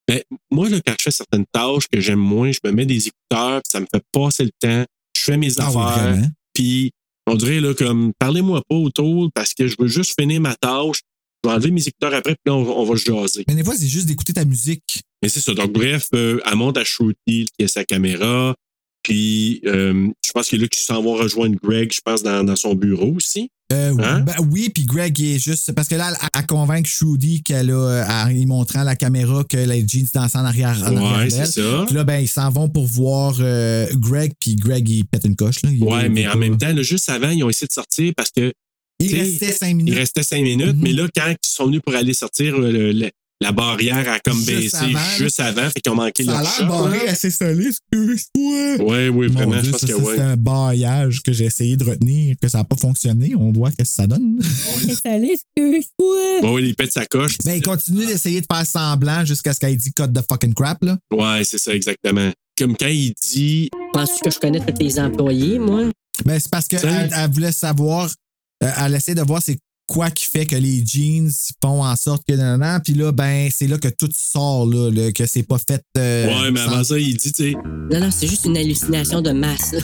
Ben, moi, là, quand je fais certaines tâches que j'aime moins, je me mets des écouteurs, puis ça me fait passer le temps. Je fais mes
Ah oui,
affaires,
vraiment.
puis on dirait, là, comme, parlez-moi pas autour parce que je veux juste finir ma tâche. Je vais enlever mes écouteurs après, puis là, on, va- on va jaser.
Mais des fois, c'est juste d'écouter ta musique.
Mais c'est ça. Donc, bref, euh, elle monte à Shruti, qui a sa caméra. Puis, euh, je pense que là, qui s'en va rejoindre Greg, je pense, dans, dans son bureau aussi.
Euh,
Hein?
ben oui, puis Greg il est juste. Parce que là, elle, elle convainc Shrudy qu'elle a, euh, en lui montrant à la caméra que les jeans dansent en arrière. en arrière
Ouais,
d'elle.
c'est ça.
Puis là, ben, ils s'en vont pour voir euh, Greg, puis Greg, il pète une coche. Là. Il-
Ouais,
il-
mais en même temps, là, juste avant, ils ont essayé de sortir parce que
Il
t'sais,
restait cinq minutes.
il restait cinq minutes. Mais
Mm-hmm.
là, quand ils sont venus pour aller sortir, euh, le- le- la barrière a comme
Juste
baissé
avant.
juste avant, fait qu'ils ont manqué
Ça a
leur
l'air
shot.
barré assez solide. excuse-moi.
Ouais, oui,
Mon
vraiment,
Dieu,
je pense
ça,
que
ça,
ouais.
C'est un baillage que j'ai essayé de retenir, que ça n'a pas fonctionné. On voit qu'est-ce que ça donne.
Ouais, ouais, il pète sa coche.
Ben, il continue d'essayer de faire semblant jusqu'à ce qu'elle dit cut the fucking crap, là.
Ouais, c'est ça, exactement. Comme quand il dit,
Penses-tu que je connais tous les employés, moi?
Ben, c'est parce
T'sais.
qu'elle elle voulait savoir, euh, elle essaie de voir c'est quoi qui fait que les jeans font en sorte que. nan, nan, nan. Puis là, ben, c'est là que tout sort, là, là, que c'est pas fait. euh,
ouais, mais
sans-
avant ça, il dit, tu sais,
Non, non, c'est juste une hallucination de masse. là.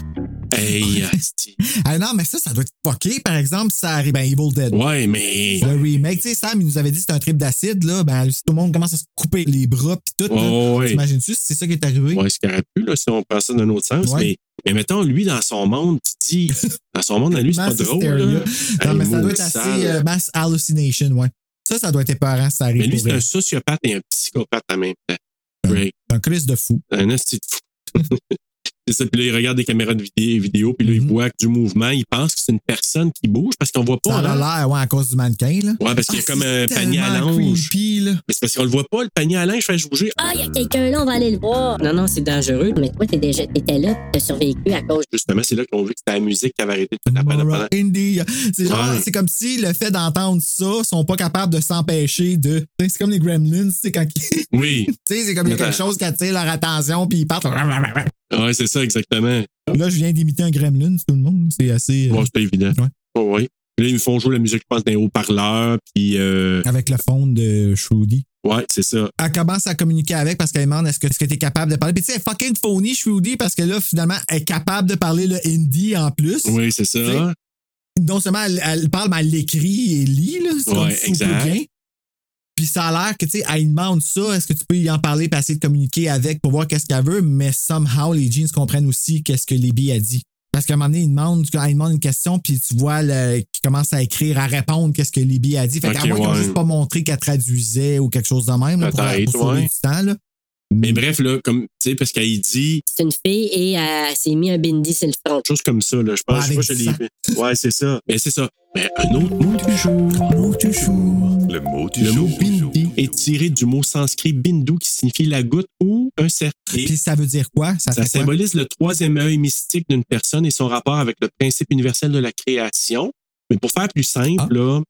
hey, asti.
Ah non, mais ça, ça doit être fucké, par exemple, si ça arrive. Ben, Evil Dead.
ouais, mais.
Le remake, tu sais, Sam, il nous avait dit que c'est un trip d'acide, là. Ben, tout le monde commence à se couper les bras, puis tout. là.
Ouais, ouais.
T'imagines-tu si c'est ça qui est arrivé?
Ouais, ce qu'il aurait pu, là, si on prend ça d'un autre sens.
Ouais.
Mais, mais mettons, lui, dans son monde, tu dis, dans son monde, à lui, c'est pas
Mass
drôle.
hysteria.
là.
Non,
Hey,
mais ça doit
maudit
être
sale.
assez euh, mass hallucination, ouais. Ça, ça doit être épeurant si ça arrive.
Mais lui,
pour
c'est
vrai.
un sociopathe et un psychopathe en même temps. Greg,
C'est un Chris de fou.
un esti de fou. c'est ça. Puis là, il regarde des caméras de vidé- vidéo, puis là,
Mm-hmm.
il voit que du mouvement. Il pense que c'est une personne qui bouge parce qu'on voit
Ça
pas.
a
là.
l'air, ouais, à cause du mannequin, là.
Oh, hein? Ouais, parce qu'il y a
Ah,
comme
c'est
un panier à
tellement
linge.
creepy, là.
Mais c'est parce qu'on le voit pas, le panier à linge, fait bouger.
Ah, il y a quelqu'un là, on va aller le voir.
Non, non, c'est dangereux.
Mais toi, t'es déjà, t'étais là, t'as survécu à cause.
Justement, c'est là qu'on vu que c'était la musique qui avait arrêté de faire la peine pendant.
India. C'est genre,
Ouais.
c'est comme si le fait d'entendre ça, sont pas capables de s'empêcher de. C'est comme les gremlins, tu sais, quand ils- tu
Oui.
sais, c'est comme il y a quelque
Attends.
chose qui attire leur attention, puis ils partent. Là,
Ouais, c'est ça, exactement.
je viens d'imiter un gremlin, tout le monde. C'est assez. euh,
Bon, c'est pas évident.
Ouais.
Ouais, ouais. Puis là, ils me font jouer la musique, je pense, d'un haut-parleur, puis. euh,
Avec le fond de Shrudy.
Ouais, c'est ça.
elle commence à communiquer avec parce qu'elle demande est-ce que tu es capable de parler. Puis tu sais, elle est fucking phony, Shrudy, parce que là, finalement, elle est capable de parler le hindi en plus.
Oui, c'est ça.
Non seulement elle, elle parle, mais elle l'écrit et lit, là. C'est
Ouais,
comme super
exact.
bien. Puis ça a l'air que, tu sais, elle demande ça, est-ce que tu peux y en parler, puis essayer de communiquer avec pour voir qu'est-ce qu'elle veut, mais somehow, les jeans comprennent aussi qu'est-ce que Libby a dit. Parce qu'à un moment donné, il demande, elle demande une question, puis tu vois le- qu'il commence à écrire, à répondre qu'est-ce que Libby a dit. Fait qu'à
Ok,
moins qu'ils ont
ouais.
juste pas montré qu'elle traduisait ou quelque chose de même, là, pour,
Peut-être,
pour sauver
ouais.
du temps, là.
Mais bref, là, comme, tu sais, parce qu'elle dit.
C'est une fille et euh, elle s'est mis un bindi sur le front.
Chose comme ça, là, je pense. je
Avec
sais pas, je
du
l'ai- Ouais, c'est ça. Mais c'est ça. Mais un autre mot du jour. Mot du jour.
Le mot du
Le mot
jour.
bindi est tiré du mot sanskrit bindu qui signifie la goutte ou un cercle. Et
Puis ça veut dire quoi?
ça
Ça, fait quoi?
symbolise le troisième œil mystique d'une personne et son rapport avec le principe universel de la création. Mais pour faire plus
Ah.
simple, là,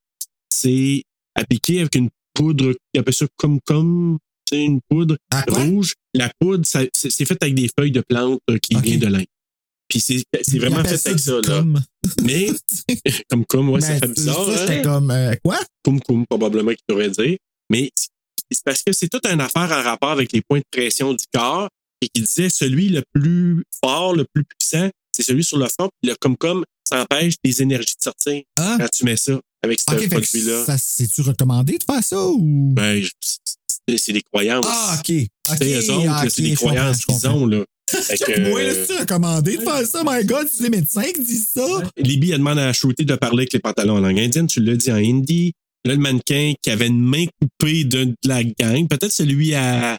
c'est appliqué avec une poudre, ils appellent ça comme comme, c'est une poudre
Ah,
rouge. La poudre, ça- c'est c'est fait avec des feuilles de plantes euh, qui viennent de l'Inde. Puis c'est c'est vraiment
Ils
fait
appellent
avec
du
ça, là.
cum.
Mais, comme comme, ouais, ça
Ben,
fait
c'est
bizarre.
ça,
hein?
J'étais comme, euh, quoi?
Koum Koum, probablement qu'il pourrait dire. Mais c'est parce que c'est toute une affaire en rapport avec les points de pression du corps et qui disait celui le plus fort, le plus puissant, c'est celui sur le front. Puis le comme comme, ça empêche tes énergies de sortir quand tu mets ça avec ce
Ah, Ok, fait que
produit-là.
ça, c'est-tu recommandé de faire ça ou?
Ben, je- c'est c'est des croyances.
Ah, ok.
Tu sais,
Ok,
eux autres,
ok,
c'est des
je comprends,
croyances
je
qu'ils
comprends.
ont, là. Fait que,
Check-moi, là,
euh,
c'est recommandé de faire ça, my god, c'est les médecins qui disent ça.
Libby, elle demande à Shruti de parler avec les pantalons en langue indienne. Tu l'as dit en hindi. Là, le mannequin qui avait une main coupée de, de la gang. Peut-être celui à.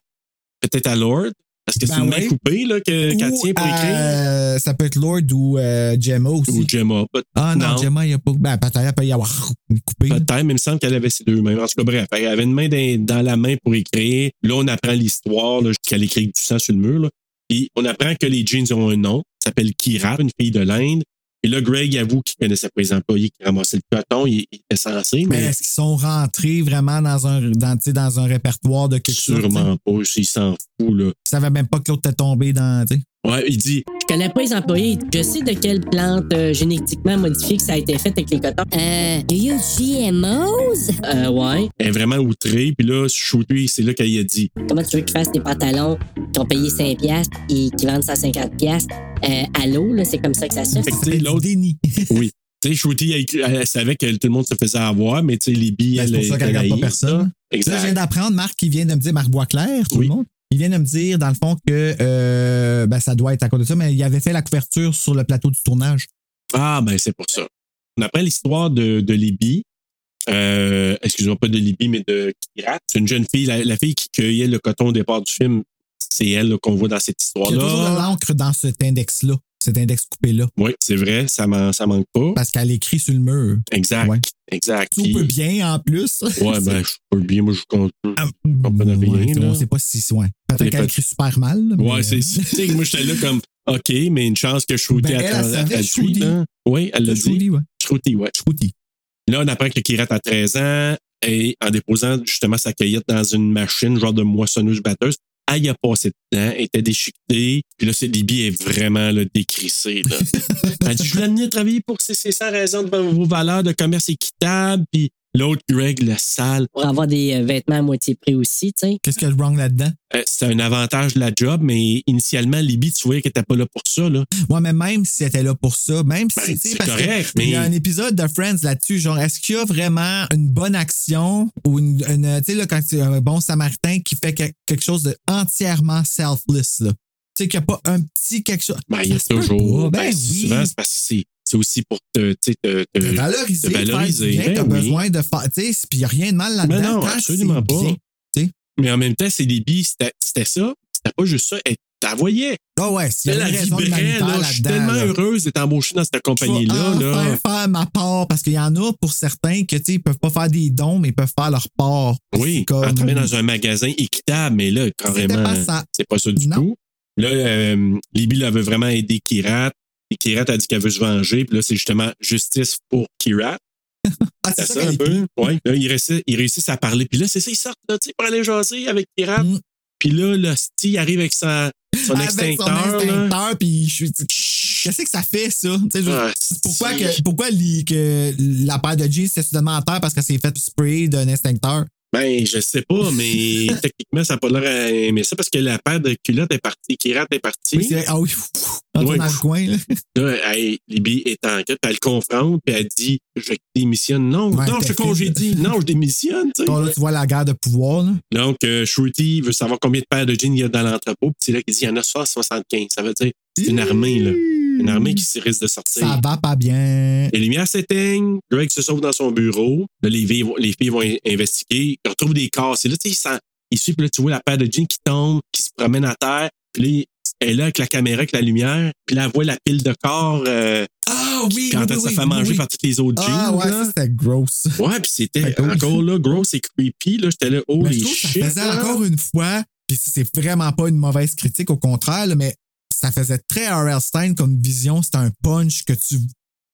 Peut-être à Lord. Parce que c'est
Ben
une
oui.
main coupée, là, que- qu'elle
Ou,
tient pour écrire.
euh, ça peut être Lord ou euh, Gemma aussi.
Ou Gemma. Peut-
ah non,
non.
Gemma, il n'y a pas. Ben, peut-être il peut y avoir une coupée.
Peut-être, mais il me semble qu'elle avait ses deux mains. En tout cas, bref, elle avait une main dans, dans la main pour écrire. Là, on apprend l'histoire, là, qu'elle écrit du sang sur le mur. là. Puis on apprend que les jeans ont un nom. Ça s'appelle Kira, une fille de l'Inde. Et là, Greg avoue qu'il connaissait pas les employés qui ramassaient le coton. Il, il était censé,
Mais
mais
est-ce qu'ils sont rentrés vraiment dans un, dans, tu sais, dans un répertoire de quelque chose? tu sais?
sûrement pas. Il s'en fout, là.
Ils savaient même pas que l'autre était tombé dans. tu sais.
Ouais, il dit
Je connais pas les employés. Je sais de quelle plante euh, génétiquement modifiée que ça a été fait avec les cotons.
Euh, do you GMOs?
Euh, ouais.
elle est vraiment outrée. Puis là, shooté, c'est là qu'elle a dit
Comment tu veux qu'ils fassent des pantalons qui ont payé 5 piastres et qui vendent 150 piastres euh, à l'eau? là, C'est comme ça que ça se fait.
Fait que, tu sais, l'autre-
déni.
oui. Tu sais, Shruti, elle, elle- elle savait que tout le monde se faisait avoir, mais tu sais, Libby,
Ben,
elle
c'est pour ça qu'elle
elle
regarde pas
haït ça.
personne. Là, je viens
Exact.
d'apprendre, Marc, qui vient de me dire, Marc Boisclair, tout
Oui.
le monde. Il vient de me dire, dans le fond, que euh, ben, ça doit être à cause de ça, mais il avait fait la couverture sur le plateau du tournage.
Ah, ben, c'est pour ça. On apprend l'histoire de, de Libby. Euh, excusez-moi, pas de Libby, mais de Kira. C'est une jeune fille, la, la fille qui cueillait le coton au départ du film. C'est elle là, qu'on voit dans cette
Il y a toujours de
histoire-là.
l'encre dans cet index-là, cet index coupé-là,
Oui, c'est vrai, ça, man- ça manque pas.
parce qu'elle écrit sur le mur.
Exact.
Ben, Ouais.
Exact.
Tout
Puis-
peut bien en plus.
Ouais, ben, je peux bien, moi, je compte.
Ah,
comprenais rien,
ouais,
là.
on sait pas si c'est. Ouais.
Des
Peut-être qu'elle
fois-
écrit super mal. mais- euh,
Ouais, c'est tu sais, moi, j'étais là comme, OK, mais une chance que Shruti
Ben, elle, elle
attend-
savait
elle
Shruti.
suit, hein? Oui, elle l'a dit.
Shruti, ouais.
Shruti, ouais.
Shruti.
Là, on apprend que Kirat a 13 ans et en déposant justement sa cueillette dans une machine, genre de moissonneuse-batteuse, elle y a passé dedans, elle était déchiquetée. Puis là, c'est Libby est vraiment là, décrissée. Là. elle dit Je voulais venir travailler pour ces 600 raisons de vos valeurs de commerce équitable. Puis l'autre, Greg, le sale.
Pour avoir des euh, vêtements à moitié prix aussi, tu sais.
Qu'est-ce qu'il y a de wrong là-dedans?
Euh, C'est un avantage de la job, mais initialement, Libby, tu voyais qu'elle n'était pas là pour ça. Là.
Ouais, mais même si c'était là pour ça, même si.
Ben,
tu sais,
c'est
parce que
correct,
Il y a
mais-
un épisode de Friends là-dessus, genre, est-ce qu'il y a vraiment une bonne action ou une. une- tu sais, là, quand c'est un bon samaritain qui fait que- quelque chose de entièrement selfless, là. Tu sais, qu'il n'y a pas un petit quelque chose.
Ben, il y a
Ça se peut
toujours.
pas. Ben,
ben,
oui.
Souvent, c'est parce que c'est- c'est aussi pour te, tu sais, te, te-
Te valoriser.
te valoriser.
Tu as
Ben oui.
besoin de faire. Tu sais, puis il n'y a rien de mal là-dedans.
Mais non,
tant que
absolument
c'est
pas.
bien.
Mais en même temps, c'est Libby, c'était c'était ça. C'était pas juste ça. Elle la voyait.
Ah ouais, s'il y
Elle
a
la
une raison
vibrait.
humanitaire
là.
là-dedans.
Je suis tellement
là.
heureuse d'être embauchée dans cette
Je vais
compagnie-là.
enfin
là.
faire ma part parce qu'il y en a pour certains que tu sais, ils peuvent pas faire des dons mais ils peuvent faire leur part.
Oui,
C'est comme-
elle travaillait dans un magasin équitable, mais là, carrément, hein,
pas ça.
c'est pas ça du
Non.
tout. Là, euh, Libby, là, veut vraiment aider Kirat. Et Kirat a dit qu'elle veut se venger. Puis là, c'est justement justice pour Kirat.
Ah,
C'est ça un peu. Ouais. Là, ils réussissent, ils réussissent à parler. Puis là, c'est ça, ils sortent là, tu sais, pour aller jaser avec Kirat.
Mm.
Puis là, le Sti arrive avec sa- son
Avec
extincteur.
son
là.
extincteur puis je suis qu'est-ce que ça fait ça Tu sais, je-
Ah,
pourquoi
si.
que pourquoi li- que la paire de jeans s'est soudainement en terre parce qu'elle s'est fait spray d'un extincteur
Ben, je sais pas, mais techniquement, ça n'a pas l'air à aimer ça parce que la paire de culottes est partie, Kirat est partie.
Oui, c'est vrai. ah oui pff, rentre
Ouais.
dans le coin là.
Là, elle, Libby est en quête, puis elle le confronte, puis elle dit Je démissionne. Non,
Ouais,
non, je te
t'as fait.
congédie. Non, je démissionne. tu sais.
Bon, là, tu vois la guerre de pouvoir là.
Donc, euh, Shruti veut savoir combien de paires de jeans il y a dans l'entrepôt, puis c'est là qu'il dit Il y en a 75. Ça veut dire c'est une armée, là. Une armée qui se risque de sortir.
ça va pas bien
Les lumières s'éteignent, Greg se sauve dans son bureau. Là, les, filles, vont- les filles vont in- investiguer, ils retrouvent des corps. C'est là, tu sais, ils s'en- ici, puis là, tu vois la paire de jeans qui tombe, qui se promène à terre, puis là, elle est là avec la caméra, avec la lumière, puis là, elle voit la pile de corps. euh,
Ah oui!
qui est en train de se faire manger par toutes les autres jeans.
Ah ouais,
là.
ça, c'était gross.
Ouais, puis c'était
Fait que-
encore là, gross et creepy. Là, j'étais là, oh
Mais Ben, je
les
trouve que
shit.
Ça faisait
là.
encore une fois, puis c'est vraiment pas une mauvaise critique, au contraire, là, mais ça faisait très R.L. Stein comme vision. C'était un punch que tu.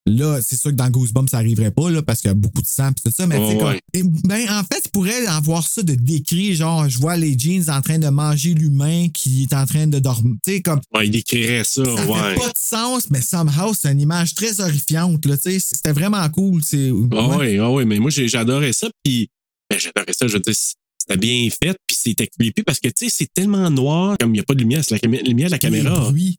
Là, c'est sûr que dans Goosebumps, ça n'arriverait pas, là, parce qu'il y a beaucoup de sang pis tout ça, mais
Ouais,
tu sais, comme-
Oh, ouais.
et, ben, en fait, tu pourrais avoir ça de décrit, genre, je vois les jeans en train de manger l'humain qui est en train de dormir. Tu sais, comme,
Ouais, il décrirait ça,
ça
Oh, ouais.
fait pas de sens, mais somehow, c'est une image très horrifiante, là, tu sais. C'était vraiment cool, c'est.
Ah ouais, ah ouais, mais moi, j'ai- j'adorais ça, puis ben, j'adorais ça, je veux dire, c'était bien fait, puis c'était creepy, parce que, tu sais, c'est tellement noir, comme il n'y a pas de lumière, c'est la cami- lumière de la caméra.
Oui.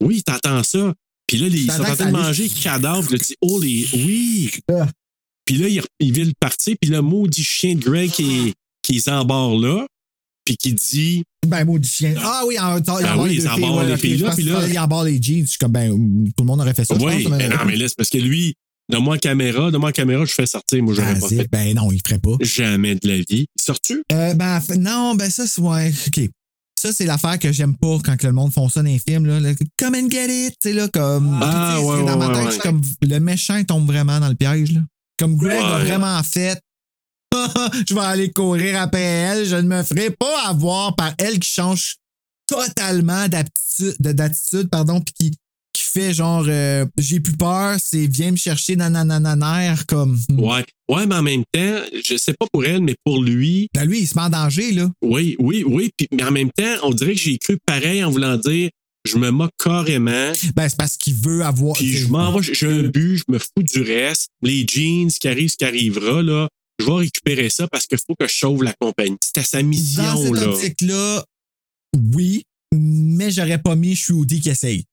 Oui, t'entends ça. Puis là, les- ils sont
T'entends
en train
que
de
ça Ah. allait-
manger le cadavre, là, tu dis, oh, les, oui! Puis là, ils, ils veulent partir, puis le maudit chien de Greg qui, est- qui les embarre là, puis qui dit,
Ben, maudit chien. Ah oui, en, en,
Ah oui, ils embarrent les filles, là, puis là-
Ils embarrent les jeans. Je suis comme, ben, tout le monde aurait fait ça. je
oui,
pense,
mais ben non, mais là, c'est parce que lui, donne-moi la caméra, donne-moi la caméra, je fais sortir, moi, j'aurais
Ah,
pas
zip,
fait
ben non, il ferait pas.
jamais de la vie. Sors-tu?
Euh, ben, f- non, ben ça, c'est. Ouais, OK. Ça, c'est l'affaire que j'aime pas quand que le monde font ça dans les films. Là, Le come and get it. Tu sais, là, comme.
Ah,
Puis, tu sais,
ouais,
c'est dans
ouais,
ma tête,
ouais,
je suis comme le méchant tombe vraiment dans le piège. Là. Comme Greg a
Ouais.
vraiment fait. je vais aller courir après elle. Je ne me ferai pas avoir par elle qui change totalement d'aptitude- de- d'attitude, pardon, puis qui, qui fait genre euh, j'ai plus peur, c'est viens me chercher, nananananer, comme.
Ouais. Ouais, mais en même temps, je sais pas pour elle, mais pour lui,
Ben lui, il se met en danger, là.
oui, oui, oui. Puis, mais en même temps, on dirait que j'ai cru pareil en voulant dire je me moque carrément,
Ben, c'est parce qu'il veut avoir.
puis je m'en vais, j'ai un but, je me fous du reste. Les jeans, ce qui arrive, ce qui arrivera, là, je vais récupérer ça parce qu'il faut que je sauve la compagnie. C'était sa
Dans
mission,
cette
là.
optique-là, oui, mais j'aurais pas mis je suis Woody qui essaye.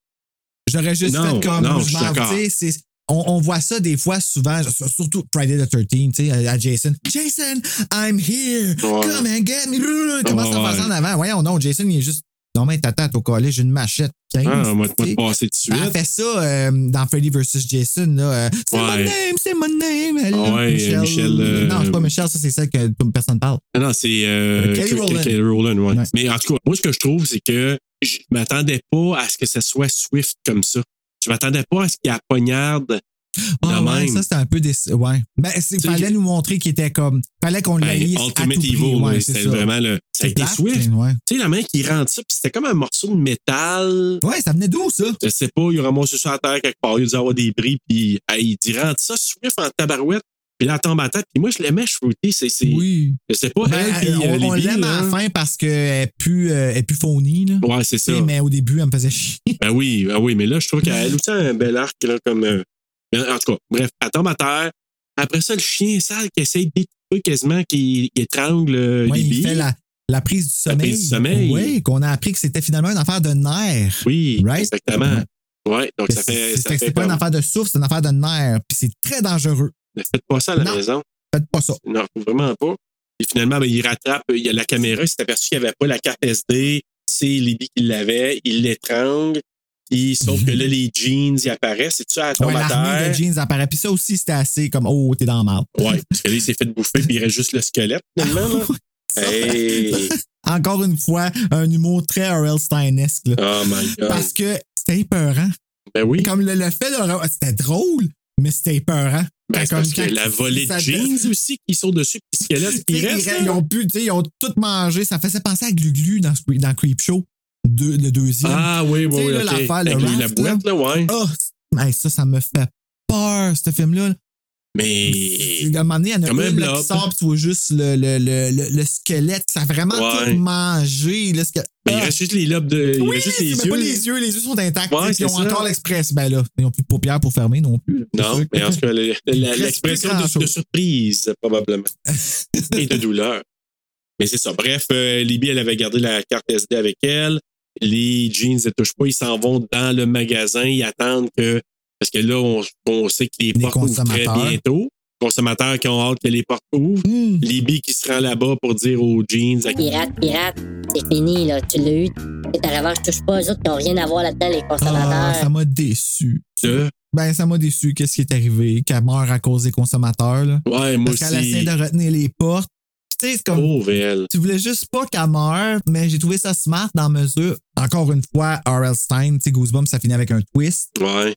J'aurais juste
Non,
fait comme
non, je
je
suis
m'en
d'accord.
tu sais, c'est- on, on voit ça des fois souvent, surtout Friday the 13 tu sais, à à Jason. Jason, I'm here.
Ouais.
Come and get me. Il Commence à
Ouais,
faire ça en
ouais.
avant. Voyons, non, Jason, il est juste. Non, mais t'attends, au collet, j'ai une machette. 15,
Ah, moi,
tu sais.
moi, passer tout de suite.
Elle fait ça euh, dans Freddy vs. Jason. là, euh, c'est
Ouais.
mon name, c'est mon name. Elle,
Ah ouais,
Michelle.
Michelle, euh,
Non, c'est pas Michelle, ça, c'est celle que personne ne parle.
Ah non, c'est euh,
Euh, Kelly
Ke- Ke-
Rowland.
Kelly Rowland, ouais.
Ouais.
Mais en tout cas, moi, ce que je trouve, c'est que je m'attendais pas à ce que ce soit Swift comme ça. Je m'attendais pas à ce qu'il y a poignarde
Ah
de
ouais,
même.
ça c'était un peu des ouais. Ben c'est
Tu sais,
fallait nous montrer qu'il était comme fallait qu'on
Ben,
l'allie à tout
Ultimate
prix,
Evil,
ouais,
là,
c'est
c'était
ça.
vraiment le. Ça a
C'est
été
plate, hein.
Swift.
mais ouais.
Tu sais, la main qui rentre ça, puis c'était comme un morceau de métal.
Ouais, ça venait d'où ça
Je sais pas, il a ramassé ça à terre quelque part, il a dû avoir des bris, puis hey, il dit rentre ça, Swift en tabarouette, puis là, elle tombe à terre, puis moi, je l'aimais, je c'est. c'est-
Oui.
Je
Ben,
sais pas, elle, puis euh,
on on
les billes,
l'aime à
là.
la fin parce qu'elle est plus euh, elle est plus faunie là.
Ouais, c'est ça.
Tu sais, Mais au début, elle me faisait chier.
Ben oui, ben oui, mais là, je trouve qu'elle a aussi un bel arc, là, comme. euh, en tout cas, bref, elle tombe à terre. Après ça, le chien sale qui essaie d'étouffer quasiment, qui, qui étrangle euh,
Ouais,
les
il
billes.
fait la, la prise du
La
sommeil.
prise du sommeil.
Oui, qu'on a appris que c'était finalement une affaire de nerf.
Oui,
Right?
exactement. Ouais, donc ça fait.
C'est
Ça
c'est-
fait
c'est pas
comme,
une affaire de souffle, c'est une affaire de nerf. Puis c'est très dangereux.
Ne faites pas ça à la
Non.
maison.
Faites pas ça.
Non, vraiment pas. Et finalement, ben, il rattrape, il y a la caméra, il s'est aperçu qu'il n'y avait pas la carte SD. C'est Libby qui l'avait, il l'étrangle. Et, sauf que là, les jeans, ils apparaissent. C'est ça, elle tombe
Mhm. Ouais,
à
l'armée
terre.
de jeans apparaît. Puis ça aussi, c'était assez comme oh, t'es dans le mal.
Ouais, parce que là, il s'est fait bouffer, puis il reste juste le squelette, finalement. là. Hey!
Encore une fois, un humour très R.L. Steinesque. là.
Oh my God.
Parce que c'était épeurant.
Ben oui.
Comme le, le fait de. C'était drôle, mais c'était épeurant.
Ben, c'est
Comme
parce que
quand
la volée de
ça-
jeans aussi qui sont dessus, puis le squelette
tu
qui
sais,
reste.
ils,
là.
ils ont pu, tu sais, ils ont tout mangé. Ça faisait penser à Gluglu dans, Scree- dans Creepshow, deux- le deuxième.
Ah oui,
Tu
oui,
sais,
oui.
là,
ok.
l'affaire, le
Avec les- la
raft,
boîte, là, ouais.
Ah, c'est- hey, ça, ça me fait peur, ce film-là.
Mais.
À un moment donné, il y en a
Comme un
une, là,
blob.
qui sort, puis tu vois juste le, le, le, le, le squelette. Ça a vraiment
Ouais.
tout mangé. Là, ce que-
Ben, il
Ah.
reste juste les lobes de. il
Oui,
reste juste
mais
les
pas
yeux.
les yeux. Les yeux sont intacts.
Ouais,
tu sais,
c'est
ils ont
ça.
encore l'express. Ben là, ils n'ont plus de paupières pour fermer non plus. là.
Non, mais en tout cas, le-
Il
la-
reste plus
l'expression de,
grand-chose.
de surprise, probablement. Et de douleur. Mais c'est ça. Bref, euh, Libby, elle avait gardé la carte SD avec elle. Les jeans ne touchent pas. Ils s'en vont dans le magasin. Ils attendent que. Parce que là, on, on sait que les, portes ouvrent très
consommateurs.
bientôt. Consommateurs qui ont hâte que les portes ouvrent.
Hmm.
Libby qui se rend là-bas pour dire aux jeans. à-
Pirate, pirate, c'est fini, là. Tu l'as eu. Et ta revanche touche pas aux autres qui n'ont rien à voir là-dedans, les
Ah,
consommateurs.
ça m'a déçu.
Euh,
Ben, ça m'a déçu. Qu'est-ce qui est arrivé? Qu'elle meurt à cause des consommateurs. Là.
Ouais, moi
Parce qu'elle
aussi. Oh.
essaie de retenir les portes. tu sais, c'est comme. Tu voulais juste pas qu'elle meure, mais j'ai trouvé ça smart dans mesure. Encore une fois, R.L. Stein, tu sais, Goosebumps, ça finit avec un twist.
Ouais.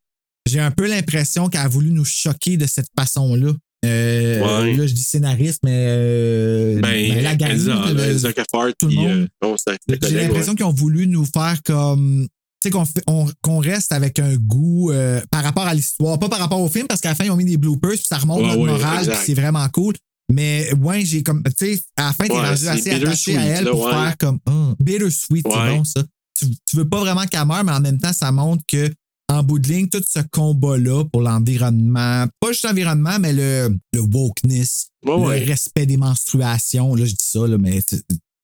J'ai un peu l'impression qu'elle a voulu nous choquer de cette façon-là. Euh,
Ouais.
Là, je dis scénariste, mais. euh,
Ben,
ben, la gang.
Elsa,
le-
Elsa Caffard,
tout le
puis,
monde.
euh, bon, c'est- c'est
J'ai
collègue,
l'impression
ouais.
qu'ils ont voulu nous faire comme. Tu sais, qu'on fait- on- qu'on reste avec un goût euh, par rapport à l'histoire, pas par rapport au film, parce qu'à la fin, ils ont mis des bloopers, puis ça remonte
Ouais,
notre
ouais,
morale,
exact.
puis c'est vraiment cool. Mais ouais, j'ai comme. Tu sais, à la fin, t'es
Ouais,
rendu
c'est
assez attaché
bittersweet,
à elle
là,
pour
ouais.
faire comme. Oh, bittersweet,
Ouais.
c'est bon, ça. Tu, tu veux pas vraiment qu'elle meure, mais en même temps, ça montre que, en bout de ligne, tout ce combat-là pour l'environnement, pas juste l'environnement, mais le, le wokeness,
Ouais,
le
Oh, ouais.
respect des menstruations, là, je dis ça, là, mais c'est-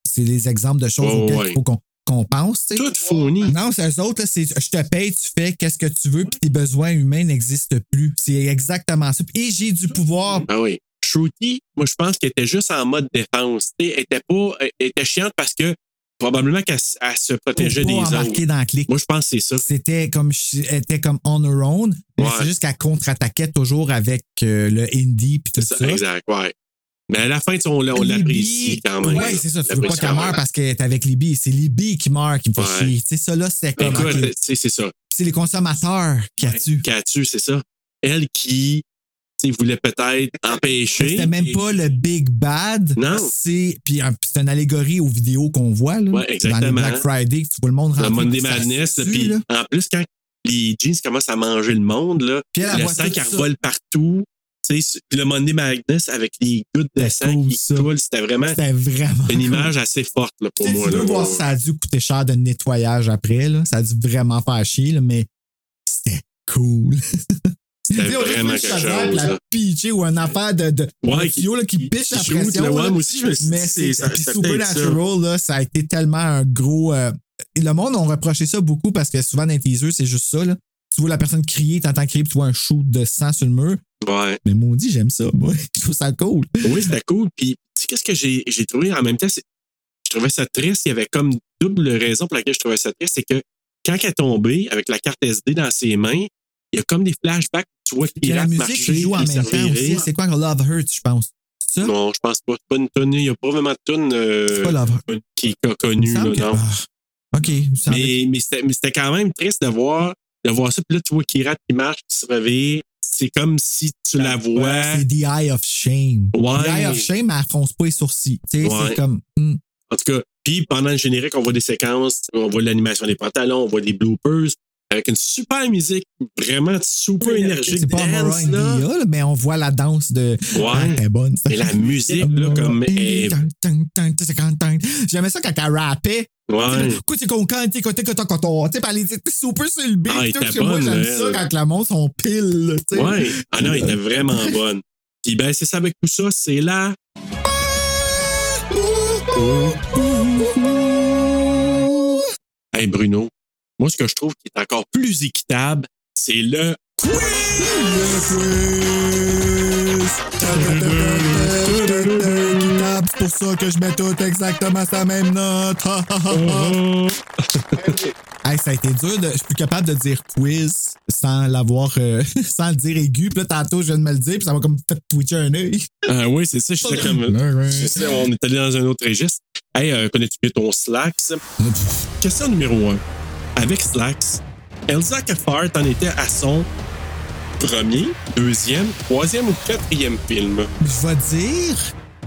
c'est des exemples de choses choses
Ouais,
auxquelles
Oh, ouais.
il faut qu'on qu'on pense. Toute
fournie.
Non, c'est eux autres, là, c'est je te paye, tu fais qu'est-ce que tu veux, puis tes besoins humains n'existent plus. C'est exactement ça. Et j'ai du pouvoir.
Ah oui. Shruti, moi, je pense qu'elle était juste en mode défense. Tu sais, elle était pas, elle était chiante parce que probablement qu'elle s- elle se protégeait
pour
des
pas embarquer
autres.
dans le clic.
Moi, je pense que c'est ça.
C'était comme, je- elle était comme on her own, mais
Ouais.
c'est juste qu'elle contre-attaquait toujours avec euh, le indie puis tout ça.
Ça, Exact, ouais. Mais à la fin, tu sais, on, l'a- on l'apprécie quand même.
Ouais,
là.
c'est ça. Tu
On
veux pas
l'apprécie
qu'elle
quand
meure
même.
parce qu'elle est avec Libby. C'est Libby qui meurt, qui me fait
Ouais.
chier. Tu sais, ça là, c'est comme.
Écoute,
ok.
tu sais, c'est ça.
C'est les consommateurs qui a tué.
Qu'elle tue, c'est ça. Elle qui, tu sais, voulait peut-être empêcher.
C'était même
Et-
pas le Big Bad.
Non.
C'est puis un- c'est une allégorie aux vidéos qu'on voit
Ouais,
là, dans le
exactement.
Black Friday que tu vois le monde
Le
rentrer,
Monday
puis Ah, ça
Madness, là,
tue,
puis
là.
en plus, quand les jeans commencent à manger le monde, là,
Puis elle, elle
le
voit
sang
tout
qui
Ah, ça.
revole partout, tu sais, su- puis le Monday Madness avec les gouttes de sang qui coulent, c'était vraiment
C'était vraiment
une
cool.
image assez forte là, pour
Tu sais,
moi.
tu veux
là.
voir, ça a dû coûter cher de nettoyage après là. ça a dû vraiment faire chier là, mais c'était cool.
C'était
Tu sais, on dirait
vraiment
une
quelque
chaudière,
chose.
la
là.
pitcher ou une affaire de, de,
Ouais,
de tuyau, là, qui, pitche la
shoot, là,
pression.
ouais,
là.
moi aussi, je me suis dit,
Mais
c'est-
c'est
ça-
puis
ça peut être ça.
Supernatural, là, ça a été tellement un gros. euh, et le monde, on reprochait ça beaucoup parce que souvent dans les teasers, c'est juste ça. Là. Tu vois la personne crier, t'entends crier, puis tu vois un shoot de sang sur le mur.
Ouais.
Mais maudit, j'aime ça. Moi, je trouve ça cool.
Oui, c'était cool. Puis, tu sais, qu'est-ce que j'ai j'ai trouvé en même temps? c'est- Je trouvais ça triste. Il y avait comme double raison pour laquelle je trouvais ça triste. C'est que quand elle est tombée avec la carte SD dans ses mains, il y a comme des flashbacks. Tu vois
Puis il y a la
Pirate
musique qui
marcher,
joue en
et ça
même
fait
temps aussi.
rire.
C'est quoi Love Hurts, je pense? C'est ça?
Non, je pense pas. C'est pas une tonne. Il y a pas vraiment de tonne euh,
C'est pas Love Hurts.
qui est connue,
Il me
là,
semble que-
non.
Ah, OK. il me semble-
Mais, mais c'était mais c'était quand même triste de voir, de voir ça. Puis là, tu vois Kirat qui marche, qui se réveille. C'est comme si tu la vois.
C'est The Eye of Shame.
Ouais.
The Eye of Shame, elle fronce pas les sourcils. Tu sais,
Ouais.
c'est comme. hmm.
En tout cas, puis pendant le générique, on voit des séquences, on voit l'animation des pantalons, on voit des bloopers, avec une super musique, vraiment super énergique.
C'est pas Amora
dance, là.
India, là, mais on voit la danse de.
Ouais.
Ah, elle est bonne, ça.
Et la musique, là, comme est-
J'aimais ça quand elle rappait.
Ouais.
Tu sais, quand elle dit côté, côté, côté, tu sais, puis elle dit super sur le beat.
Ah, elle
tout,
était
parce que moi,
bonne,
j'aime
elle.
ça quand la montre sont pile. là, tu sais.
Ouais. Ah non, elle était vraiment bonne. Puis ben, c'est ça avec tout ça, c'est là. Hey Bruno, moi, ce que je trouve qui est encore plus équitable, c'est le
Équitable, C'est pour ça que je mets tout exactement sa même note. Ha, ha, ha, ha. Hey, ça a été dur. de- Je suis plus capable de dire quiz sans l'avoir, euh, sans le dire aigu. Puis là, tantôt, je viens de me le dire, puis ça m'a comme fait twitcher un œil.
Ah oui, c'est ça, je sais comme. je sais, on est allé dans un autre registre. Hey, euh, connais-tu mieux ton Slacks? Question numéro 1. Avec Slacks, Elsa Caffard en était à son premier, deuxième, troisième ou quatrième film.
Je vais dire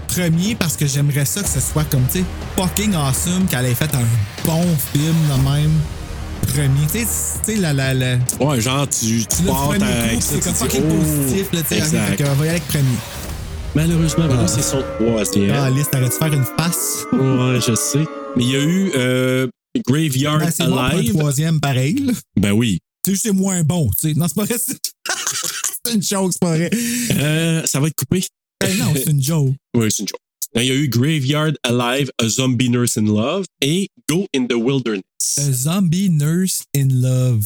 premier parce que j'aimerais ça que ce soit comme, tu sais, fucking awesome qu'elle ait fait un bon film de même. Premier. Tu sais, tu sais, la. la, la
Ouais, genre, tu, tu
le
pars
premier
avec
coup,
ça, tu
c'est comme
dis,
fucking
oh,
positif, là, tu sais. ok,
exact.
fait que On va y aller avec premier.
Malheureusement, Bruno, c'est son troisième.
Ah, Alice, t'aurais dû faire une face.
Ah. Ouais, je sais. Mais il y a eu euh, Graveyard
Ben, c'est moi pour un
Alive.
troisième pareil. là.
ben oui.
Tu sais, c'est moins bon, tu sais. Non, c'est pas vrai. C'est c'est une joke, c'est pas vrai.
Euh, ça va être coupé.
Ben non, c'est une joke.
Oui, c'est une joke. Là, Il y a eu Graveyard Alive, A Zombie Nurse in Love et Go in the Wilderness,
A Euh, zombie nurse in love.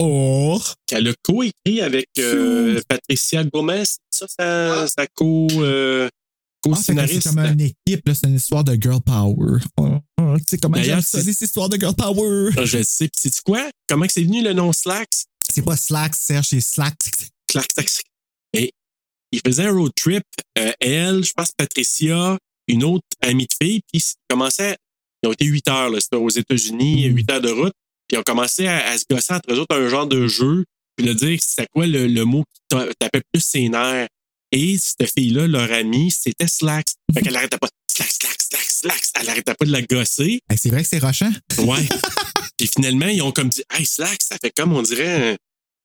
Ah, Or,
qu'elle a coécrit avec euh, Patricia Gomez. Ça, ça, ça co, euh,
Ah, fait que c'est
co-scénariste.
comme une équipe, là, c'est une histoire de girl power. Oh, oh, tu sais comment
D'ailleurs,
j'aime ça,
c'est-
des histoires de girl power.
Ah, je le sais. Puis, sais-tu quoi? Comment que c'est venu le nom Slacks?
C'est pas Slack, Serge, c'est Slack.
Clac, clac, clac. Et il faisait un road trip. euh, elle, je pense Patricia, une autre amie de fille, puis ils commençaient, ils ont été 8 heures, là, c'était aux États-Unis, 8 heures de route, puis ils ont commencé à, à se gosser entre eux autres un genre de jeu, puis de dire c'était quoi le, le mot qui ta- tapait plus ses nerfs. Et cette fille-là, leur amie, c'était Slax. Fait qu'elle arrêtait pas, Slax, Slax, Slax, Slax. Elle arrêtait pas de la gosser.
Hey, c'est vrai que c'est rochant.
Ouais. puis finalement, ils ont comme dit, hey, Slack, ça fait comme, on dirait, un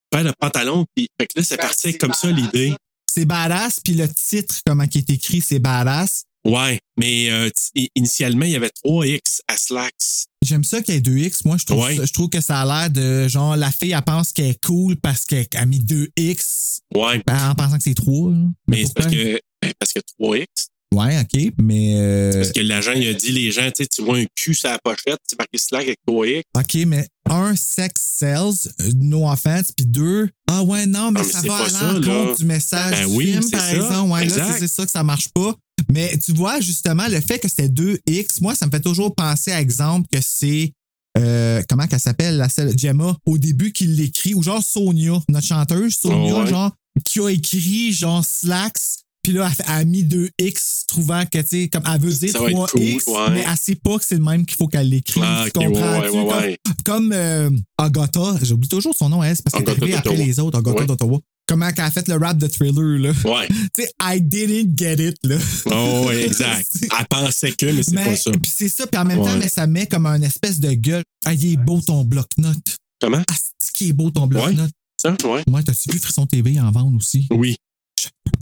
paire de pantalons. Puis fait que là, c'est parti comme ça, l'idée.
C'est badass, puis le titre, comment qui est écrit, c'est badass.
Ouais, mais euh, t- initialement, il y avait 3X à Slacks.
J'aime ça qu'il y ait 2X. Moi, je trouve,
Ouais.
ça- je trouve que ça a l'air de genre, la fille, elle pense qu'elle est cool parce qu'elle a mis 2X
Ouais,
ben, en pensant que c'est 3.
mais c'est parce que, ben, parce que 3X,
Ouais, OK, mais. euh,
parce que l'agent, il a dit, les gens, tu sais, tu vois un cul sur la pochette, c'est marqué Slack avec 3X.
OK, mais un, sex sells, euh, no offense, puis deux, ah ouais, non, mais
Ah, mais
ça
c'est
va
pas
à
ça, là.
l'encontre du message
Ben
du
oui,
film,
c'est
par
ça.
exemple. Ouais, là,
Exact.
c'est- c'est ça que ça marche pas. Mais tu vois, justement, le fait que c'était 2X, moi, ça me fait toujours penser, à exemple, que c'est. euh, comment qu'elle s'appelle, la celle Gemma, au début qu'il l'écrit, ou genre Sonia, notre chanteuse, Sonia,
Oh, ouais.
genre, qui a écrit, genre, Slacks, puis là, elle a mis 2X, trouvant que, tu sais, comme elle veut dire
Ça va être
3X,
cool, ouais.
mais elle sait pas que c'est le même qu'il faut qu'elle l'écrit.
Ah,
tu
ok, ouais,
comprends?
ouais, ouais, ouais.
Comme euh, Agatha, j'oublie toujours son nom, elle, c'est parce qu'elle est
Agatha
arrivée après
d'Ottawa.
les autres, Agatha
Ouais.
d'Ottawa. Comment qu'elle a fait le rap de thriller, là?
Ouais.
tu sais, I didn't get it, là.
Oh, ouais, exact. Elle pensait que, mais c'est
Mais-
pas ça.
Puis c'est ça, puis en même temps,
Ouais.
mais ça met comme un espèce de gueule. Ah, il est beau ton bloc-notes.
Comment?
Ah, c'est qui est beau ton bloc-notes.
Ça, ouais.
Moi, t'as-tu vu Frisson TV en vendre aussi?
Oui.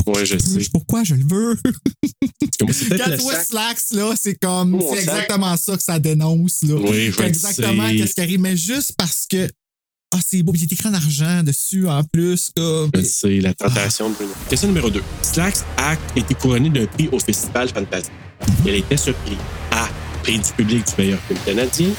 Ouais, je
Je
sais.
sais Pourquoi je le veux?
Parce que moi, c'est peut-être
Quand
le
tu vois
sac.
Slacks, là, c'est comme,
Oh, on
c'est
sac.
exactement ça que ça dénonce, là.
Oui, je
C'est
le
exactement
sais.
ce qui arrive, mais juste parce que, ah, c'est beau, puis il est écrit en argent dessus, en plus, comme.
Je sais, la tentation de Bruno. Question numéro 2. Slax Act a été couronné d'un prix au Festival Fantasy. Quel était ce prix? A. Prix du public du meilleur film canadien.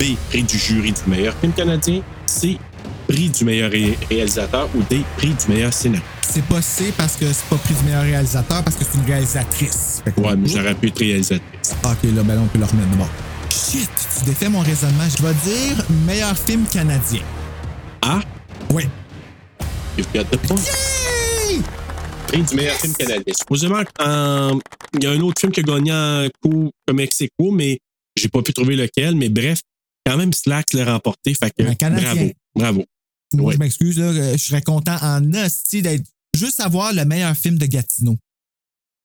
B. Prix du jury du meilleur film canadien. C. Prix du meilleur ré- réalisateur. Ou D. Prix du meilleur scénario.
C'est pas C parce que c'est pas pris du meilleur réalisateur, parce que c'est une réalisatrice. Fait que-
Ouais, mais j'aurais pu être réalisatrice.
Ah, Ok, là, ben là, on peut le remettre de bord. Shit, tu défais mon raisonnement. Je vais dire meilleur film canadien.
A.
Ouais.
You've got the point. Prix du meilleur film canadien. Supposément, en- il y a un autre film qui a gagné en coup comme ex aequo, mais j'ai pas pu trouver lequel. Mais bref, quand même, Slax l'a remporté. Fait que,
Un Canadien.
bravo. Bravo.
Moi,
Ouais.
je m'excuse, là, euh, je serais content en hostie d'être juste avoir le meilleur film de Gatineau.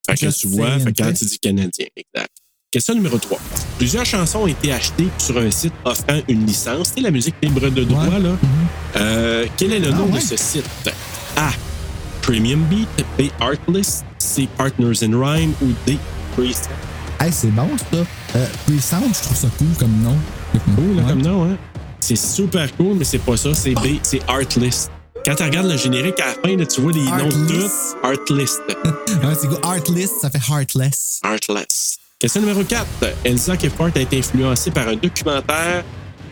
Fait que
Just
tu vois,
saying,
fait que quand
t'sais.
tu dis canadien, exact. Question numéro 3. Plusieurs chansons ont été achetées sur un site offrant une licence. C'est la musique libre de droit, là. Euh, quel est le
Mhm. Ah,
nom
ouais.
de ce site? A. Premium Beat. B. Artlist. C. Partners in Rhyme. Ou D. Freestyle.
Hey, c'est bon, ça. Euh, Pre-Sound, je trouve ça cool comme nom.
Cool, là, comme nom, hein? C'est super cool, mais c'est pas ça. C'est
Ah.
B. C'est Artlist. Quand tu regardes le générique à la fin, là, tu vois les noms de
Artlist.
tout. Artlist.
Ouais, c'est cool. Artlist, ça fait Heartless.
Heartless. Question numéro 4. Elsa Kefort a été influencée par un documentaire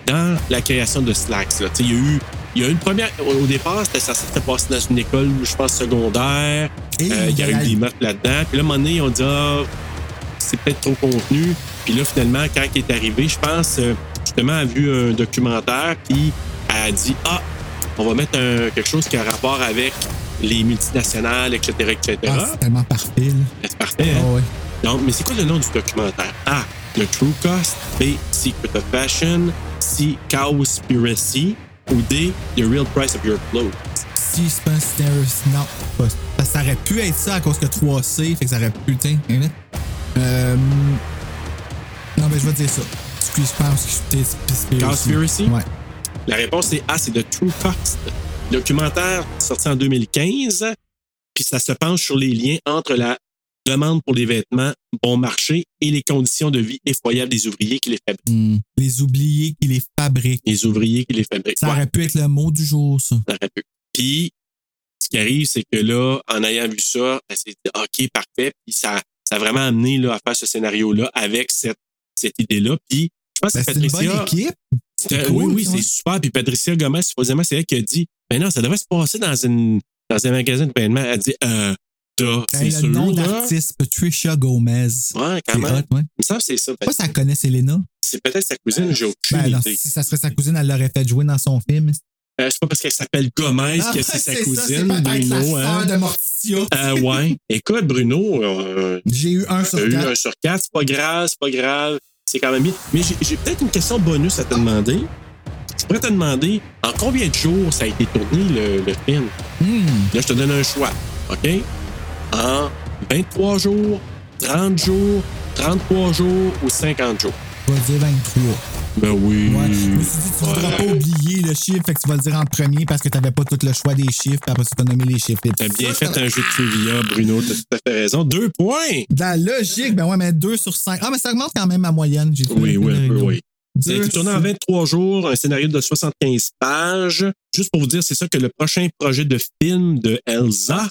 dans la création de Slacks. là. Tu sais, Il y a eu il y a eu une première. Au, au départ, c'était ça s'était passé dans une école, je pense, secondaire.
Et
Euh, il y a eu
la-
des meurtres là-dedans. Puis là, à un moment donné, on dit Ah, c'est peut-être trop contenu. Puis là, finalement, quand il est arrivé, je pense, euh, justement, elle a vu un documentaire, puis elle a dit Ah, on va mettre un- quelque chose qui a rapport avec les multinationales, etc., etc.
Ah, c'est tellement parfait, là.
C'est parfait, hein?
Ah ouais.
Donc, mais c'est quoi le nom du documentaire? A. The True Cost. B. Secret of Fashion. C. Cowspiracy. Ou D. The Real Price of Your Clothes.
Suspense Nervous. Non, pas. Parce que ça aurait pu être ça à cause que 3C, fait que ça aurait pu, tiens, hein, là. Euh. Non, mais je vais dire ça. Excuse, je pense que je suis
Cowspiracy?
Ouais.
La réponse est A. C'est The True Cost. Documentaire sorti en 2015. Puis ça se penche sur les liens entre la demande pour des vêtements bon marché et les conditions de vie effroyables des ouvriers qui les fabriquent.
Hmm. Les oubliés qui les fabriquent.
Les ouvriers qui les fabriquent.
Ça
Ouais.
aurait pu être le mot du jour, ça.
Ça aurait pu. Puis, ce qui arrive, c'est que là, en ayant vu ça, elle s'est dit OK, parfait. Puis ça, ça a vraiment amené là, à faire ce scénario-là avec cette, cette idée-là. Puis, je pense
Ben,
que
c'est une bonne
Patricia.
équipe.
Euh,
cool,
oui, oui,
ouais.
c'est super. Puis Patricia Gomez, supposément, c'est elle qui a dit Mais non, ça devrait se passer dans, une, dans un magasin de vêtements. Elle dit Euh, t'as, c'est
Hey,
sûr.
le nom
là.
d'artiste, Patricia Gomez.
Ouais, quand
C'est
même.
hot, ouais.
Il me semble que c'est ça.
Pourquoi ça connaît Selena?
C'est peut-être sa cousine, j'ai aucune
Ben, non,
idée.
si ça serait sa cousine, elle l'aurait fait jouer dans son film.
Euh, c'est pas parce qu'elle s'appelle Gomez
Ah,
que c'est sa
c'est ça, c'est
cousine,
peut-être la
Bruno. hein?
sœur de
Ah ouais. Écoute, Bruno, euh,
j'ai eu un
sur eu
quatre.
un sur quatre. C'est pas grave, c'est pas grave. C'est quand même bien. Mais j'ai- j'ai peut-être une question bonus à te demander. Je pourrais te demander en combien de jours ça a été tourné le, le film.
Hmm,
Là, je te donne un choix. OK? En 23 jours, 30 jours, 33 jours ou 50 jours.
Je vais dire 23.
Ben oui.
Ouais. Je me suis dit, tu voudras
Ouais.
pas oublier le chiffre, fait que tu vas le dire en premier parce que t'avais pas tout le choix des chiffres, puis après tu t'as nommé les chiffres.
T'as bien fait un jeu de trivia, Bruno. T'as tout à fait raison. Deux points!
De la logique, ben ouais, mais 2 sur 5. Ah, mais ça augmente quand même ma moyenne. J'ai
Oui, oui, un peu, oui. Ça a
Deux
été tourné en 23 jours, un scénario de 75 pages. Juste pour vous dire, c'est ça que le prochain projet de film de Elsa,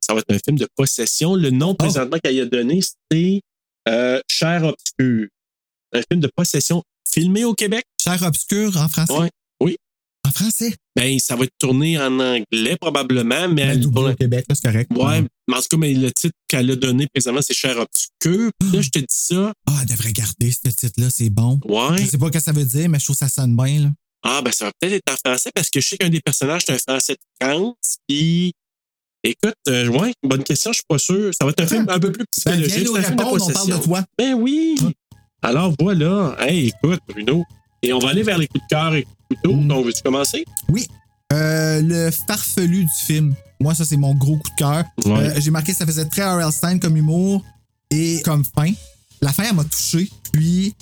ça va être un film de possession. Le nom présentement qu'elle a donné, c'est euh, Cher Obscur. Un film de possession filmé au Québec.
Cher Obscur en français?
Ouais. Oui.
En français?
Ben, ça va être tourné en anglais probablement, mais elle-
Doublé au Québec, là, c'est correct.
Ouais, mais en tout cas, mais le titre qu'elle a donné présentement, c'est Cher Obscur. Puis Là, je te dis ça.
Ah, elle devrait garder ce titre-là, c'est bon.
Ouais.
Je sais pas ce que ça veut dire, mais je trouve que ça sonne bien, là.
Ah, ben ça va peut-être être en français parce que je sais qu'un des personnages, c'est un français de France. Puis, écoute, euh, ouais, bonne question, je suis pas sûr. Ça va être un film un peu plus
Ben, viens
psychologique.
nous
c'est un film de
répondre, on parle
possession.
de toi.
Ben oui. Alors voilà. Hey, écoute, Bruno. Et on va aller vers les coups de cœur et coups de couteau.
Mm.
Donc, veux-tu commencer?
Oui. Euh, le farfelu du film. Moi, ça, c'est mon gros coup de cœur.
Ouais.
Euh, J'ai marqué que ça faisait très R.L. Stein comme humour et comme fin. La fin, elle m'a touché. Puis,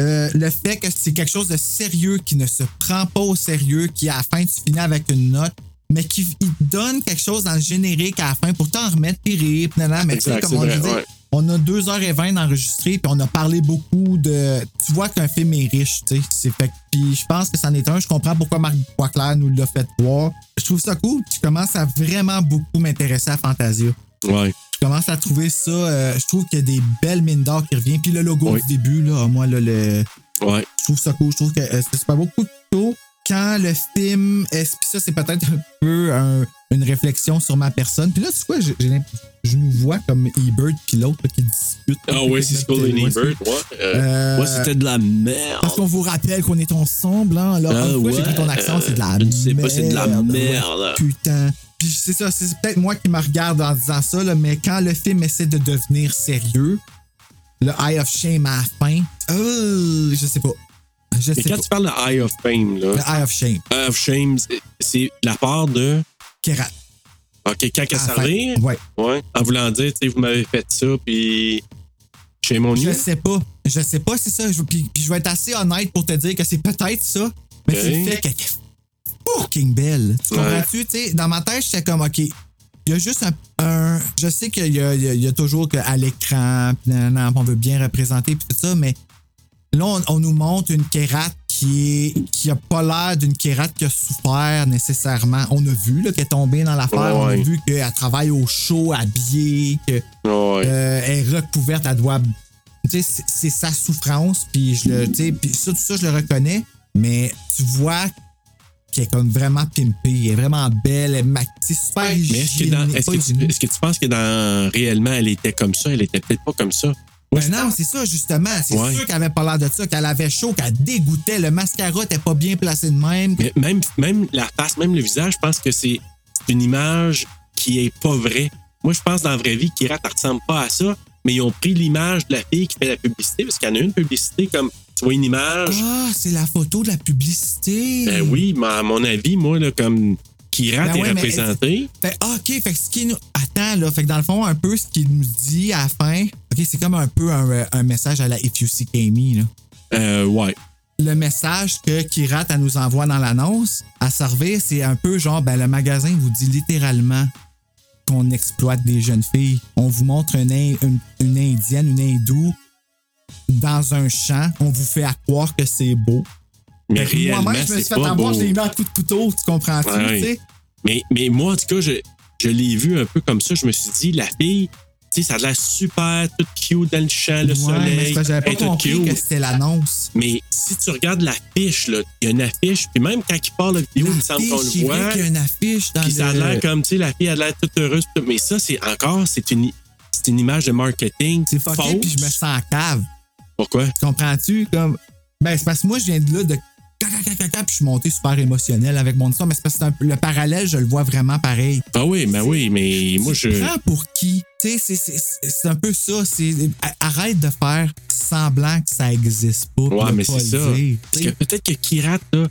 euh, le fait que c'est quelque chose de sérieux qui ne se prend pas au sérieux, qui à la fin, tu finis avec une note, mais qui il donne quelque chose dans le générique à la fin pour t'en remettre, puis rire, puis nanana. Mais tu sais,
Exact,
comme
c'est vrai,
on dit,
ouais.
on a 2h20 d'enregistré, puis on a parlé beaucoup de. Tu vois qu'un film est riche, tu sais. c'est fait- Puis je pense que c'en est un. Je comprends pourquoi Marc Boisclair nous l'a fait voir. Je trouve ça cool, puis je commence à vraiment beaucoup m'intéresser à Fantasia.
Ouais.
Je commence à trouver ça. euh, je trouve qu'il y a des belles mines d'or qui reviennent. Puis le logo du début, là, moi, là, le.
Ouais.
Je trouve ça cool. Je trouve que euh, c'est super beau. Coup de couteau, quand le film. est- Puis ça, c'est peut-être un peu un- une réflexion sur ma personne. Puis là, tu vois, j'ai- j'ai l'imp- je nous vois comme Ebert puis l'autre là, qui discute.
Ah ouais, c'est Skull and Ebert. Ouais, Euh,
Euh,
ouais, c'était de la merde.
Parce qu'on vous rappelle qu'on est ensemble, hein. Alors,
Ah
une fois, j'ai
ouais,
pris ton accent, c'est de la
euh,
merde.
je ne sais pas, c'est de la merde.
Putain. Puis c'est ça, c'est peut-être moi qui me regarde en disant ça, là, mais quand le film essaie de devenir sérieux, le Eye of Shame à la fin, euh, je sais pas. Je
Mais
sais Ben,
quand
pas.
tu parles de Eye of Fame, là.
Le Eye of Shame.
Eye of Shame, c'est- c'est la part de.
Kerat.
OK, quand elle s'en
fin.
rire.
Ouais.
Ouais. En voulant dire, tu sais, vous m'avez fait ça, puis. Chez mon
Je
nid.
sais pas. Je sais pas, c'est ça. Je- puis, puis je vais être assez honnête pour te dire que c'est peut-être ça, mais
Ok.
c'est le fait qu'elle est fucking belle. Tu
Ouais.
comprends-tu? Tu sais, Dans ma tête, j'étais comme, OK, il y a juste un. un- je sais qu'il y a, il y a- il y a toujours que à l'écran, puis nanana, on veut bien représenter, puis tout ça, mais là, on, on nous montre une kérate qui est qui a pas l'air d'une kérate qui a souffert nécessairement. On a vu là, qu'elle est tombée dans l'affaire, on a
Ouais.
vu qu'elle travaille au chaud, habillée, que.
Ouais.
Euh, elle est recouverte, elle doit. Tu sais, c'est- c'est sa souffrance, puis je le. Tu sais, puis ça, tout ça, je le reconnais, mais tu vois qu'elle est comme vraiment pimpée, elle est vraiment belle, elle est ma- c'est super
Mais est-ce que, dans-
hygiénique,
est-ce
pas
que tu,
hygiénique.
est-ce que tu penses que dans réellement elle était comme ça, elle était peut-être pas comme ça?
Ben non, c'est ça, justement. C'est
Ouais.
sûr qu'elle avait pas l'air de ça, qu'elle avait chaud, qu'elle dégoûtait, le mascara n'était pas bien placé de même.
Mais même, même la face, même le visage, je pense que c'est c'est une image qui est pas vraie. Moi, je pense dans la vraie vie, Kira ne ressemble pas à ça, mais ils ont pris l'image de la fille qui fait la publicité, parce qu'il y en a une publicité comme tu vois une image.
Ah, c'est la photo de la publicité.
Ben oui, mais à mon avis, moi, là, comme Kira
Ben
est
ouais, mais-
représentée.
Fait, ah, OK, fait que ce qui nous. Attends, là. Fait que dans le fond, un peu ce qu'il nous dit à la fin, OK, c'est comme un peu un, euh, un message à la If You See Amy, là.
Euh, ouais.
Le message que Kirat elle nous envoie dans l'annonce, à servir, c'est un peu genre, ben, le magasin vous dit littéralement qu'on exploite des jeunes filles. On vous montre une, in- une, une indienne, une hindoue dans un champ. On vous fait à croire que c'est beau.
Mais
Fait que
réellement,
Ben, moi-même, je me suis
c'est
fait
pas
avoir,
beau.
je l'ai mis en coup de couteau, tu comprends-tu?
Ouais,
tu
ouais.
sais?
Mais, mais moi, en tout cas, je, je l'ai vu un peu comme ça. Je me suis dit, la fille, tu sais, ça a l'air super, toute cute dans le champ, le
Ouais, mais c'est
soleil.
parce que j'avais
elle est
pas
toute
compris
cute.
que c'était l'annonce.
Mais si tu regardes l'affiche, là, il y a une affiche, puis même quand il part la vidéo, il me semble qu'on
L'affiche,
le
il y a
voit.
une affiche dans
Puis ça a
le-
l'air comme, tu sais, la fille a l'air toute heureuse. tout. Mais ça, c'est encore, c'est une, c'est une image de marketing. C'est
fucké, puis je me sens en cave.
Pourquoi?
Tu comprends-tu? Comme, ben, c'est parce que moi, je viens de là, de cac, cac, cac, cac, cac, puis je suis monté super émotionnel avec mon histoire, mais c'est parce que c'est un peu- le parallèle, je le vois vraiment pareil.
Ah oui, ben oui, mais moi, je.
Tu prends pour qui? Tu sais, c'est- c'est- c'est c'est un peu ça. c'est- Arrête de faire semblant que ça existe pas. puis
Ouais,
de
mais
pas
c'est ça.
le dire, tu
Parce
sais.
que peut-être que Kirat, là,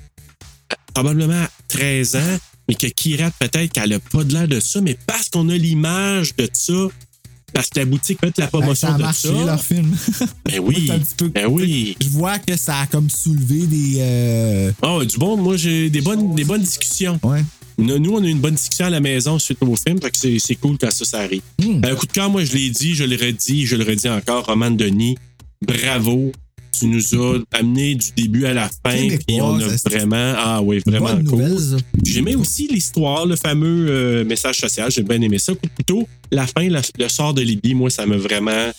a probablement 13 ans, mais que Kirat, peut-être qu'elle n'a pas de l'air de ça, mais parce qu'on a l'image de ça, parce que la boutique fait la promotion
Ben, ça a
de
marché,
ça.
leur film.
Ben oui.
C'est un petit peu-
Ben oui.
Je vois que ça a comme soulevé des. euh,
Oh, du bon, moi, j'ai des bonnes, des bonnes discussions.
Ouais.
Nous, on a eu une bonne discussion à la maison suite au film, fait que c'est- c'est cool quand ça, ça arrive.
Hmm.
Ben, Un coup de cœur, moi, je l'ai dit, je le redis, je le redis encore. Roman Denis, bravo. Tu nous as amené du début à la fin,
Québécois,
puis on a
ça, c'est-
vraiment. Ah oui, vraiment
Bonne
cool.
nouvelle, ça.
J'aimais aussi l'histoire, le fameux euh, message social. J'ai bien aimé ça. Plutôt, la fin, la- le sort de Libye, moi, ça m'a vraiment.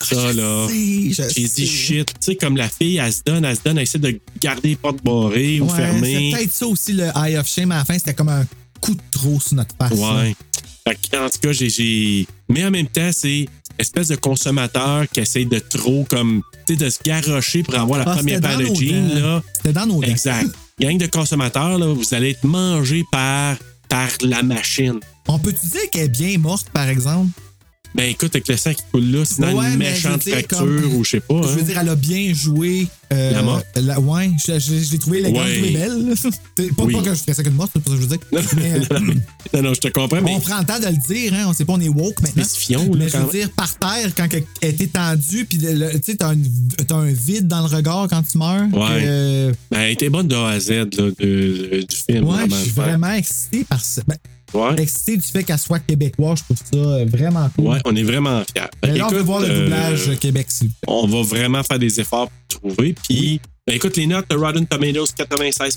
Ça, là.
sais, je
J'ai dit shit. Tu sais, comme la fille, elle se donne, elle se donne, elle essaie de garder les portes barrées ou
Ouais,
fermées.
euh, C'est peut-être ça aussi le Eye of Shame à la fin, c'était comme un coup de trop sur notre face.
Ouais. Fait que, en tout cas, j'ai- j'ai. Mais en même temps, c'est espèce de consommateur qui essaie de trop, comme, tu sais, de se garrocher pour avoir la
Ah,
première
c'était
paire
dans
de
nos
jeans,
dents.
là.
C'était dans nos dents.
Exact. Gang de consommateurs, là, vous allez être mangé par, par la machine.
On peut-tu dire qu'elle est bien morte, par exemple?
Ben écoute, avec le sang qui coule là, c'est dans
Ouais,
une
mais
méchante
je veux dire,
fracture
comme-
ou je sais pas.
Je veux
hein.
dire, elle a bien joué. euh,
La morte?
la- ouais, je, je- je l'ai trouvée élégante,
Ouais.
je l'ai belle. C'est pas,
Oui.
pas que je ferais ça qu'une morte, c'est pas ça que je veux dire. Mais, euh,
non, non, non, non, je te comprends, mais
on prend le temps de le dire, hein, on sait pas, on est woke maintenant.
spécifions, là,
mais je
quand
veux dire, par terre, quand elle est étendue, puis le- tu sais, t'as une- t'as un vide dans le regard quand tu meurs.
Ouais.
que, euh,
Ben, elle était bonne de A à Z là, de- de- du film.
ouais, je suis
faire.
vraiment excité par ça. Ben,
Ouais.
excité du fait qu'elle soit québécoise, je trouve ça euh, vraiment cool.
Ouais, on est vraiment fiers.
Mais
Fait
là, on veut
qu'écoute,
voir le
euh,
doublage Québec, s'il vous plaît.
on va vraiment faire des efforts pour trouver. Puis, ben, écoute, les notes de Rotten Tomatoes, 96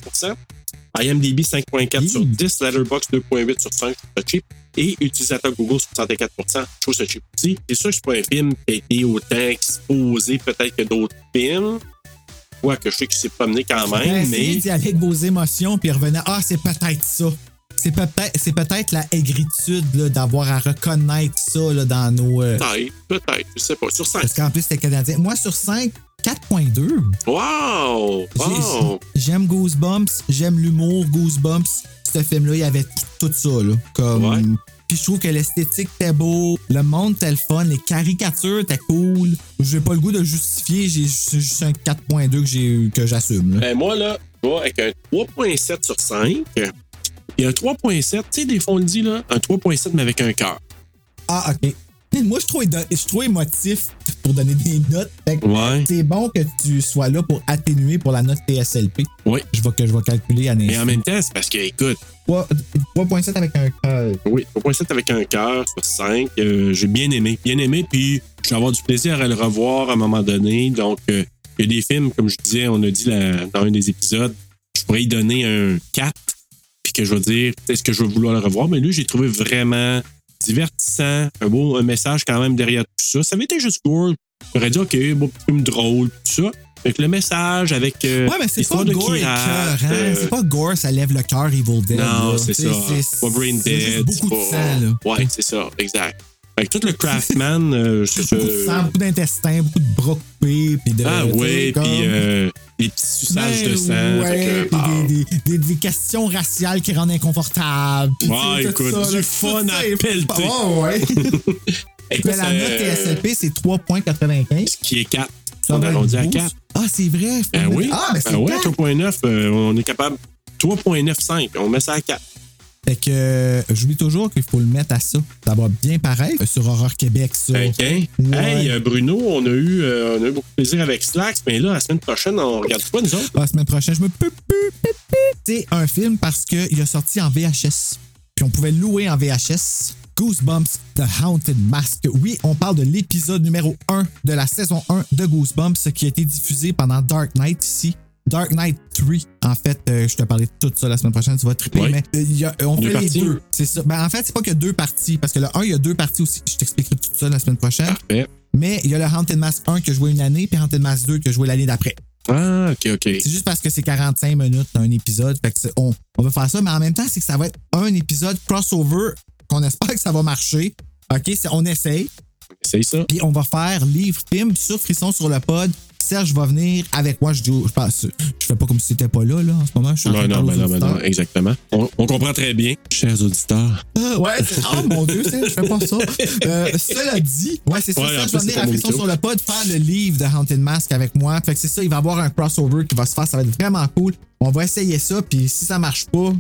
IMDb, 5.4 sur 10, Letterboxd, 2.8 sur 5, je trouve ça cheap. Et utilisateur Google, 64 je trouve ça cheap aussi. C'est sûr que c'est pas un film qui a été autant exposé peut-être que d'autres films. Ouais, que je sais qu'il s'est promené quand
Ben,
même,
essayez
mais
d'y aller avec vos émotions, puis revenez. Ah, c'est peut-être ça. C'est peut-être c'est peut-être la aigritude là, d'avoir à reconnaître ça là, dans nos. euh,
peut-être, peut-être, je sais pas, sur 5.
parce qu'en plus, c'était canadien. Moi, sur 5, 4.2.
Wow! Wow!
J'ai- J'aime Goosebumps, j'aime l'humour Goosebumps. Ce film-là, il y avait tout ça. Là, comme... Puis je trouve que l'esthétique était beau, le monde était le fun, les caricatures étaient cool. J'ai pas le goût de justifier, j'ai- c'est juste un 4.2 que j'ai- que j'assume. là.
Ben moi, là, je vais avec un 3.7 sur 5. Et un 3.7, tu sais, des fois, on le dit, là, un 3.7, mais avec un cœur.
Ah, ok. Puis Moi, je trouve, édo- je trouve émotif pour donner des notes. Fait que
Ouais.
C'est bon que tu sois là pour atténuer pour la note TSLP.
Oui.
Je vois que je vais calculer année.
Mais en même temps, c'est parce que, écoute,
3.7 avec un cœur.
oui, 3.7 avec un cœur sur 5, euh, j'ai bien aimé. Bien aimé, puis je vais avoir du plaisir à le revoir à un moment donné. Donc, euh, il y a des films, comme je disais, on a dit la- dans un des épisodes, je pourrais y donner un 4, puis que je vais dire, est-ce que je vais vouloir le revoir? Mais lui, j'ai trouvé vraiment divertissant, un beau un message quand même derrière tout ça. Ça avait été juste cool. J'aurais dit, OK, beau petit film drôle, tout ça. Fait que le message avec euh,
Ouais, mais c'est
l'histoire
pas
de
gore et cœur,
Kirat,
hein?
euh,
C'est pas gore, ça lève le cœur Evil Dead.
non,
là.
c'est
Tu
ça.
sais,
C'est pas Brain
c'est juste
Dead.
beaucoup de
c'est pas-
sang, là.
Ouais, c'est ça, exact. Fait que tout le Craftman, euh, c'est ça.
Beaucoup de sang, beaucoup d'intestin, beaucoup de bras coupés, puis de.
Ah
tu sais,
ouais,
comme- ben
puis euh, des petits suçages de sang. fait que,
Ouais, puis
bah,
des, des- des- des questions raciales qui rendent inconfortable. puis tu sais,
Ouais,
tout
écoute,
ça,
du
là,
fun
tout ça
à
est-
pelleter.
Ouais, ouais.
écoute,
Mais la
euh,
note TSLP, c'est 3.95.
Qui est 4.
Ça
On
va
a
être
arrondi à
beau,
4.
Ah, c'est vrai. je
Ben
peux-
oui.
Ah, mais c'est
ben ouais,
quatre.
3.9, euh, on est capable. 3.95, on met ça à 4.
Fait que euh, j'oublie toujours qu'il faut le mettre à ça. Ça va bien pareil sur Horror Québec, ça.
OK. Hey, euh, Bruno, on a, eu, euh, on a eu beaucoup de plaisir avec Slacks, mais là, la semaine prochaine, on regarde pas nous autres.
Ah, La semaine prochaine, je me peux plus. peux plus. C'est un film parce qu'il a sorti en VHS. Puis on pouvait louer en VHS. Goosebumps, The Haunted Mask. Oui, on parle de l'épisode numéro 1 de la saison 1 de Goosebumps qui a été diffusé pendant Dark Knight ici. Dark Knight 3, en fait, euh, je te parlais de tout ça la semaine prochaine, tu vas triper,
Ouais.
mais euh, il y a- on
Deux
fait les
parties.
deux. C'est ça. Ben, en fait, c'est pas qu'il y a deux parties, parce que le 1, il y a deux parties aussi. Je t'expliquerai tout ça la semaine prochaine.
Parfait.
Mais il y a le Haunted Mask 1 que je joué une année, puis Haunted Mask 2 que je joué l'année d'après.
Ah, OK, OK.
C'est juste parce que c'est 45 minutes d'un épisode. Fait que c'est- on, on va faire ça, mais en même temps, c'est que ça va être un épisode crossover qu'on espère que ça va marcher. OK, c'est- on essaye.
Essaye ça.
Puis on va faire livre-film sur Frisson sur le pod Serge va venir avec moi. Je dis, je pense, je fais pas comme si c'était pas là, là, en ce moment. Je suis en
Non,
train de
non,
parler
ben non,
aux
ben non,
auditeurs.
exactement. On, on comprend très bien, chers auditeurs.
Euh, ouais, c'est- oh mon Dieu, c'est- je fais pas ça. Euh, cela dit, ouais, c'est ça.
Ouais, en
Serge
plus,
va venir
c'est
à
ton
Fiction
micro.
sur le pod faire le livre de Haunted Mask avec moi. Fait que c'est ça, il va avoir un crossover qui va se faire. Ça va être vraiment cool. On va essayer ça, puis si ça marche pas,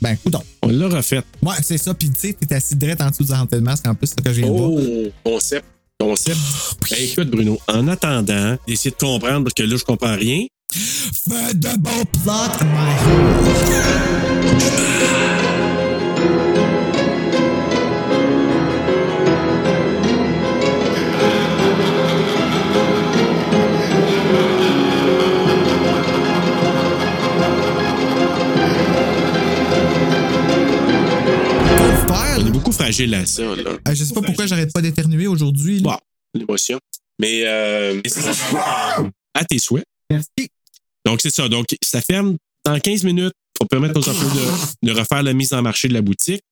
ben, coudon.
On l'aura fait.
Ouais, c'est ça. Puis tu sais, t'es assis direct en dessous du Haunted Mask en plus, c'est ça que j'ai
Oh, on sait. On sait. Ben, écoute, Bruno, en attendant d'essayer de comprendre, parce que là, je comprends rien,
Fais de bons plots,
on est beaucoup fragile à ça, là.
Euh, je sais pas pourquoi j'arrête pas d'éternuer aujourd'hui. là.
L'émotion. Mais, euh, à tes souhaits.
Merci.
Donc, c'est ça. Donc, ça ferme dans 15 minutes. On peut permettre aux employés de, de refaire la mise en marché de la boutique.